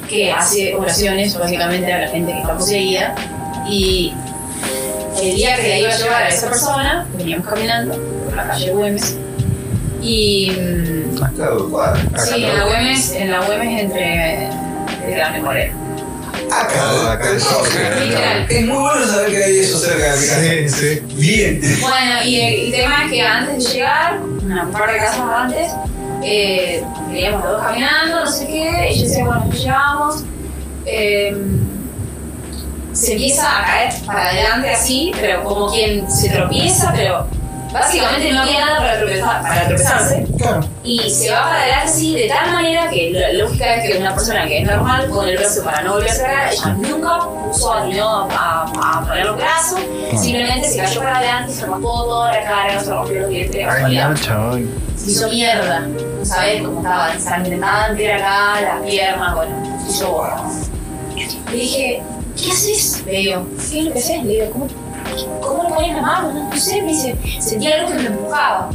[SPEAKER 3] que hace oraciones básicamente a la gente que está poseída y el día que la iba a llevar a esa persona, veníamos caminando por la calle Güemes y mm, sí, en la Güemes, en la Güemes entre, entre la memoria.
[SPEAKER 4] Ah,
[SPEAKER 2] Acá, acá.
[SPEAKER 3] Literal.
[SPEAKER 2] Es muy bueno saber que hay eso cerca de mi casa.
[SPEAKER 4] Sí, sí.
[SPEAKER 2] Bien.
[SPEAKER 3] Bueno, y el, el tema es que antes de llegar, una par de casas antes, eh, veníamos los dos caminando, no sé qué, y yo decía, bueno, nos llevamos. eh, Em, se empieza a caer para adelante así, pero como quien se tropieza, pero básicamente no queda nada para, tropezar- para tropezarse.
[SPEAKER 4] Claro.
[SPEAKER 3] Y se va para adelante así de tal manera que la lógica es que una persona que es normal pone el brazo para no volverse a caer, ella nunca puso a, no, a, a poner los brazos, simplemente se cayó para adelante, se raspó toda la cara, no se rompió los dientes, la
[SPEAKER 10] Ay,
[SPEAKER 3] barbaridad
[SPEAKER 10] no, chaval.
[SPEAKER 3] se hizo mierda. No sabés cómo estaba ensangrentada entera acá, las piernas, bueno, se hizo borra. Le dije, ¿qué haces? Le digo, ¿qué es lo que haces? Le digo, ¿cómo, cómo le ponías la mano? No, no sé, me dice, sentía algo que me empujaba.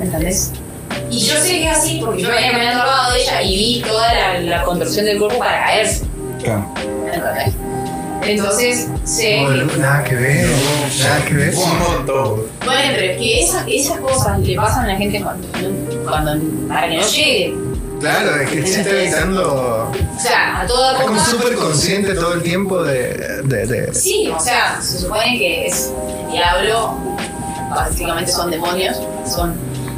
[SPEAKER 3] ¿Entendés? Y yo sé que es así porque yo venía caminando al lado de ella y vi toda la, la contorsión del cuerpo para caerse.
[SPEAKER 2] Claro.
[SPEAKER 3] ¿Entendés? Entonces, sé que
[SPEAKER 4] No, Nada que ver, nada que ver.
[SPEAKER 9] Un montón.
[SPEAKER 3] Bueno, pero es que esas, esas cosas le pasan a la gente cuando, cuando para que no llegue.
[SPEAKER 4] Claro, es que sí está evitando.
[SPEAKER 3] O sea, a toda
[SPEAKER 4] Está como
[SPEAKER 3] costa.
[SPEAKER 4] súper consciente todo el tiempo de. de, de-
[SPEAKER 3] Sí, o sea, se supone que es el diablo, básicamente son demonios, son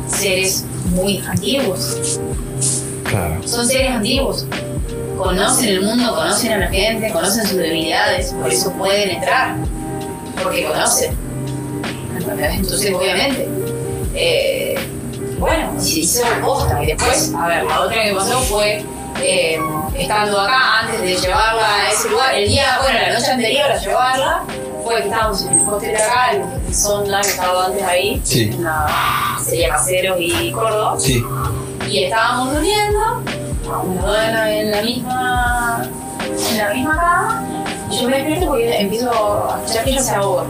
[SPEAKER 3] seres muy antiguos. Claro. Son seres antiguos. Conocen el mundo, conocen a la gente, conocen sus debilidades, por eso pueden entrar, porque conocen. Entonces, obviamente. eh, bueno, se hizo posta. Y después, a ver, la otra que pasó fue eh, estando acá antes de llevarla a ese lugar. El día, bueno, la noche anterior a llevarla, fue que estábamos en el hotel acá, en el Sonda, que estaba antes ahí,
[SPEAKER 2] Sí.
[SPEAKER 3] en la Sería Caseros y Córdoba.
[SPEAKER 2] Sí.
[SPEAKER 3] Y estábamos durmiendo, las dos en la- en la misma, en la misma cama. Y yo me despierto porque empiezo a escuchar que ella se ahoga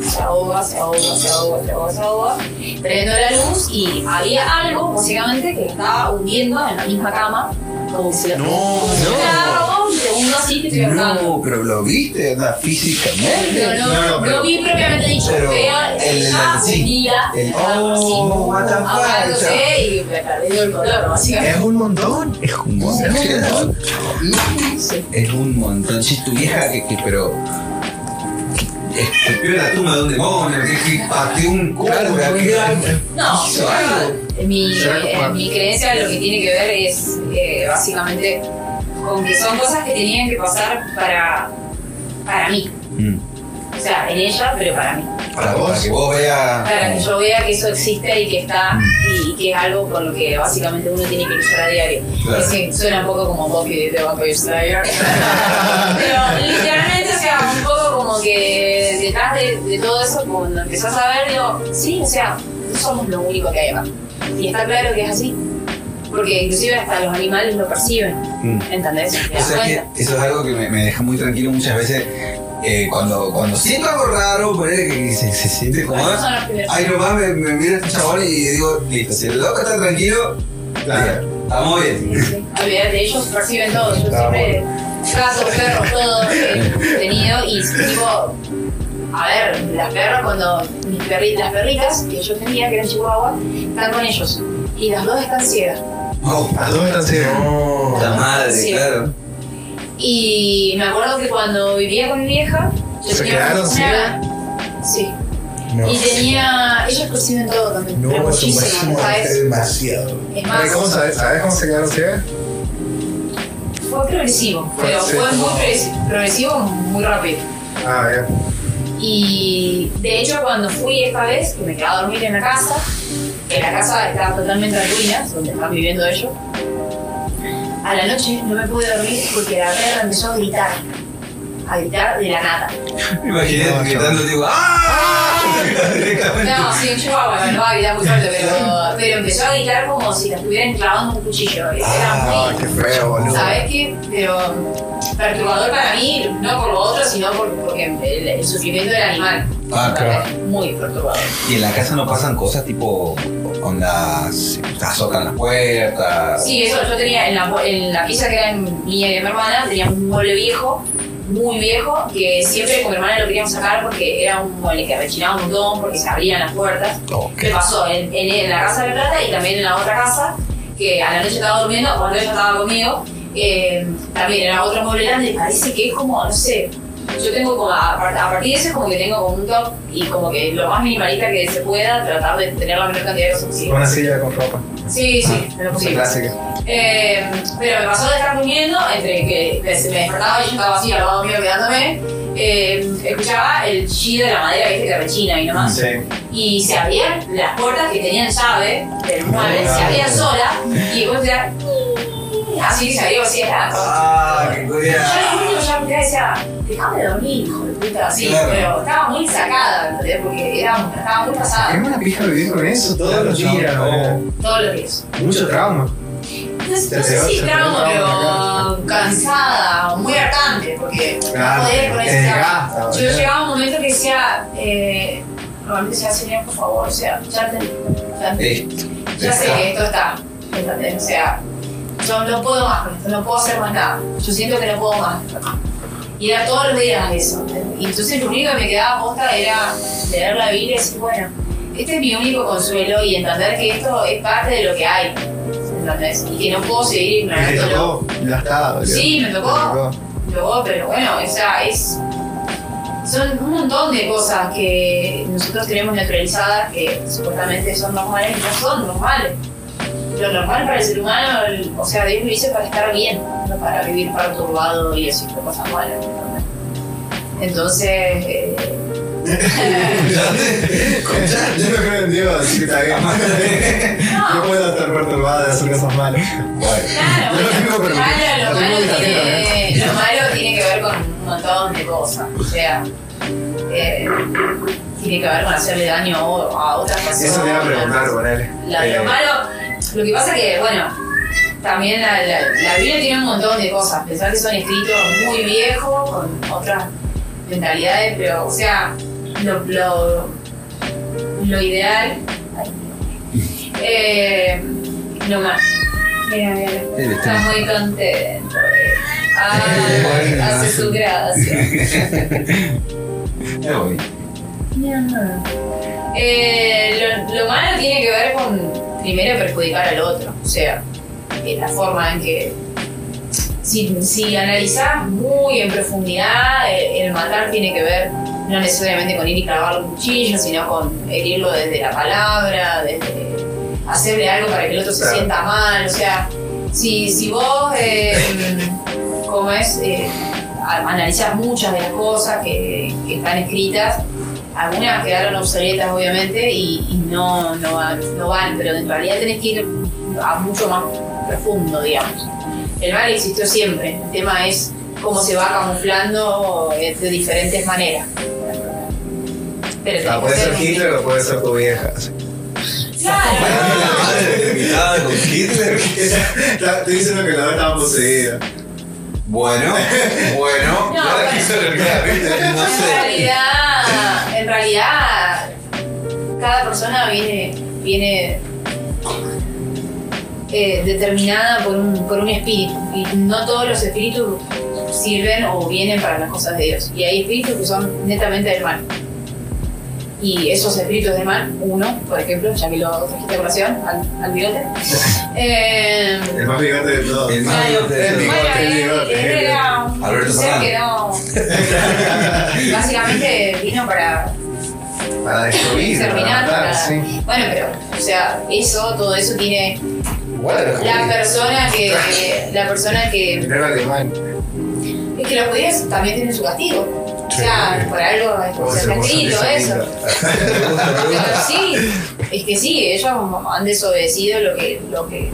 [SPEAKER 3] se ahoga, se ahoga, se ahoga, se ahoga, se ahoga. Prendo la luz y había algo, básicamente, que estaba hundiendo en la misma cama. Como si
[SPEAKER 2] No,
[SPEAKER 3] como si
[SPEAKER 2] no.
[SPEAKER 3] fuera agua, y te hundo así, te estoy ahogando.
[SPEAKER 2] No, pero lo viste, ¿verdad? Físicamente.
[SPEAKER 3] Pero no,
[SPEAKER 4] no, no, pero-
[SPEAKER 3] no vi propiamente dicho,
[SPEAKER 2] pero
[SPEAKER 3] vea,
[SPEAKER 2] el-
[SPEAKER 3] ella
[SPEAKER 2] sí,
[SPEAKER 3] hundida,
[SPEAKER 2] el-
[SPEAKER 3] estaba así,
[SPEAKER 2] oh, what the fuck,
[SPEAKER 3] ahogándose y me perdí el color, básicamente.
[SPEAKER 4] Es un montón.
[SPEAKER 2] Es un montón. Es un montón. Si tu vieja eh, que, que pero. Escupió la tumba de un demonio, que, que pateó un cobra, que
[SPEAKER 3] No,
[SPEAKER 2] hizo algo.
[SPEAKER 3] en mi,
[SPEAKER 4] Será
[SPEAKER 3] en
[SPEAKER 4] capaz.
[SPEAKER 3] mi creencia lo que tiene que ver es eh, básicamente con que son cosas que tenían que pasar para, para mí.
[SPEAKER 2] Mm.
[SPEAKER 3] O sea, en ella, pero para mí.
[SPEAKER 2] Para, vos, para que vos veas.
[SPEAKER 3] Para que yo vea que eso existe y que está
[SPEAKER 2] Mm.
[SPEAKER 3] y, y que es algo con lo que básicamente uno tiene que luchar a diario.
[SPEAKER 2] Claro.
[SPEAKER 3] Que sí, suena un poco como Buffy de Vampire Slayer. Pero literalmente, o sea, un poco como que detrás de, de todo eso, cuando empezás a ver, digo, sí, o sea, no somos lo único que hay acá. Y está claro que es así. Porque inclusive hasta los animales lo perciben.
[SPEAKER 2] Mm.
[SPEAKER 3] ¿Entendés? ¿Te
[SPEAKER 2] O
[SPEAKER 3] das
[SPEAKER 2] sea
[SPEAKER 3] cuenta?
[SPEAKER 2] que eso es algo que me, me deja muy tranquilo muchas veces. eh, cuando, cuando siento algo raro, ponele que se, se siente como.
[SPEAKER 3] Esos son los primeros.
[SPEAKER 2] Ay, nomás me, me mira este chabón y digo, listo, si el loco está tranquilo, claro, estamos bien.
[SPEAKER 3] Sí, sí. Olvidate, ellos perciben todo. Yo
[SPEAKER 4] Ah,
[SPEAKER 3] siempre gatos, perros, todo he tenido y tipo, a ver, las perras cuando mis perri- las perritas que yo tenía que eran chihuahua están con ellos y las dos están ciegas.
[SPEAKER 2] Oh,
[SPEAKER 4] Las dos están ciegos.
[SPEAKER 1] No.
[SPEAKER 2] la madre,
[SPEAKER 3] Sí.
[SPEAKER 2] claro.
[SPEAKER 3] Y me acuerdo que cuando vivía con mi vieja, yo
[SPEAKER 4] ¿Se
[SPEAKER 3] tenía
[SPEAKER 4] quedaron
[SPEAKER 3] una-
[SPEAKER 4] ciegas?
[SPEAKER 3] Sí. Y tenía, ellos perciben todo también. pero
[SPEAKER 9] es un
[SPEAKER 3] muchísimo,
[SPEAKER 9] máximo, es
[SPEAKER 3] ¿sabes?
[SPEAKER 9] demasiado.
[SPEAKER 3] Es
[SPEAKER 4] Ay,
[SPEAKER 3] más,
[SPEAKER 4] ¿Cómo sabes, sabes cómo se quedaron ciegas?
[SPEAKER 3] fue progresivo,
[SPEAKER 4] Fue-
[SPEAKER 3] pero
[SPEAKER 4] sí.
[SPEAKER 3] fue muy progresi- progresivo, muy rápido.
[SPEAKER 4] Ah, bien.
[SPEAKER 3] Y de hecho, cuando fui esta vez, que me quedé a dormir en la casa, que la casa estaba totalmente en ruinas, donde están viviendo ellos, a la noche no me pude dormir porque la perra empezó a gritar. A gritar de la nada.
[SPEAKER 2] Imagínate
[SPEAKER 4] No,
[SPEAKER 2] gritando, digo, ¡ah! Directamente.
[SPEAKER 3] No, sí, yo bueno, no va a gritar muy fuerte, pero, pero empezó a gritar como si la estuvieran clavando un cuchillo. Era
[SPEAKER 4] Ah, qué
[SPEAKER 3] muy.
[SPEAKER 4] feo, boludo.
[SPEAKER 3] ¿Sabes qué? Pero perturbador para mí, no por lo otro, sino por, porque el, el sufrimiento del animal.
[SPEAKER 2] Ah, claro.
[SPEAKER 3] Muy perturbador.
[SPEAKER 2] Y en la casa no pasan cosas tipo, onda, se azotan las puertas.
[SPEAKER 3] Sí, eso yo tenía en la, en la pieza que era en- mía y de mi hermana, teníamos un mueble viejo, muy viejo, que siempre con mi hermana lo queríamos sacar porque era un mueble que rechinaba un montón, porque se abrían las puertas.
[SPEAKER 2] Ok.
[SPEAKER 3] Me pasó en, en- en la casa de la plata y también en la otra casa, que a la noche estaba durmiendo, cuando ella estaba conmigo, eh, también era otro mueble grande, y parece que es como, no sé, yo tengo como, a, a partir de eso es como que tengo como un top y como que lo más minimalista que se pueda, tratar de tener la menor cantidad de cosas posible.
[SPEAKER 4] Una silla con ropa.
[SPEAKER 3] Sí, sí, en lo
[SPEAKER 4] Esa
[SPEAKER 3] posible.
[SPEAKER 4] clásica.
[SPEAKER 3] Eh, pero me pasó de estar durmiendo entre que me- se me despertaba y yo estaba así al lado mío quedándome. eh, escuchaba el chillido de la madera viste, que rechina y nomás. Y se abrían las puertas que tenían llave del mueble,
[SPEAKER 2] Ah.
[SPEAKER 3] se abrían solas y vos te así que se abría así. era-
[SPEAKER 2] Ah, qué
[SPEAKER 3] Yo lo
[SPEAKER 2] curioso.
[SPEAKER 3] único que yo miraba y decía, dejame dormir, hijo de puta, así,
[SPEAKER 2] Claro.
[SPEAKER 3] pero estaba muy sacada, ¿entendés? Porque era, estaba muy pasada
[SPEAKER 4] Es una pija vivir con eso todos
[SPEAKER 2] Claro,
[SPEAKER 4] los
[SPEAKER 2] no,
[SPEAKER 4] días.
[SPEAKER 2] no.
[SPEAKER 4] boludo.
[SPEAKER 3] todos los días.
[SPEAKER 4] Mucho trauma.
[SPEAKER 3] No sé no sé si
[SPEAKER 4] Te
[SPEAKER 3] trauma,
[SPEAKER 4] te
[SPEAKER 3] pero cansada, muy hartante, porque
[SPEAKER 4] Claro,
[SPEAKER 3] no podía con
[SPEAKER 4] te
[SPEAKER 3] ese
[SPEAKER 4] desgasta,
[SPEAKER 3] trabajo. Yo
[SPEAKER 4] boludo.
[SPEAKER 3] llegaba a un momento que decía, eh, normalmente decía, señor, por favor, o sea, ya entendí, ya
[SPEAKER 4] Eh,
[SPEAKER 3] entendí. Ya sé que esto está, ¿entendés? O sea, yo no puedo más con esto, no puedo hacer más nada. Yo siento que no puedo más. Y era todos los días eso. Y entonces lo único que me quedaba posta era leer la Biblia y decir, bueno, este es mi único consuelo y entender que esto es parte de lo que hay. ¿Entendés? Y que no puedo seguir
[SPEAKER 4] Y te
[SPEAKER 3] ignorándolo.
[SPEAKER 4] tocó. Ya está, boludo.
[SPEAKER 3] Ah, Sí, me
[SPEAKER 4] Te
[SPEAKER 3] tocó. Me tocó, pero bueno, o sea, es. Son un montón de cosas que nosotros tenemos naturalizadas que supuestamente son normales y no son normales. Lo normal para el ser humano, el- o sea, Dios lo hizo para estar bien, no para vivir perturbado y decir cosas malas. ¿entendés? Entonces, eh,
[SPEAKER 4] Yo no creo en Dios, así que está bien. Yo puedo estar perturbada de hacer cosas malas.
[SPEAKER 3] Claro,
[SPEAKER 4] Yo lo tengo
[SPEAKER 3] bueno, lo
[SPEAKER 4] permitido,
[SPEAKER 3] malo,
[SPEAKER 4] lo
[SPEAKER 3] lo
[SPEAKER 4] tengo ¿eh?
[SPEAKER 3] malo
[SPEAKER 4] permitido,
[SPEAKER 3] tiene, lo malo tiene que ver con un montón de cosas. O sea, eh, tiene que ver con hacerle daño a otras personas.
[SPEAKER 4] Eso te iba a preguntar, ponele.
[SPEAKER 3] La-
[SPEAKER 4] Eh,
[SPEAKER 3] Lo malo, lo que pasa que, bueno, también la, la, la Biblia tiene un montón de cosas. Pensar que son escritos muy viejos, con otras mentalidades, pero, o sea, lo, lo, lo ideal. Eh, lo más. Mira, mira, mira. Está muy contento. Ah, hace su gracia.
[SPEAKER 2] Me voy.
[SPEAKER 3] Eh, lo, lo malo tiene que ver con primero perjudicar al otro, o sea, en la forma en que si, si analizás muy en profundidad, eh, el, el matar tiene que ver no necesariamente con ir y clavar un cuchillo, sino con herirlo desde la palabra, desde hacerle algo para que el otro se sienta mal, o sea, si, si vos, eh, como es, eh, a- analizás muchas de las cosas que, que están escritas, algunas quedaron obsoletas obviamente y, y no, no, van, no van, pero en realidad tenés que ir a mucho más profundo, digamos. El mal existió siempre, el tema es cómo se va camuflando eh, de diferentes maneras. Pero
[SPEAKER 4] Ah,
[SPEAKER 3] tenés que
[SPEAKER 4] puede
[SPEAKER 3] ser
[SPEAKER 4] ser
[SPEAKER 3] un-
[SPEAKER 4] Hitler o puede ser tu vieja. así.
[SPEAKER 3] Claro, no.
[SPEAKER 2] Invitada con Hitler.
[SPEAKER 4] Está- Estoy diciendo que la dos estaba poseída.
[SPEAKER 2] Bueno, bueno.
[SPEAKER 3] No, bueno.
[SPEAKER 2] No
[SPEAKER 3] En
[SPEAKER 2] sé.
[SPEAKER 3] realidad, en realidad, cada persona viene, viene eh, determinada por un, por un espíritu. Y no todos los espíritus sirven o vienen para las cosas de Dios. Y hay espíritus que son netamente del mal. Y esos espíritus del mal, uno, por ejemplo, ya que lo trajiste a colación, al, al bigote. eh,
[SPEAKER 4] El más gigante de todos.
[SPEAKER 2] El más gigante de todos.
[SPEAKER 3] bueno, él, él era un
[SPEAKER 2] Alberto
[SPEAKER 3] ser que no. Básicamente vino para.
[SPEAKER 4] Para destruir, para
[SPEAKER 3] Exterminar,
[SPEAKER 4] matar,
[SPEAKER 3] para-
[SPEAKER 4] sí.
[SPEAKER 3] Bueno, pero, o sea, eso, todo eso tiene. La persona que. La persona que.
[SPEAKER 4] Era alemán.
[SPEAKER 3] Es que los judíos también tienen su castigo. O sea, por algo
[SPEAKER 4] Vos
[SPEAKER 3] se está
[SPEAKER 4] hermosa,
[SPEAKER 3] escrito
[SPEAKER 4] esa
[SPEAKER 3] eso.
[SPEAKER 4] linda.
[SPEAKER 3] Pero sí, es que sí, ellos han desobedecido lo que. Lo que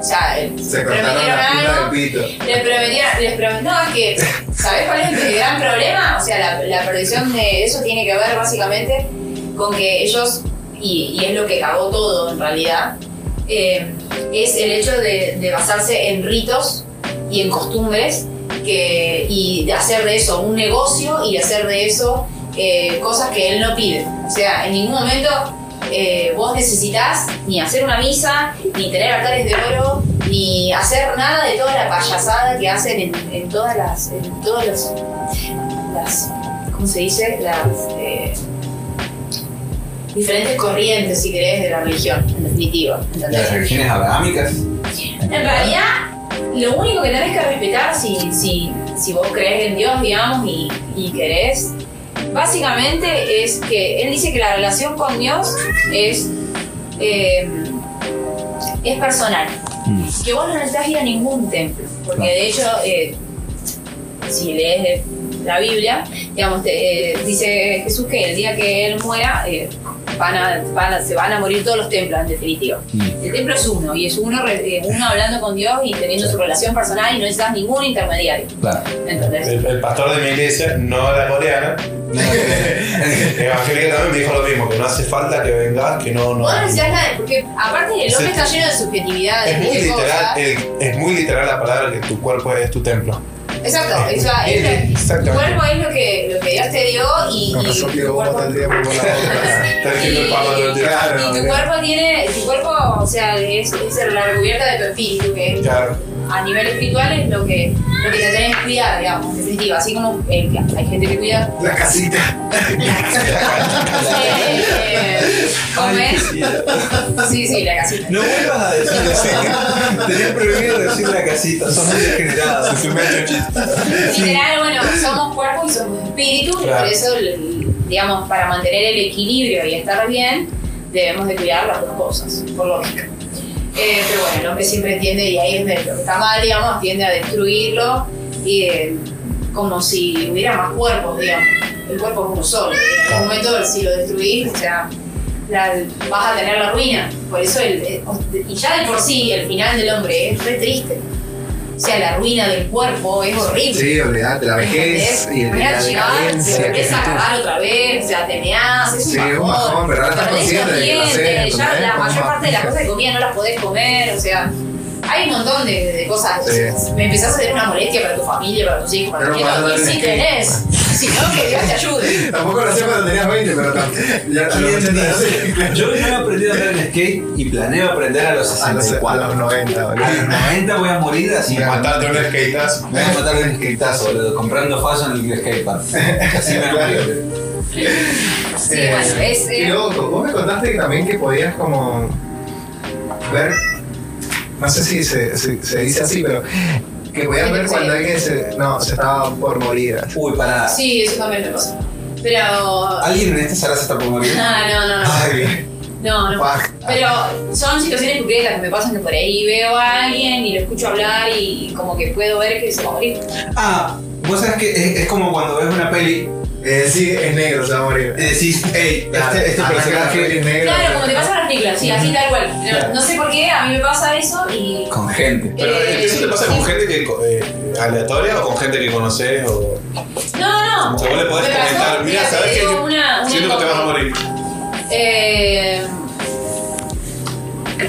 [SPEAKER 3] o sea,
[SPEAKER 4] Se cortaron
[SPEAKER 3] prometieron
[SPEAKER 4] la
[SPEAKER 3] algo,
[SPEAKER 4] punta del pito.
[SPEAKER 3] les prometía, les prometí, no, es que, ¿sabés cuál es el gran problema? O sea, la, la perdición de eso tiene que ver básicamente con que ellos, y, y es lo que cagó todo en realidad, eh, es el hecho de, de basarse en ritos y en costumbres que, y de hacer de eso un negocio y de hacer de eso eh, cosas que él no pide. O sea, en ningún momento eh, vos necesitas ni hacer una misa, ni tener altares de oro, ni hacer nada de toda la payasada que hacen en, en todas las. en todos los. las. ¿cómo se dice? las. eh, diferentes corrientes, si querés, de la religión, en definitiva. ¿entendés?
[SPEAKER 2] Las religiones abrahámicas.
[SPEAKER 3] En realidad, lo único que tenés que respetar si, si, si vos crees en Dios, digamos, y, y querés, básicamente es que él dice que la relación con Dios es, eh, es personal. Que vos no necesitas ir a ningún templo, porque de hecho, eh, si lees eh, la Biblia, digamos, te- eh, dice Jesús que el día que él muera, eh, van a- van a- se van a morir todos los templos, en definitiva. El templo es uno, y es uno, re- eh, uno hablando con Dios y teniendo su relación personal y no necesitas ningún intermediario.
[SPEAKER 2] Claro.
[SPEAKER 3] ¿Entendés?
[SPEAKER 1] El, el pastor de mi iglesia, no la coreana, evangélica también me dijo lo mismo, que no hace falta que vengas, que no, no.
[SPEAKER 3] Vos no necesitas nada, porque aparte el hombre está lleno de subjetividad,
[SPEAKER 1] Es
[SPEAKER 3] de
[SPEAKER 1] muy
[SPEAKER 3] muchas
[SPEAKER 1] literal,
[SPEAKER 3] cosas.
[SPEAKER 1] el- es muy literal la palabra que tu cuerpo es tu templo.
[SPEAKER 3] Exacto, o sea, es-
[SPEAKER 1] Exactamente.
[SPEAKER 3] tu cuerpo es lo que, lo que Dios te dio y,
[SPEAKER 4] Con
[SPEAKER 3] y
[SPEAKER 4] razón que
[SPEAKER 3] tu
[SPEAKER 4] vos
[SPEAKER 3] cuerpo-
[SPEAKER 4] todo el día por la boca.
[SPEAKER 1] Estás
[SPEAKER 3] Y,
[SPEAKER 1] haciendo el papa todo el día.
[SPEAKER 4] Claro,
[SPEAKER 3] y tu
[SPEAKER 4] bien.
[SPEAKER 3] cuerpo tiene, tu cuerpo, o sea, es, es la recubierta de tu espíritu, que es
[SPEAKER 1] Claro.
[SPEAKER 3] a nivel espiritual es lo que, lo que te tenés que cuidar, digamos, en definitiva. Así como eh, hay gente que cuida
[SPEAKER 4] La casita.
[SPEAKER 3] Eh, eh, comer. Sí, sí, la casita.
[SPEAKER 2] No vuelvas a decirlo así. Tenés prohibido decir la casita, son muy degenerados.
[SPEAKER 3] Literal, bueno, somos cuerpo y somos espíritu, y
[SPEAKER 1] Claro.
[SPEAKER 3] por eso, l- l- digamos, para mantener el equilibrio y estar bien, debemos de cuidar las dos cosas, por lógica. Eh, pero bueno, el hombre siempre tiende, y ahí es donde lo que está mal, digamos, tiende a destruirlo, y, eh, como si hubiera más cuerpos, digamos. El cuerpo es uno solo, y en algún momento si lo destruís, o sea, la- vas a tener la ruina. Por eso, el- eh, y ya de por sí, el final del hombre es re triste. O sea, la ruina del cuerpo es horrible.
[SPEAKER 2] Sí, olvidate, la vejez y
[SPEAKER 3] Voy a
[SPEAKER 2] la
[SPEAKER 3] llegar, se
[SPEAKER 2] decadencia. que
[SPEAKER 3] empieza a
[SPEAKER 2] tú-
[SPEAKER 3] agarrar otra vez, o sea, te meás, es un
[SPEAKER 2] Sí,
[SPEAKER 3] bajón.
[SPEAKER 2] es un bajón, pero ahora estás
[SPEAKER 3] Perdés los
[SPEAKER 2] consciente de que lo haces,
[SPEAKER 3] dientes, ya
[SPEAKER 2] ¿entendés?
[SPEAKER 3] la
[SPEAKER 2] Como
[SPEAKER 3] mayor
[SPEAKER 2] más-
[SPEAKER 3] parte de las cosas que comías no las podés comer, o sea, hay un montón de, de cosas.
[SPEAKER 2] Sí.
[SPEAKER 3] Me empezás a tener una molestia para tu familia, para tus hijos, para
[SPEAKER 4] Pero
[SPEAKER 3] tus
[SPEAKER 4] para
[SPEAKER 3] nietos,
[SPEAKER 4] darle
[SPEAKER 3] y si
[SPEAKER 4] que-
[SPEAKER 3] tenés, si no, que Dios te ayude.
[SPEAKER 4] Tampoco lo hacía cuando tenías 20, pero tam- ya
[SPEAKER 2] Yo
[SPEAKER 4] lo entendí.
[SPEAKER 2] no he aprendido a andar en skate y planeo aprender a los
[SPEAKER 4] A los, a los
[SPEAKER 2] 64.
[SPEAKER 4] 90,
[SPEAKER 2] A los
[SPEAKER 4] boludo.
[SPEAKER 2] 90 voy a morir así.
[SPEAKER 1] Matarte un skateazo.
[SPEAKER 2] Me voy a matar de un skateazo, boludo, comprando fallo en el skatepark. Así me voy a morir.
[SPEAKER 3] Sí, bueno, es.
[SPEAKER 4] Y
[SPEAKER 3] eh,
[SPEAKER 4] loco, vos me contaste que también que podías como ver, no sé si se, se- se dice así, pero que podías ver cuando alguien se, no, se estaba por morir. así.
[SPEAKER 2] Uy, pará.
[SPEAKER 3] sí, eso también me pasa. Pero.
[SPEAKER 2] ¿Alguien en esta sala se está por morir?
[SPEAKER 3] Ah, no, no, no.
[SPEAKER 4] Ay,
[SPEAKER 3] No, no.
[SPEAKER 4] fuck.
[SPEAKER 3] Pero son situaciones concretas que me pasan que por ahí veo a alguien y lo escucho hablar y como que puedo ver que se va a morir.
[SPEAKER 2] Ah, vos sabés que es, es como cuando ves una peli
[SPEAKER 4] Eh, sí, es negro, se va a morir.
[SPEAKER 2] y decís, hey,
[SPEAKER 4] Claro,
[SPEAKER 2] este, este
[SPEAKER 4] arranca la peli
[SPEAKER 2] personaje
[SPEAKER 4] es negro.
[SPEAKER 3] Claro, como te pasa con las películas, sí, así tal cual. No,
[SPEAKER 4] Claro.
[SPEAKER 3] no sé por qué, a mí me pasa eso y.
[SPEAKER 2] con gente.
[SPEAKER 1] Pero
[SPEAKER 3] eh,
[SPEAKER 1] ¿eso te pasa con gente que eh, aleatoria o con gente que conoces? O,
[SPEAKER 3] No, no.
[SPEAKER 1] o sea, vos le podés
[SPEAKER 3] Me pasó,
[SPEAKER 1] comentar, mira,
[SPEAKER 3] te
[SPEAKER 1] sabes que
[SPEAKER 3] digo una- una
[SPEAKER 1] siento que te vas a morir.
[SPEAKER 3] Eh,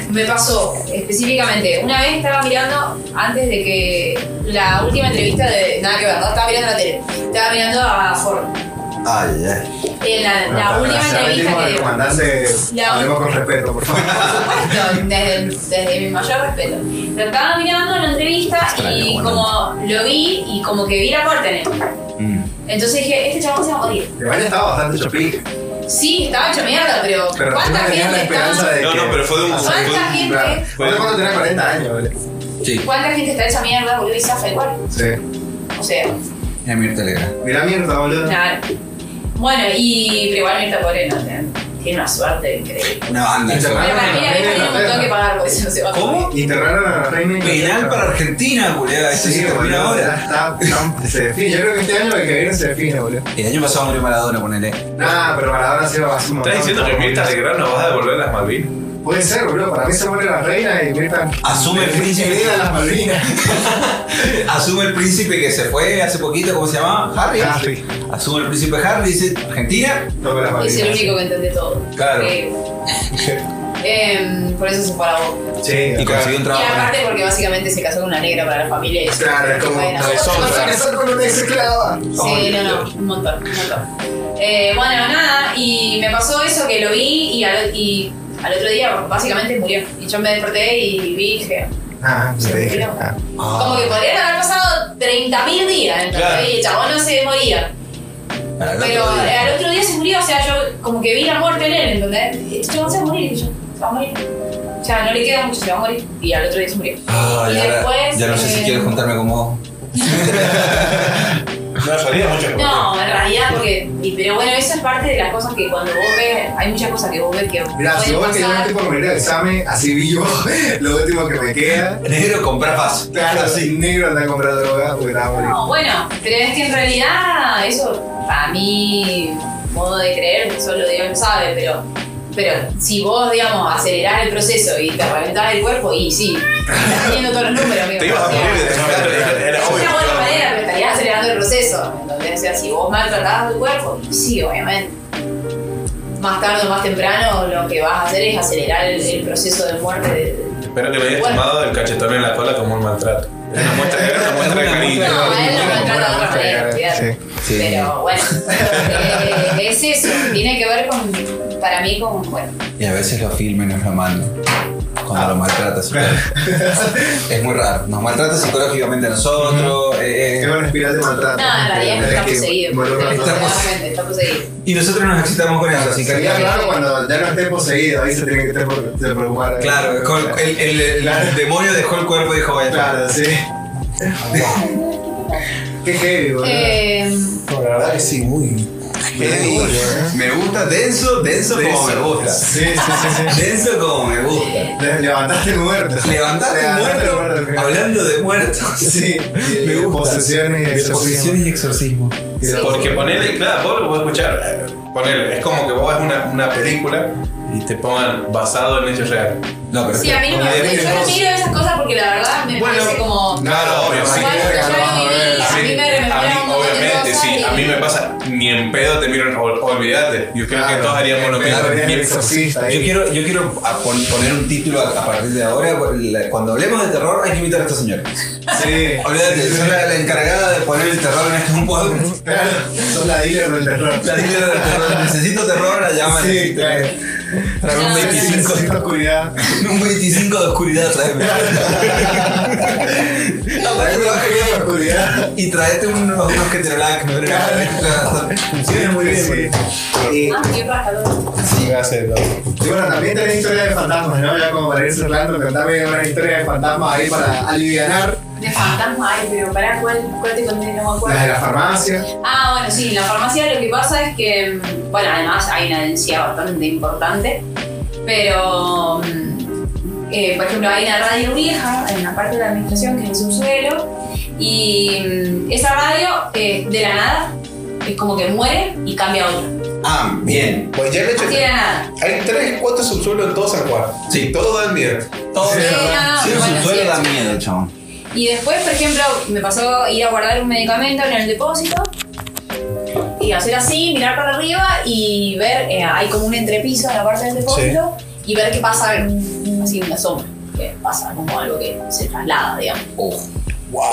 [SPEAKER 3] me pasó específicamente. Una vez estaba mirando, antes de que la última entrevista de. Nada que ver, no estaba mirando la tele. Estaba mirando a Ford.
[SPEAKER 1] Ah,
[SPEAKER 2] Ay, ay.
[SPEAKER 3] En la,
[SPEAKER 4] Bueno,
[SPEAKER 3] la
[SPEAKER 4] para
[SPEAKER 3] última
[SPEAKER 4] hacer el
[SPEAKER 3] entrevista
[SPEAKER 4] mismo
[SPEAKER 3] que
[SPEAKER 4] del comandante,
[SPEAKER 3] La-
[SPEAKER 4] hablemos con respeto, por favor.
[SPEAKER 3] supuesto, desde, desde mi mayor respeto. Lo estaba mirando la entrevista y como lo vi y como que vi la muerte en él.
[SPEAKER 4] Mm.
[SPEAKER 3] Entonces dije, este chabón se va a morir.
[SPEAKER 4] Igual estaba bastante chopi,
[SPEAKER 3] Sí, estaba hecho mierda, pero,
[SPEAKER 4] pero tú
[SPEAKER 3] ¿cuánta
[SPEAKER 4] tenías la
[SPEAKER 3] gente
[SPEAKER 4] esperanza
[SPEAKER 3] está?
[SPEAKER 4] de
[SPEAKER 1] No,
[SPEAKER 4] que-
[SPEAKER 1] no, pero fue de un-
[SPEAKER 4] Claro.
[SPEAKER 3] ¿Cuánta gente?
[SPEAKER 4] Fue cuando tenía 40 años, boludo.
[SPEAKER 3] ¿Cuánta gente está hecha mierda, boludo? Y zafa igual.
[SPEAKER 4] Sí.
[SPEAKER 3] O sea,
[SPEAKER 2] Mira, Mirta Legrand.
[SPEAKER 4] Mira mierda, boludo.
[SPEAKER 3] nada. Bueno, y pero igual Mirta Pobre no tiene tiene una suerte increíble.
[SPEAKER 2] Una banda. eso,
[SPEAKER 4] Ah,
[SPEAKER 3] Pero
[SPEAKER 2] ¿eh?
[SPEAKER 3] para mí la vieja tiene un montón que pagar por eso. Se va a morir.
[SPEAKER 2] ¿Cómo?
[SPEAKER 4] Internaron a la reina.
[SPEAKER 2] Penal
[SPEAKER 4] inglesa.
[SPEAKER 2] para Argentina, Julián. Esto
[SPEAKER 4] Sí,
[SPEAKER 2] se termina
[SPEAKER 4] boludo, ya
[SPEAKER 2] ahora.
[SPEAKER 4] está. tan- se define. Yo creo que este año el que viene se define, boludo.
[SPEAKER 2] El año pasado murió Maradona, ponele.
[SPEAKER 4] Nah, pero Maradona sí lo va a sumar.
[SPEAKER 1] ¿Estás diciendo que Mirta Legrand nos va a devolver las Malvinas?
[SPEAKER 4] Puede ser, boludo. Para mí se muere la reina y Mirta.
[SPEAKER 2] Asume el príncipe.
[SPEAKER 4] Bienvenida a las Malvinas.
[SPEAKER 2] Asume el príncipe que se fue hace poquito, ¿cómo se llamaba? Harry.
[SPEAKER 4] Harry.
[SPEAKER 2] Asume el príncipe Harry y dice, Argentina.
[SPEAKER 4] No, pero Ah, las
[SPEAKER 3] Es el
[SPEAKER 4] Malvinas.
[SPEAKER 3] único que entiende todo.
[SPEAKER 2] Claro.
[SPEAKER 3] Eh, em, por eso se fue a la boca.
[SPEAKER 4] Sí,
[SPEAKER 2] Y consiguió un
[SPEAKER 3] Y
[SPEAKER 2] trabajo.
[SPEAKER 3] aparte porque básicamente se casó con una negra para la familia. y eso
[SPEAKER 4] Claro, es como
[SPEAKER 3] bueno.
[SPEAKER 4] cabezón. Vas a casar con una Oh, esclava.
[SPEAKER 3] Sí, no, no, un montón, un montón. Eh, bueno, nada, y me pasó eso que lo vi y al, y al otro día básicamente murió. Y yo me desperté y vi y dije,
[SPEAKER 4] Ah, se dije. Ah.
[SPEAKER 3] como que podrían haber pasado 30.000 días, ¿entendés?
[SPEAKER 1] Claro.
[SPEAKER 3] Y el chabón no se moría.
[SPEAKER 2] Para el otro
[SPEAKER 3] Pero
[SPEAKER 2] día.
[SPEAKER 3] eh, al otro día se murió, o sea, yo como que vi la muerte en él, ¿entendés? Este chabón se va a morir, y yo, se va a morir. O sea, no le queda mucho, se va a morir. Y al otro día se murió.
[SPEAKER 2] Ay,
[SPEAKER 3] y
[SPEAKER 2] Ah, ahora
[SPEAKER 3] después.
[SPEAKER 2] ya no sé si
[SPEAKER 3] eh,
[SPEAKER 2] quiero juntarme con vos.
[SPEAKER 10] No, salía mucho.
[SPEAKER 3] No, en realidad porque. y- pero bueno, eso es parte de las cosas que cuando vos ves, hay muchas cosas que vos ves que
[SPEAKER 4] Mira, si
[SPEAKER 3] pueden
[SPEAKER 4] vos que yo me
[SPEAKER 3] pasar.
[SPEAKER 4] tipo a morir de examen, así vivo, lo último que me queda.
[SPEAKER 2] Negro, comprar paz.
[SPEAKER 4] Claro, así negro andar a comprar droga, porque nada, morir.
[SPEAKER 3] No, bueno, pero es que en realidad eso, para mí, modo de creer, solo Dios sabe, pero, pero si vos, digamos, acelerás el proceso y te reventás el cuerpo, y sí, estás haciendo todos los números, amigo.
[SPEAKER 1] Te ibas a
[SPEAKER 3] o sea,
[SPEAKER 1] morir de examen.
[SPEAKER 10] Era
[SPEAKER 3] Es
[SPEAKER 10] obvio.
[SPEAKER 3] una buena manera, pero estarías acelerando el proceso. Entonces, o sea, si vos maltratabas tu cuerpo, sí, obviamente. Más tarde o más temprano, lo que vas a hacer es acelerar el, el proceso de muerte. de-
[SPEAKER 1] Espero que le hayas
[SPEAKER 3] Bueno.
[SPEAKER 1] tomado el cachetón en la cola como un maltrato. Es una muestra, era una muestra de cariño.
[SPEAKER 3] No, a él lo maltrata de otra manera, olvidate.
[SPEAKER 2] Sí.
[SPEAKER 3] Pero bueno, eh, es eso. Tiene que ver con, para mí, con, bueno,
[SPEAKER 2] Y a veces lo filman y nos lo mandan.
[SPEAKER 3] Ah.
[SPEAKER 2] Cuando lo maltratas. es muy raro. Nos maltrata psicológicamente a nosotros. eh, eh,
[SPEAKER 4] Es una espiral de maltrato.
[SPEAKER 3] no, en realidad está
[SPEAKER 4] que
[SPEAKER 3] poseído.
[SPEAKER 4] volver a-
[SPEAKER 3] Realmente está poseído.
[SPEAKER 2] y nosotros nos excitamos con eso. Así que
[SPEAKER 4] Sería raro cuando ya no esté poseído, ahí se tiene que estar por- se preocupar.
[SPEAKER 2] Claro, es como el, el- el- el demonio dejó el cuerpo y dijo, vaya.
[SPEAKER 4] Claro, sí. Qué heavy, boludo.
[SPEAKER 3] Eh,
[SPEAKER 10] La verdad que sí, muy.
[SPEAKER 2] Ey, Me gusta denso, denso como me gusta.
[SPEAKER 4] Sí, sí, sí, sí.
[SPEAKER 2] Denso como me gusta.
[SPEAKER 4] Le- Levantaste muerto.
[SPEAKER 2] Levantaste
[SPEAKER 4] Levantaste
[SPEAKER 2] muerto. Hablando de muertos.
[SPEAKER 4] Sí, y
[SPEAKER 2] me gusta.
[SPEAKER 4] Posesiones y exorcismos.
[SPEAKER 2] Posesiones y exorcismo.
[SPEAKER 3] Sí.
[SPEAKER 1] Porque ponele, claro, vos lo podés escuchar. eh, Ponele, es como que vos ves una, una película y te pongan basado en hechos reales.
[SPEAKER 2] No, pero
[SPEAKER 3] sí, a mí no me gusta. Yo no miro esas cosas porque la verdad me
[SPEAKER 1] Bueno,
[SPEAKER 3] parece como.
[SPEAKER 1] Claro, obvio, sí.
[SPEAKER 3] Igual que yo lo viví, a mí me
[SPEAKER 1] A
[SPEAKER 3] rememora un
[SPEAKER 1] mí,
[SPEAKER 3] montón de
[SPEAKER 1] obviamente,
[SPEAKER 3] cosas
[SPEAKER 1] sí.
[SPEAKER 3] y-
[SPEAKER 1] A mí me pasa, ni en pedo te miran, ol- olvídate. Yo creo que todos haríamos lo mismo.
[SPEAKER 4] Claro, el exorcista.
[SPEAKER 2] Yo
[SPEAKER 4] ahí.
[SPEAKER 2] quiero, yo quiero a pon- poner un título a, a partir de ahora. La- Cuando hablemos de terror, hay que invitar a esta señora.
[SPEAKER 4] Sí.
[SPEAKER 2] Olvídate, es la, la encargada de poner el terror en este un podcast.
[SPEAKER 4] Claro, son la dealer del terror.
[SPEAKER 2] La dealer del terror. Necesito terror, la llaman.
[SPEAKER 4] Sí, claro.
[SPEAKER 2] Trae un
[SPEAKER 3] No,
[SPEAKER 2] 25,
[SPEAKER 4] Necesito oscuridad.
[SPEAKER 2] un 25 de oscuridad, tráeme. Aparte me va a
[SPEAKER 4] Necesito
[SPEAKER 2] quedar-
[SPEAKER 4] oscuridad.
[SPEAKER 2] Y traete unos, unos que te black, ¿no?
[SPEAKER 4] Funciona muy bien, sí. Y
[SPEAKER 3] Ah, qué paja, loco.
[SPEAKER 4] y bueno, también tenés historias de fantasmas, ¿no? Ya como para ir cerrando, contame una historia de fantasmas ahí para aliviar
[SPEAKER 3] De fantasma, ay, pero pará, ¿cuál, cuál te conté? No me acuerdo.
[SPEAKER 4] las de la farmacia.
[SPEAKER 3] Ah, bueno, sí, en la farmacia lo que pasa es que, mm, bueno, además hay una densidad bastante importante, pero, mm, eh, por ejemplo, hay una radio vieja en la parte de la administración que es el subsuelo, y mm, esa radio eh, de la nada es como que muere y cambia a otra.
[SPEAKER 2] Ah, bien.
[SPEAKER 10] Pues ya el hecho
[SPEAKER 3] Así de la nada.
[SPEAKER 10] hay 3, 4 subsuelos en todo San Juan.
[SPEAKER 2] Sí.
[SPEAKER 10] Todo dan miedo.
[SPEAKER 2] Todo
[SPEAKER 3] Sí, no, no,
[SPEAKER 2] Si es
[SPEAKER 3] bueno,
[SPEAKER 2] un suelo
[SPEAKER 3] sí,
[SPEAKER 2] da
[SPEAKER 3] sí.
[SPEAKER 2] miedo, chabón.
[SPEAKER 3] Y después, por ejemplo, me pasó ir a guardar un medicamento en el depósito y hacer así, mirar para arriba y ver, eh, hay como un entrepiso en la parte del depósito y ver qué pasa, mm, así una sombra, que pasa como algo que se traslada, digamos.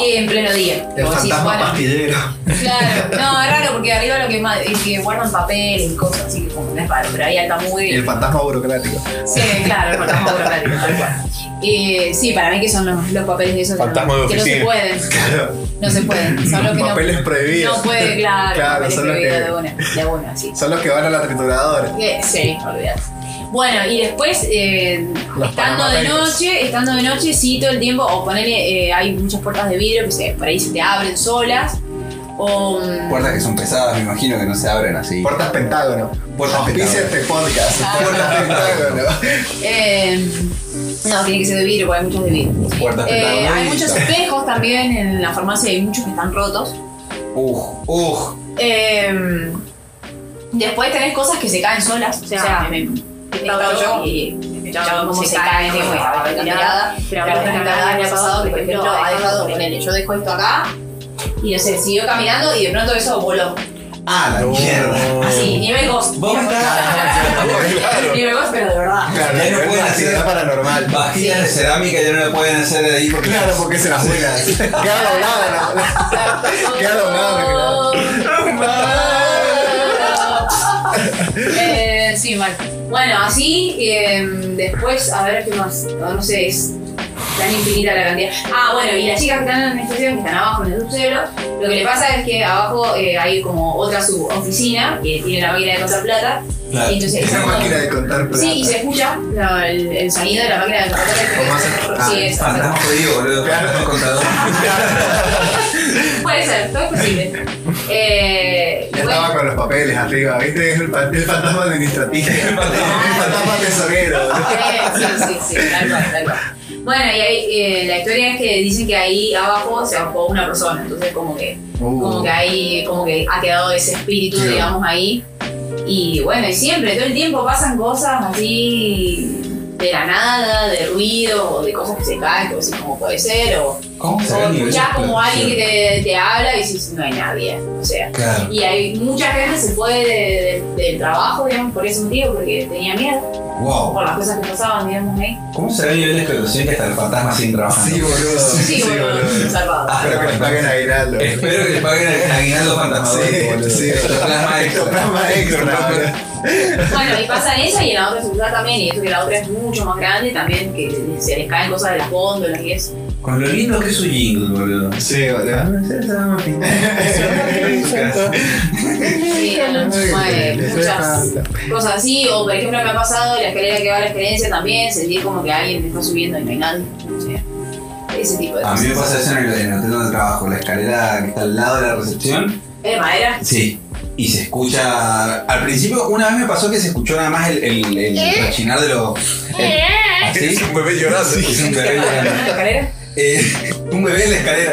[SPEAKER 3] Y en pleno día.
[SPEAKER 4] El
[SPEAKER 3] Vos decís,
[SPEAKER 4] fantasma
[SPEAKER 3] bueno,
[SPEAKER 4] pastillero.
[SPEAKER 3] Claro, no, es raro porque arriba lo que más es que guardan papel y cosas, así que como no es raro, pero ahí está muy
[SPEAKER 4] Y el fantasma burocrático.
[SPEAKER 3] Sí, claro, el fantasma burocrático, tal cual. Eh, sí, para mí que son los, los papeles de esos que no-
[SPEAKER 10] Fantasma de
[SPEAKER 3] que no se
[SPEAKER 10] oficina.
[SPEAKER 3] pueden.
[SPEAKER 4] Claro.
[SPEAKER 3] No se pueden. Son los que
[SPEAKER 4] Papeles
[SPEAKER 3] no,
[SPEAKER 4] prohibidos.
[SPEAKER 3] No puede, claro.
[SPEAKER 4] Claro,
[SPEAKER 3] papeles
[SPEAKER 4] son los
[SPEAKER 3] prohibidos
[SPEAKER 4] que-
[SPEAKER 3] de una, de una, sí.
[SPEAKER 4] Son los que van a la trituradora.
[SPEAKER 3] Que- Sí, olvidate. Bueno, y después, eh,
[SPEAKER 4] Los
[SPEAKER 3] estando
[SPEAKER 4] Panama
[SPEAKER 3] de
[SPEAKER 4] Papers.
[SPEAKER 3] noche, estando de noche, sí, todo el tiempo, o ponele, eh, hay muchas puertas de vidrio que se, por ahí se te abren solas, o... mm,
[SPEAKER 2] Puertas que son pesadas, me imagino que no se abren así.
[SPEAKER 4] Puertas Pentágono.
[SPEAKER 2] Puertas
[SPEAKER 4] Auspicia
[SPEAKER 2] Pentágono.
[SPEAKER 4] este podcast.
[SPEAKER 3] Ah.
[SPEAKER 4] Puertas Pentágono.
[SPEAKER 3] Eh, no, tiene que ser de vidrio, porque hay muchos de vidrio.
[SPEAKER 2] Puertas
[SPEAKER 3] Eh, hay muchos
[SPEAKER 2] petardonistas.
[SPEAKER 3] espejos también en la farmacia, hay muchos que están rotos.
[SPEAKER 2] Uf, uf.
[SPEAKER 3] Eh, después tenés cosas que se caen solas, o sea, me, he estado yo y he escuchado cómo se, caen, digo, a la mirada. Pero a veces me ha pasado que, por ejemplo, ha dejado, ponele, yo dejo esto acá y no sé, siguió caminando y de pronto eso voló.
[SPEAKER 2] Ah, la mierda.
[SPEAKER 3] Así, nivel ghost.
[SPEAKER 2] Vos me estás-
[SPEAKER 3] Nivel ghost, pero de verdad.
[SPEAKER 4] Claro,
[SPEAKER 2] Ya no
[SPEAKER 4] es
[SPEAKER 2] pueden
[SPEAKER 4] una
[SPEAKER 2] hacer-
[SPEAKER 4] actividad paranormal.
[SPEAKER 2] Vajillas de cerámica ya no la pueden hacer ahí porque.
[SPEAKER 4] Claro, porque se las juega. Queda doblada la. Queda doblada
[SPEAKER 3] Eh, sí, mal. Bueno, así, eh, después, a ver qué más. No, no sé, es tan infinita la cantidad. Ah, bueno, y las chicas que están en la administración, que están abajo en el subsuelo, lo que le pasa es que abajo eh, hay como otra suboficina, que tiene la máquina de contar plata.
[SPEAKER 2] Claro.
[SPEAKER 3] Y entonces,
[SPEAKER 4] Es
[SPEAKER 3] esa
[SPEAKER 4] una máquina de contar plata.
[SPEAKER 3] Sí, y se escucha la- el, el sonido de la máquina de contar plata.
[SPEAKER 4] ah,
[SPEAKER 2] ¿Cómo hace?
[SPEAKER 3] Sí, eso.
[SPEAKER 2] Fantasma jodido, boludo.
[SPEAKER 4] Claro.
[SPEAKER 2] Fantasma contador.
[SPEAKER 3] Puede ser, todo es posible. Eh, y
[SPEAKER 4] Ya
[SPEAKER 3] bueno,
[SPEAKER 4] estaba con los papeles arriba, ¿viste? Es el, fa- el fantasma administrativo. el fantasma tesorero.
[SPEAKER 3] Sí, sí, sí, tal cual, tal cual. Bueno, y ahí, eh, la historia es que dicen que ahí abajo se bajó una persona, entonces como que, como que ahí, como que ha quedado ese espíritu,
[SPEAKER 4] Sí.
[SPEAKER 3] digamos, ahí. Y bueno, y siempre, todo el tiempo pasan cosas así de la nada, de ruido, o de cosas que se caen, que así como puede ser, o,
[SPEAKER 10] ¿Cómo
[SPEAKER 3] o
[SPEAKER 10] será el nivel de
[SPEAKER 3] escuchás como alguien
[SPEAKER 10] producción?
[SPEAKER 3] que te, te habla y dices, no hay nadie, o sea.
[SPEAKER 10] Claro.
[SPEAKER 3] Y hay mucha gente se fue de- de- del trabajo, digamos, por ese motivo, porque tenía miedo
[SPEAKER 2] Wow.
[SPEAKER 3] por las cosas que pasaban, digamos, ¿eh? ahí.
[SPEAKER 2] ¿Cómo será el nivel de explotación que hasta el fantasma sin trabajando?
[SPEAKER 4] Uh, Sí, boludo.
[SPEAKER 3] Sí, boludo, salvado.
[SPEAKER 2] Ah,
[SPEAKER 4] Espero que les paguen aguinaldo.
[SPEAKER 2] Espero que le paguen el aguinaldo
[SPEAKER 4] Sí,
[SPEAKER 2] fantasmador.
[SPEAKER 4] sí.
[SPEAKER 2] Ectoplasma extra.
[SPEAKER 4] Ectoplasma extra, boludo.
[SPEAKER 3] Bueno, y pasa en esa y en la otra circular también, y esto que la otra es mucho más grande también, que se les caen cosas de las góndolas y eso.
[SPEAKER 2] Con lo lindo que es su jingle, boludo.
[SPEAKER 4] Sí, boludo.
[SPEAKER 3] Sí, bueno, muchas cosas así, o por ejemplo me ha pasado en la escalera que va a la experiencia también, sentir como que alguien me está subiendo y no hay nadie, o sea, ese tipo de
[SPEAKER 2] A mí
[SPEAKER 3] cosas.
[SPEAKER 2] me pasa eso en el, en el hotel donde trabajo, la escalera que está al lado de la recepción.
[SPEAKER 3] ¿Es de madera?
[SPEAKER 2] Sí. Y se escucha. Al principio, una vez me pasó que se escuchó nada más el, el, el
[SPEAKER 3] ¿Eh?
[SPEAKER 2] rechinar de los. el- así.
[SPEAKER 9] Es un bebé llorando.
[SPEAKER 2] Es un
[SPEAKER 3] ¿Es
[SPEAKER 2] bebé llorando.
[SPEAKER 3] la escalera?
[SPEAKER 2] Eh, un bebé en la escalera,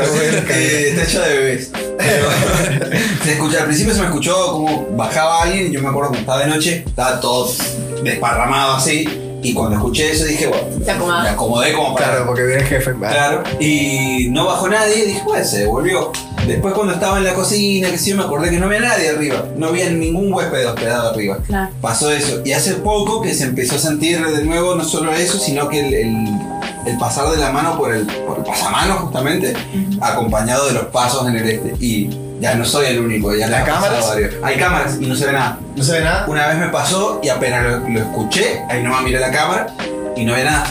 [SPEAKER 2] eh, está hecho de bebés. Pero, se escucha, al principio se me escuchó como bajaba alguien, yo me acuerdo que estaba de noche, estaba todo desparramado así, y cuando escuché eso dije, bueno,
[SPEAKER 3] Te acomodás.
[SPEAKER 2] me acomodé como para...
[SPEAKER 4] Claro, porque viene el jefe.
[SPEAKER 2] Claro, y no bajó nadie, dije, bueno, se devolvió. Después cuando estaba en la cocina, que sí, me acordé que no había nadie arriba, no había ningún huésped hospedado arriba.
[SPEAKER 3] Claro.
[SPEAKER 2] Pasó eso, y hace poco que se empezó a sentir de nuevo no solo eso, sino que el, el- el pasar de la mano por el, por el pasamano justamente, acompañado de los pasos en el este. Y ya no soy el único, ya le
[SPEAKER 4] ¿Hay
[SPEAKER 2] ha pasado
[SPEAKER 4] cámaras?
[SPEAKER 2] a varios. Hay cámaras y no se ve nada.
[SPEAKER 4] ¿No se ve nada?
[SPEAKER 2] Una vez me pasó y apenas lo, lo escuché, ahí nomás miré la cámara y no ve nada.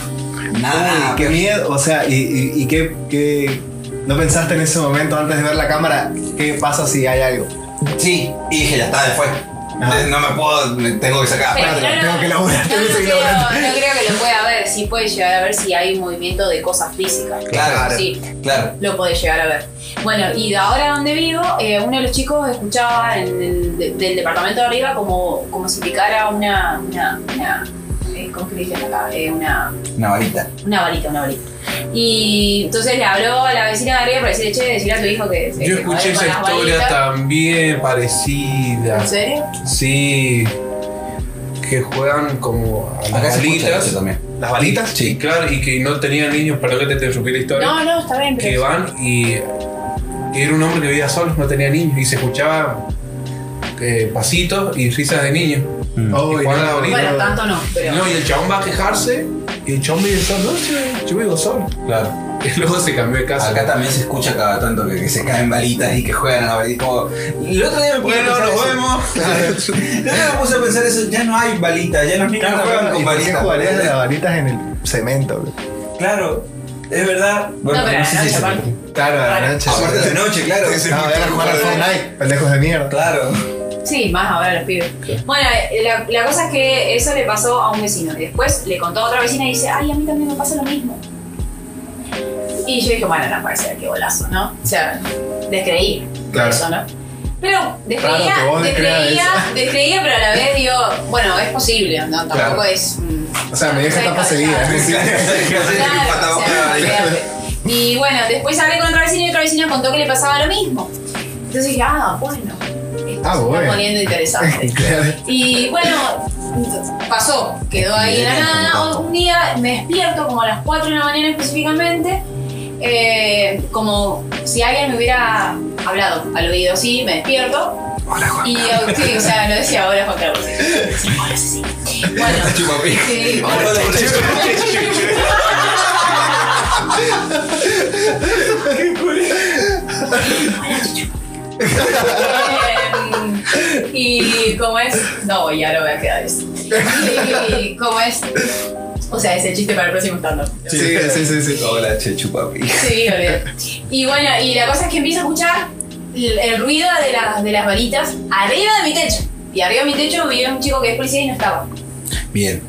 [SPEAKER 2] Nada.
[SPEAKER 4] Uy, qué miedo. O sea, y, y, y qué, qué- ¿No pensaste en ese momento antes de ver la cámara qué pasa si hay algo?
[SPEAKER 2] Sí, y dije, ya está, después.
[SPEAKER 4] Ajá.
[SPEAKER 2] No me puedo, me tengo que sacar.
[SPEAKER 3] Pero
[SPEAKER 4] Espérate,
[SPEAKER 3] no,
[SPEAKER 4] tengo
[SPEAKER 3] no,
[SPEAKER 4] que laburar,
[SPEAKER 3] Ah, no,
[SPEAKER 4] tengo que
[SPEAKER 3] no
[SPEAKER 4] seguir
[SPEAKER 3] creo-
[SPEAKER 4] laburando.
[SPEAKER 3] No creo que lo pueda ver, sí puede llegar a ver si hay un movimiento de cosas físicas.
[SPEAKER 2] Claro.
[SPEAKER 3] Sí,
[SPEAKER 2] Claro.
[SPEAKER 3] lo podés llegar a ver. Bueno, y de ahora donde vivo, eh, uno de los chicos escuchaba en el de- del departamento de arriba como, como si picara una. una, una eh, ¿Cómo que le dicen acá? Eh, una,
[SPEAKER 2] Una varita.
[SPEAKER 3] una varita, una varita. Y entonces le habló a la vecina de arriba para decirle, che, decirle a tu hijo que. que
[SPEAKER 1] Yo escuché
[SPEAKER 3] juegue con
[SPEAKER 1] esa
[SPEAKER 3] las
[SPEAKER 1] historia
[SPEAKER 3] varitas".
[SPEAKER 1] también parecida.
[SPEAKER 3] ¿En serio?
[SPEAKER 1] Sí. Que juegan como a
[SPEAKER 2] Acá
[SPEAKER 1] las
[SPEAKER 2] se escucha eso
[SPEAKER 1] balitas.
[SPEAKER 2] también.
[SPEAKER 1] ¿Las balitas? Sí. Claro, y que no tenían niños, perdón que te interrumpí la historia.
[SPEAKER 3] No, no, está bien,
[SPEAKER 1] que
[SPEAKER 3] pero.
[SPEAKER 1] van y que era un hombre que vivía solo, no tenía niños, y se escuchaba eh, pasitos y risas de niños.
[SPEAKER 4] Uy,
[SPEAKER 1] Y Juan la orilla.
[SPEAKER 3] Bueno, tanto no, pero.
[SPEAKER 1] No, y el chabón va a quejarse, y el chabón vive solo, no, yo, yo vivo solo.
[SPEAKER 2] Claro.
[SPEAKER 1] Y luego se cambió de casa.
[SPEAKER 2] Acá también se escucha cada tanto que, que se caen varitas y que juegan a la varita. Como... El otro día me puse
[SPEAKER 1] Bueno,
[SPEAKER 2] a pensar
[SPEAKER 1] nos
[SPEAKER 2] eso.
[SPEAKER 1] vemos.
[SPEAKER 2] Claro. El otro día me puse a pensar eso. Ya no hay varitas, ya los niños no juegan
[SPEAKER 4] ¿Y
[SPEAKER 2] con
[SPEAKER 4] por qué
[SPEAKER 2] varitas.
[SPEAKER 4] jugarías de las varitas en el cemento? bro?
[SPEAKER 2] Claro. Es verdad. Bueno,
[SPEAKER 3] No, pero
[SPEAKER 2] no
[SPEAKER 3] a la
[SPEAKER 2] sé si
[SPEAKER 3] noche
[SPEAKER 2] se-
[SPEAKER 3] aparte.
[SPEAKER 4] Claro, a la noche.
[SPEAKER 2] Aparte de noche, claro.
[SPEAKER 4] No, vayan a jugar al Fortnite, pendejos de mierda.
[SPEAKER 2] Claro.
[SPEAKER 3] Sí, más ahora los pibes. Bueno, eh, la, la cosa es que eso le pasó a un vecino. Y después le contó a otra vecina y dice, ay, a mí también me pasa lo mismo. Y yo dije, bueno, no puede ser, qué bolazo, ¿no? O sea, descreí
[SPEAKER 4] Claro.
[SPEAKER 3] eso, ¿no? Pero descreía,
[SPEAKER 4] Raro que vos descreas
[SPEAKER 3] descreía,
[SPEAKER 4] eso.
[SPEAKER 3] descreía, pero a la vez digo, bueno, es posible, ¿no? Tampoco
[SPEAKER 4] Claro.
[SPEAKER 3] es... mm,
[SPEAKER 4] O sea, me deja
[SPEAKER 3] no sé,
[SPEAKER 4] está poseída.
[SPEAKER 3] cabezada. Claro, o sea, fíjate. Y bueno, después hablé con otra vecina y otra vecina contó que le pasaba lo mismo. Entonces dije, ah, bueno, esto
[SPEAKER 4] Ah,
[SPEAKER 3] se
[SPEAKER 4] bueno.
[SPEAKER 3] está poniendo interesante.
[SPEAKER 4] Claro.
[SPEAKER 3] Y bueno, pasó, quedó ahí en la nada. Un día me despierto como a las 4 de la mañana específicamente, eh, como si alguien me hubiera hablado al oído así, me despierto. Hola, Juan. Y oh, sí, o sea, lo decía, hola Juan Carlos. Sí, hola, sí, sí. Bueno,
[SPEAKER 2] Chupapi.
[SPEAKER 3] sí, Em, y como es, no, ya no voy a quedar eso. Y como es, o sea, es el chiste para el próximo stand-up.
[SPEAKER 4] Sí, sí, sí, sí.
[SPEAKER 2] Hola, che, chupapi.
[SPEAKER 3] Sí, olvidé. Y bueno, y la cosa es que empiezo a escuchar el, el ruido de, las de las varitas arriba de mi techo. Y arriba de mi techo vivía un chico que es policía y no estaba.
[SPEAKER 2] Bien.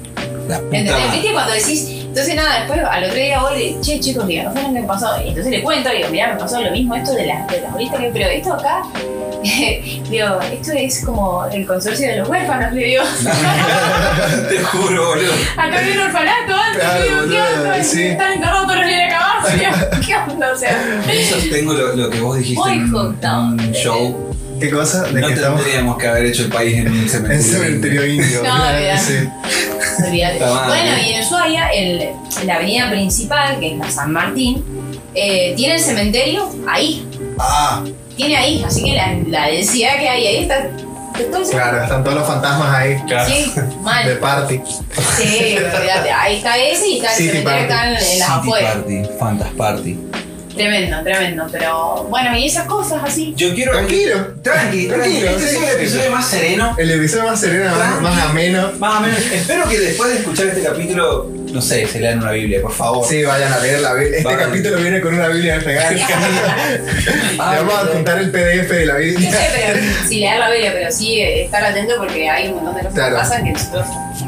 [SPEAKER 2] La puta
[SPEAKER 3] ¿Entendés?
[SPEAKER 2] madre.
[SPEAKER 3] ¿Viste cuando decís, Entonces nada, después al otro día voy y le che chicos, digo, no sé lo que me pasó. Y entonces le cuento, digo, mirá, me pasó lo mismo esto de las de las bolitas que, pero esto acá, digo, esto es como el consorcio de los huérfanos, le digo.
[SPEAKER 2] Te juro, boludo.
[SPEAKER 3] Acá había un orfanato antes,
[SPEAKER 2] Claro,
[SPEAKER 3] digo, ¿qué
[SPEAKER 2] boludo,
[SPEAKER 3] onda?
[SPEAKER 2] sí.
[SPEAKER 3] Están enterrados todos los nenes acá abajo, digo, ¿qué onda? O sea,
[SPEAKER 2] Sostengo lo, lo que vos dijiste
[SPEAKER 3] Muy
[SPEAKER 2] en
[SPEAKER 3] fucked up.
[SPEAKER 2] un show.
[SPEAKER 4] ¿Qué cosa? De
[SPEAKER 2] No
[SPEAKER 4] que estamos
[SPEAKER 2] tendríamos que haber hecho el país en un cementerio.
[SPEAKER 4] en cementerio indio.
[SPEAKER 3] No,
[SPEAKER 4] Claro que
[SPEAKER 3] olvidate.
[SPEAKER 4] sí.
[SPEAKER 3] olvídate.
[SPEAKER 2] Está mal,
[SPEAKER 3] Bueno,
[SPEAKER 2] ¿eh?
[SPEAKER 3] y en Ushuaia, el, la avenida principal, que es la San Martín, eh, tiene el cementerio ahí,
[SPEAKER 2] Ah,
[SPEAKER 3] tiene ahí, así que la, la densidad que hay ahí está, está todo el
[SPEAKER 4] Claro, están todos los fantasmas ahí.
[SPEAKER 3] Sí,
[SPEAKER 4] De
[SPEAKER 3] mal.
[SPEAKER 4] party.
[SPEAKER 3] Sí, olvídate. Ahí está ese y está el
[SPEAKER 4] City
[SPEAKER 3] cementerio
[SPEAKER 4] Party.
[SPEAKER 3] acá en, en las
[SPEAKER 2] City
[SPEAKER 3] afueras.
[SPEAKER 2] Party, Fantas Party.
[SPEAKER 3] Tremendo, tremendo. Pero bueno, y esas cosas así.
[SPEAKER 2] Yo quiero.
[SPEAKER 4] Tranquilo.
[SPEAKER 2] Tranqui, tranquilo.
[SPEAKER 4] Tranquilo,
[SPEAKER 2] Este
[SPEAKER 4] sí.
[SPEAKER 2] es el episodio más sereno.
[SPEAKER 4] El episodio más sereno, más,
[SPEAKER 2] Tranqui.
[SPEAKER 4] más ameno.
[SPEAKER 2] Más o menos. Espero que después de escuchar este capítulo, no sé, se lean una Biblia, por favor.
[SPEAKER 4] Sí, vayan a leer la Biblia. Este
[SPEAKER 2] Vayan.
[SPEAKER 4] capítulo viene con una Biblia de regalo. Le
[SPEAKER 2] Ah,
[SPEAKER 4] vamos a
[SPEAKER 2] verdad.
[SPEAKER 4] adjuntar el PDF de la
[SPEAKER 3] No sé,
[SPEAKER 4] Biblia.
[SPEAKER 3] pero sí leer la Biblia, pero sí eh, estar atento porque hay un montón de cosas
[SPEAKER 4] Claro.
[SPEAKER 3] que pasan que nosotros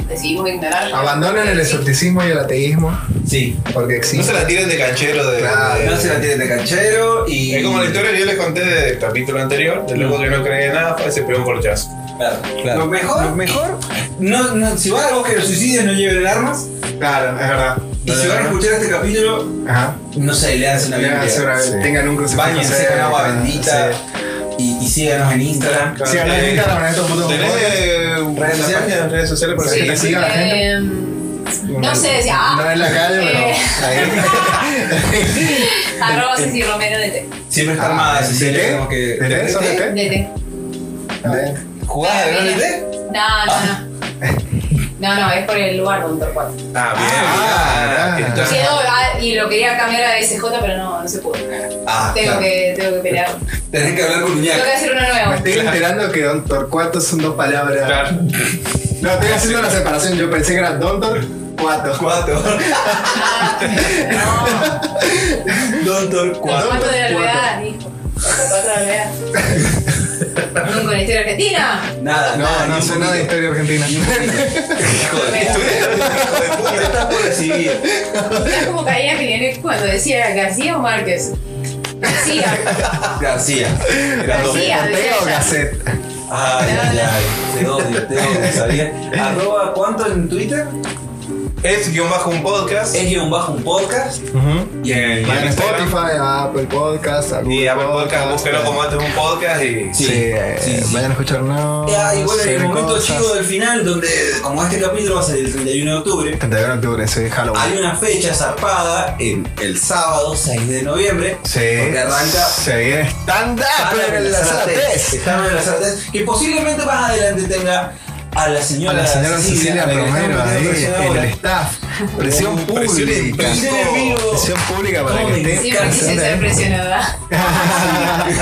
[SPEAKER 3] decidimos ignorar.
[SPEAKER 4] Abandonen el
[SPEAKER 3] Sí.
[SPEAKER 4] escepticismo y el ateísmo
[SPEAKER 2] Sí.
[SPEAKER 4] porque
[SPEAKER 10] No
[SPEAKER 4] existe.
[SPEAKER 10] se la tiren de canchero de.
[SPEAKER 4] Claro,
[SPEAKER 10] de-
[SPEAKER 2] No se la tienen de canchero y.
[SPEAKER 1] Es como la historia que yo les conté del capítulo anterior, del loco que no cree en nada, fue, se pegó un corchazo.
[SPEAKER 2] Claro, claro.
[SPEAKER 4] Lo mejor-
[SPEAKER 2] Lo mejor. No, no, si van al bosque de los suicidios, no lleven armas.
[SPEAKER 4] Claro, es verdad.
[SPEAKER 2] Y si van a escuchar este capítulo,
[SPEAKER 4] Ajá.
[SPEAKER 2] no sé, leanse una
[SPEAKER 4] Lean
[SPEAKER 2] Biblia.
[SPEAKER 4] una-
[SPEAKER 2] Sí.
[SPEAKER 4] Tengan un crucifijo.
[SPEAKER 2] Báñense
[SPEAKER 4] cerca,
[SPEAKER 2] con agua bendita.
[SPEAKER 4] sí.
[SPEAKER 2] Y, y síganos en Instagram.
[SPEAKER 4] Si hablas de Instagram en estos putos
[SPEAKER 1] ¿Tenés
[SPEAKER 4] podcasts,
[SPEAKER 1] eh, una
[SPEAKER 2] ¿Redes sociales?
[SPEAKER 1] página en redes sociales para
[SPEAKER 4] Sí.
[SPEAKER 1] que te
[SPEAKER 4] que
[SPEAKER 1] sigan?
[SPEAKER 4] siga la gente.
[SPEAKER 3] Eh, No sé, decía,
[SPEAKER 4] No
[SPEAKER 3] ah,
[SPEAKER 4] en la calle,
[SPEAKER 3] Eh.
[SPEAKER 4] pero ahí.
[SPEAKER 3] arroba Ceci Romero de T.
[SPEAKER 2] Siempre está
[SPEAKER 4] Ah,
[SPEAKER 2] más.
[SPEAKER 4] ¿de
[SPEAKER 2] Cecilia,
[SPEAKER 4] té?
[SPEAKER 2] tenemos que.
[SPEAKER 4] ¿De té? ¿Sos de
[SPEAKER 2] ¿Eh?
[SPEAKER 4] té?
[SPEAKER 3] De T.
[SPEAKER 2] ¿Jugás a verón de té?
[SPEAKER 3] No, no, no. No, no, es por el lugar donde lo cual.
[SPEAKER 1] Ah, bien.
[SPEAKER 4] Ah,
[SPEAKER 1] Ah,
[SPEAKER 4] ah,
[SPEAKER 1] entonces-
[SPEAKER 3] Quedó, ah, y lo quería cambiar a SJ, pero no, no se pudo.
[SPEAKER 2] Ah,
[SPEAKER 3] Tengo,
[SPEAKER 2] claro.
[SPEAKER 3] que, tengo que pelear.
[SPEAKER 2] Tenés que hablar con
[SPEAKER 3] Tengo que
[SPEAKER 2] Uñac.
[SPEAKER 3] hacer uno
[SPEAKER 4] Me
[SPEAKER 3] nuevo.
[SPEAKER 4] estoy enterando que Don Torcuato son dos palabras.
[SPEAKER 1] Claro.
[SPEAKER 4] No, estoy haciendo la separación. Yo pensé que era Don Torcuato.
[SPEAKER 2] Cuatro.
[SPEAKER 3] No,
[SPEAKER 2] Doctor
[SPEAKER 3] los
[SPEAKER 2] Cuatro.
[SPEAKER 3] cuartos de la alvear, hijo. Los cuartos de la alvear. Nunca en la historia argentina.
[SPEAKER 2] Nada,
[SPEAKER 4] No,
[SPEAKER 2] nada.
[SPEAKER 4] no sé nada de historia argentina.
[SPEAKER 2] Estás por recibir.
[SPEAKER 3] Es como caía Jiménez cuando decía García o Márquez. García.
[SPEAKER 2] García. Eran dos.
[SPEAKER 3] García.
[SPEAKER 4] ¿Ortega o Gasset?
[SPEAKER 2] Ay, ay, ay. Te odio, te odio, sabía. Arroba cuánto en Twitter?
[SPEAKER 1] Es guión bajo un podcast.
[SPEAKER 2] Es guión bajo un podcast.
[SPEAKER 1] Y en, y en
[SPEAKER 4] Vayan a
[SPEAKER 1] Spotify.
[SPEAKER 4] Spotify, a Apple Podcast, a
[SPEAKER 1] Y
[SPEAKER 4] Google
[SPEAKER 1] Apple Podcast, búsquelo como antes un podcast y.
[SPEAKER 4] Sí, eh,
[SPEAKER 2] Sí, sí.
[SPEAKER 4] vayan a escucharnos.
[SPEAKER 2] Ah, y bueno, en el momento
[SPEAKER 4] cosas.
[SPEAKER 2] chivo del final, donde como este capítulo va a ser el 31 de octubre,
[SPEAKER 4] 31 de octubre, sí, Halloween.
[SPEAKER 2] hay una fecha zarpada en el sábado 6 de noviembre,
[SPEAKER 4] Sí.
[SPEAKER 2] porque arranca
[SPEAKER 4] Se viene stand up
[SPEAKER 2] Están
[SPEAKER 4] en la sala test.
[SPEAKER 2] Están en la sala test, Que posiblemente más adelante tenga a la señora,
[SPEAKER 4] A la señora Cecilia
[SPEAKER 2] a la que
[SPEAKER 4] Romero
[SPEAKER 2] estamos
[SPEAKER 4] ahí,
[SPEAKER 2] haciendo presión
[SPEAKER 4] en
[SPEAKER 2] ahora.
[SPEAKER 4] el staff. Presión
[SPEAKER 2] Presión
[SPEAKER 4] pública.
[SPEAKER 2] Presión en vivo.
[SPEAKER 4] Presión pública para que esté.
[SPEAKER 3] Siempre quise
[SPEAKER 4] presente
[SPEAKER 3] ser
[SPEAKER 4] ahí.
[SPEAKER 3] presionada.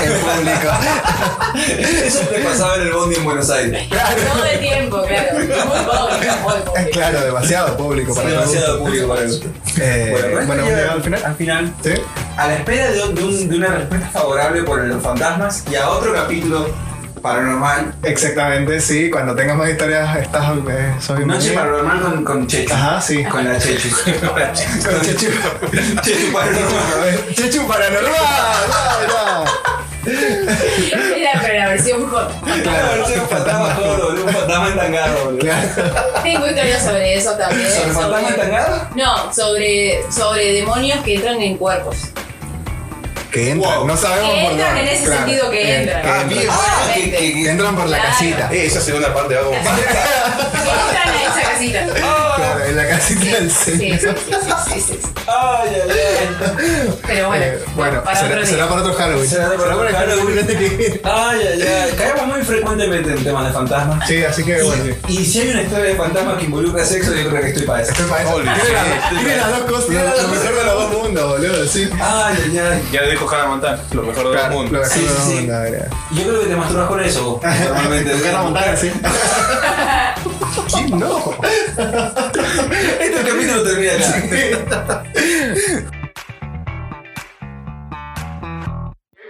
[SPEAKER 4] El público.
[SPEAKER 2] Eso te pasaba en el bondi en Buenos Aires.
[SPEAKER 3] Todo el tiempo, claro. Muy pobre, muy pobre.
[SPEAKER 4] Claro, demasiado público para
[SPEAKER 2] demasiado
[SPEAKER 4] todo.
[SPEAKER 2] público para eso.
[SPEAKER 4] Eh,
[SPEAKER 2] con esto
[SPEAKER 4] bueno, ¿hemos
[SPEAKER 2] ya-
[SPEAKER 4] llegado al final?
[SPEAKER 2] Al final.
[SPEAKER 4] Sí.
[SPEAKER 2] A la espera de, un- de un- de una respuesta favorable por los fantasmas y a otro capítulo paranormal.
[SPEAKER 4] Exactamente, sí. Cuando tengas más historias, estás. eh, soy
[SPEAKER 2] Noche
[SPEAKER 4] bienvenido.
[SPEAKER 2] paranormal con, con Chechu.
[SPEAKER 4] Ajá, sí.
[SPEAKER 2] Con la Chechu. con Chechu. Chechu paranormal.
[SPEAKER 4] Chechu paranormal. No, no.
[SPEAKER 3] Era pero la versión J.
[SPEAKER 2] Claro, ese es un fantasma todo, boludo. Un fantasma entangado, boludo.
[SPEAKER 4] Claro.
[SPEAKER 3] Tengo historias sobre eso también.
[SPEAKER 2] ¿Sobre fantasma entangado?
[SPEAKER 3] no, sobre, sobre demonios que entran en cuerpos.
[SPEAKER 4] Que entran,
[SPEAKER 1] Wow.
[SPEAKER 4] no sabemos
[SPEAKER 3] Que
[SPEAKER 4] por
[SPEAKER 3] entran
[SPEAKER 4] dónde.
[SPEAKER 3] en ese sentido que
[SPEAKER 4] bien,
[SPEAKER 3] entran.
[SPEAKER 4] que
[SPEAKER 1] Ah, bien.
[SPEAKER 2] Ah, que- que-
[SPEAKER 4] Que
[SPEAKER 2] que-
[SPEAKER 4] entran por la
[SPEAKER 3] Claro.
[SPEAKER 4] casita.
[SPEAKER 1] Eh, esa segunda parte va como.
[SPEAKER 3] Que entran a esa casita.
[SPEAKER 4] Claro, en la casita del
[SPEAKER 3] Sí, sí,
[SPEAKER 4] señor.
[SPEAKER 3] sí, sí, sí, sí, sí.
[SPEAKER 2] Ay, ay, ay.
[SPEAKER 3] Pero bueno,
[SPEAKER 4] Eh, bueno,
[SPEAKER 3] para otro
[SPEAKER 4] será,
[SPEAKER 3] día.
[SPEAKER 4] será para otro Halloween.
[SPEAKER 2] Será para otro
[SPEAKER 4] para el
[SPEAKER 2] Halloween.
[SPEAKER 4] que-
[SPEAKER 2] Ay, ay, ay. Caemos muy frecuentemente en temas de fantasmas.
[SPEAKER 4] Sí, así que bueno. sí.
[SPEAKER 2] Y, y si hay una historia de fantasma que involucra sexo, yo creo que estoy para eso.
[SPEAKER 4] Estoy para eso.
[SPEAKER 1] Holy
[SPEAKER 4] Tiene
[SPEAKER 1] shit.
[SPEAKER 4] las- Tiene las dos cosas,
[SPEAKER 2] Tiene las
[SPEAKER 4] lo
[SPEAKER 2] dos
[SPEAKER 4] mejor de los dos mundos, boludo. Sí.
[SPEAKER 2] Ay, ay, ay.
[SPEAKER 1] Ya lo dijo Hannah Montana, lo mejor del
[SPEAKER 4] Claro, lo
[SPEAKER 1] mundo.
[SPEAKER 4] mejor
[SPEAKER 2] Sí,
[SPEAKER 4] de los
[SPEAKER 2] sí,
[SPEAKER 4] dos
[SPEAKER 2] sí.
[SPEAKER 4] mundos, la verdad.
[SPEAKER 2] Yo creo que te masturbas con eso, vos. Normalmente.
[SPEAKER 4] Tocar la montaña, sí. ¿Quién no?
[SPEAKER 2] Este capítulo termina acá.
[SPEAKER 7] Mi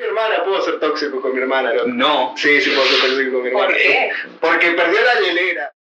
[SPEAKER 7] hermana pudo ser tóxico con mi hermana, ¿no?
[SPEAKER 8] No.
[SPEAKER 7] Sí, sí puedo ser tóxico con mi hermana.
[SPEAKER 8] qué?
[SPEAKER 7] Porque perdió la hielera.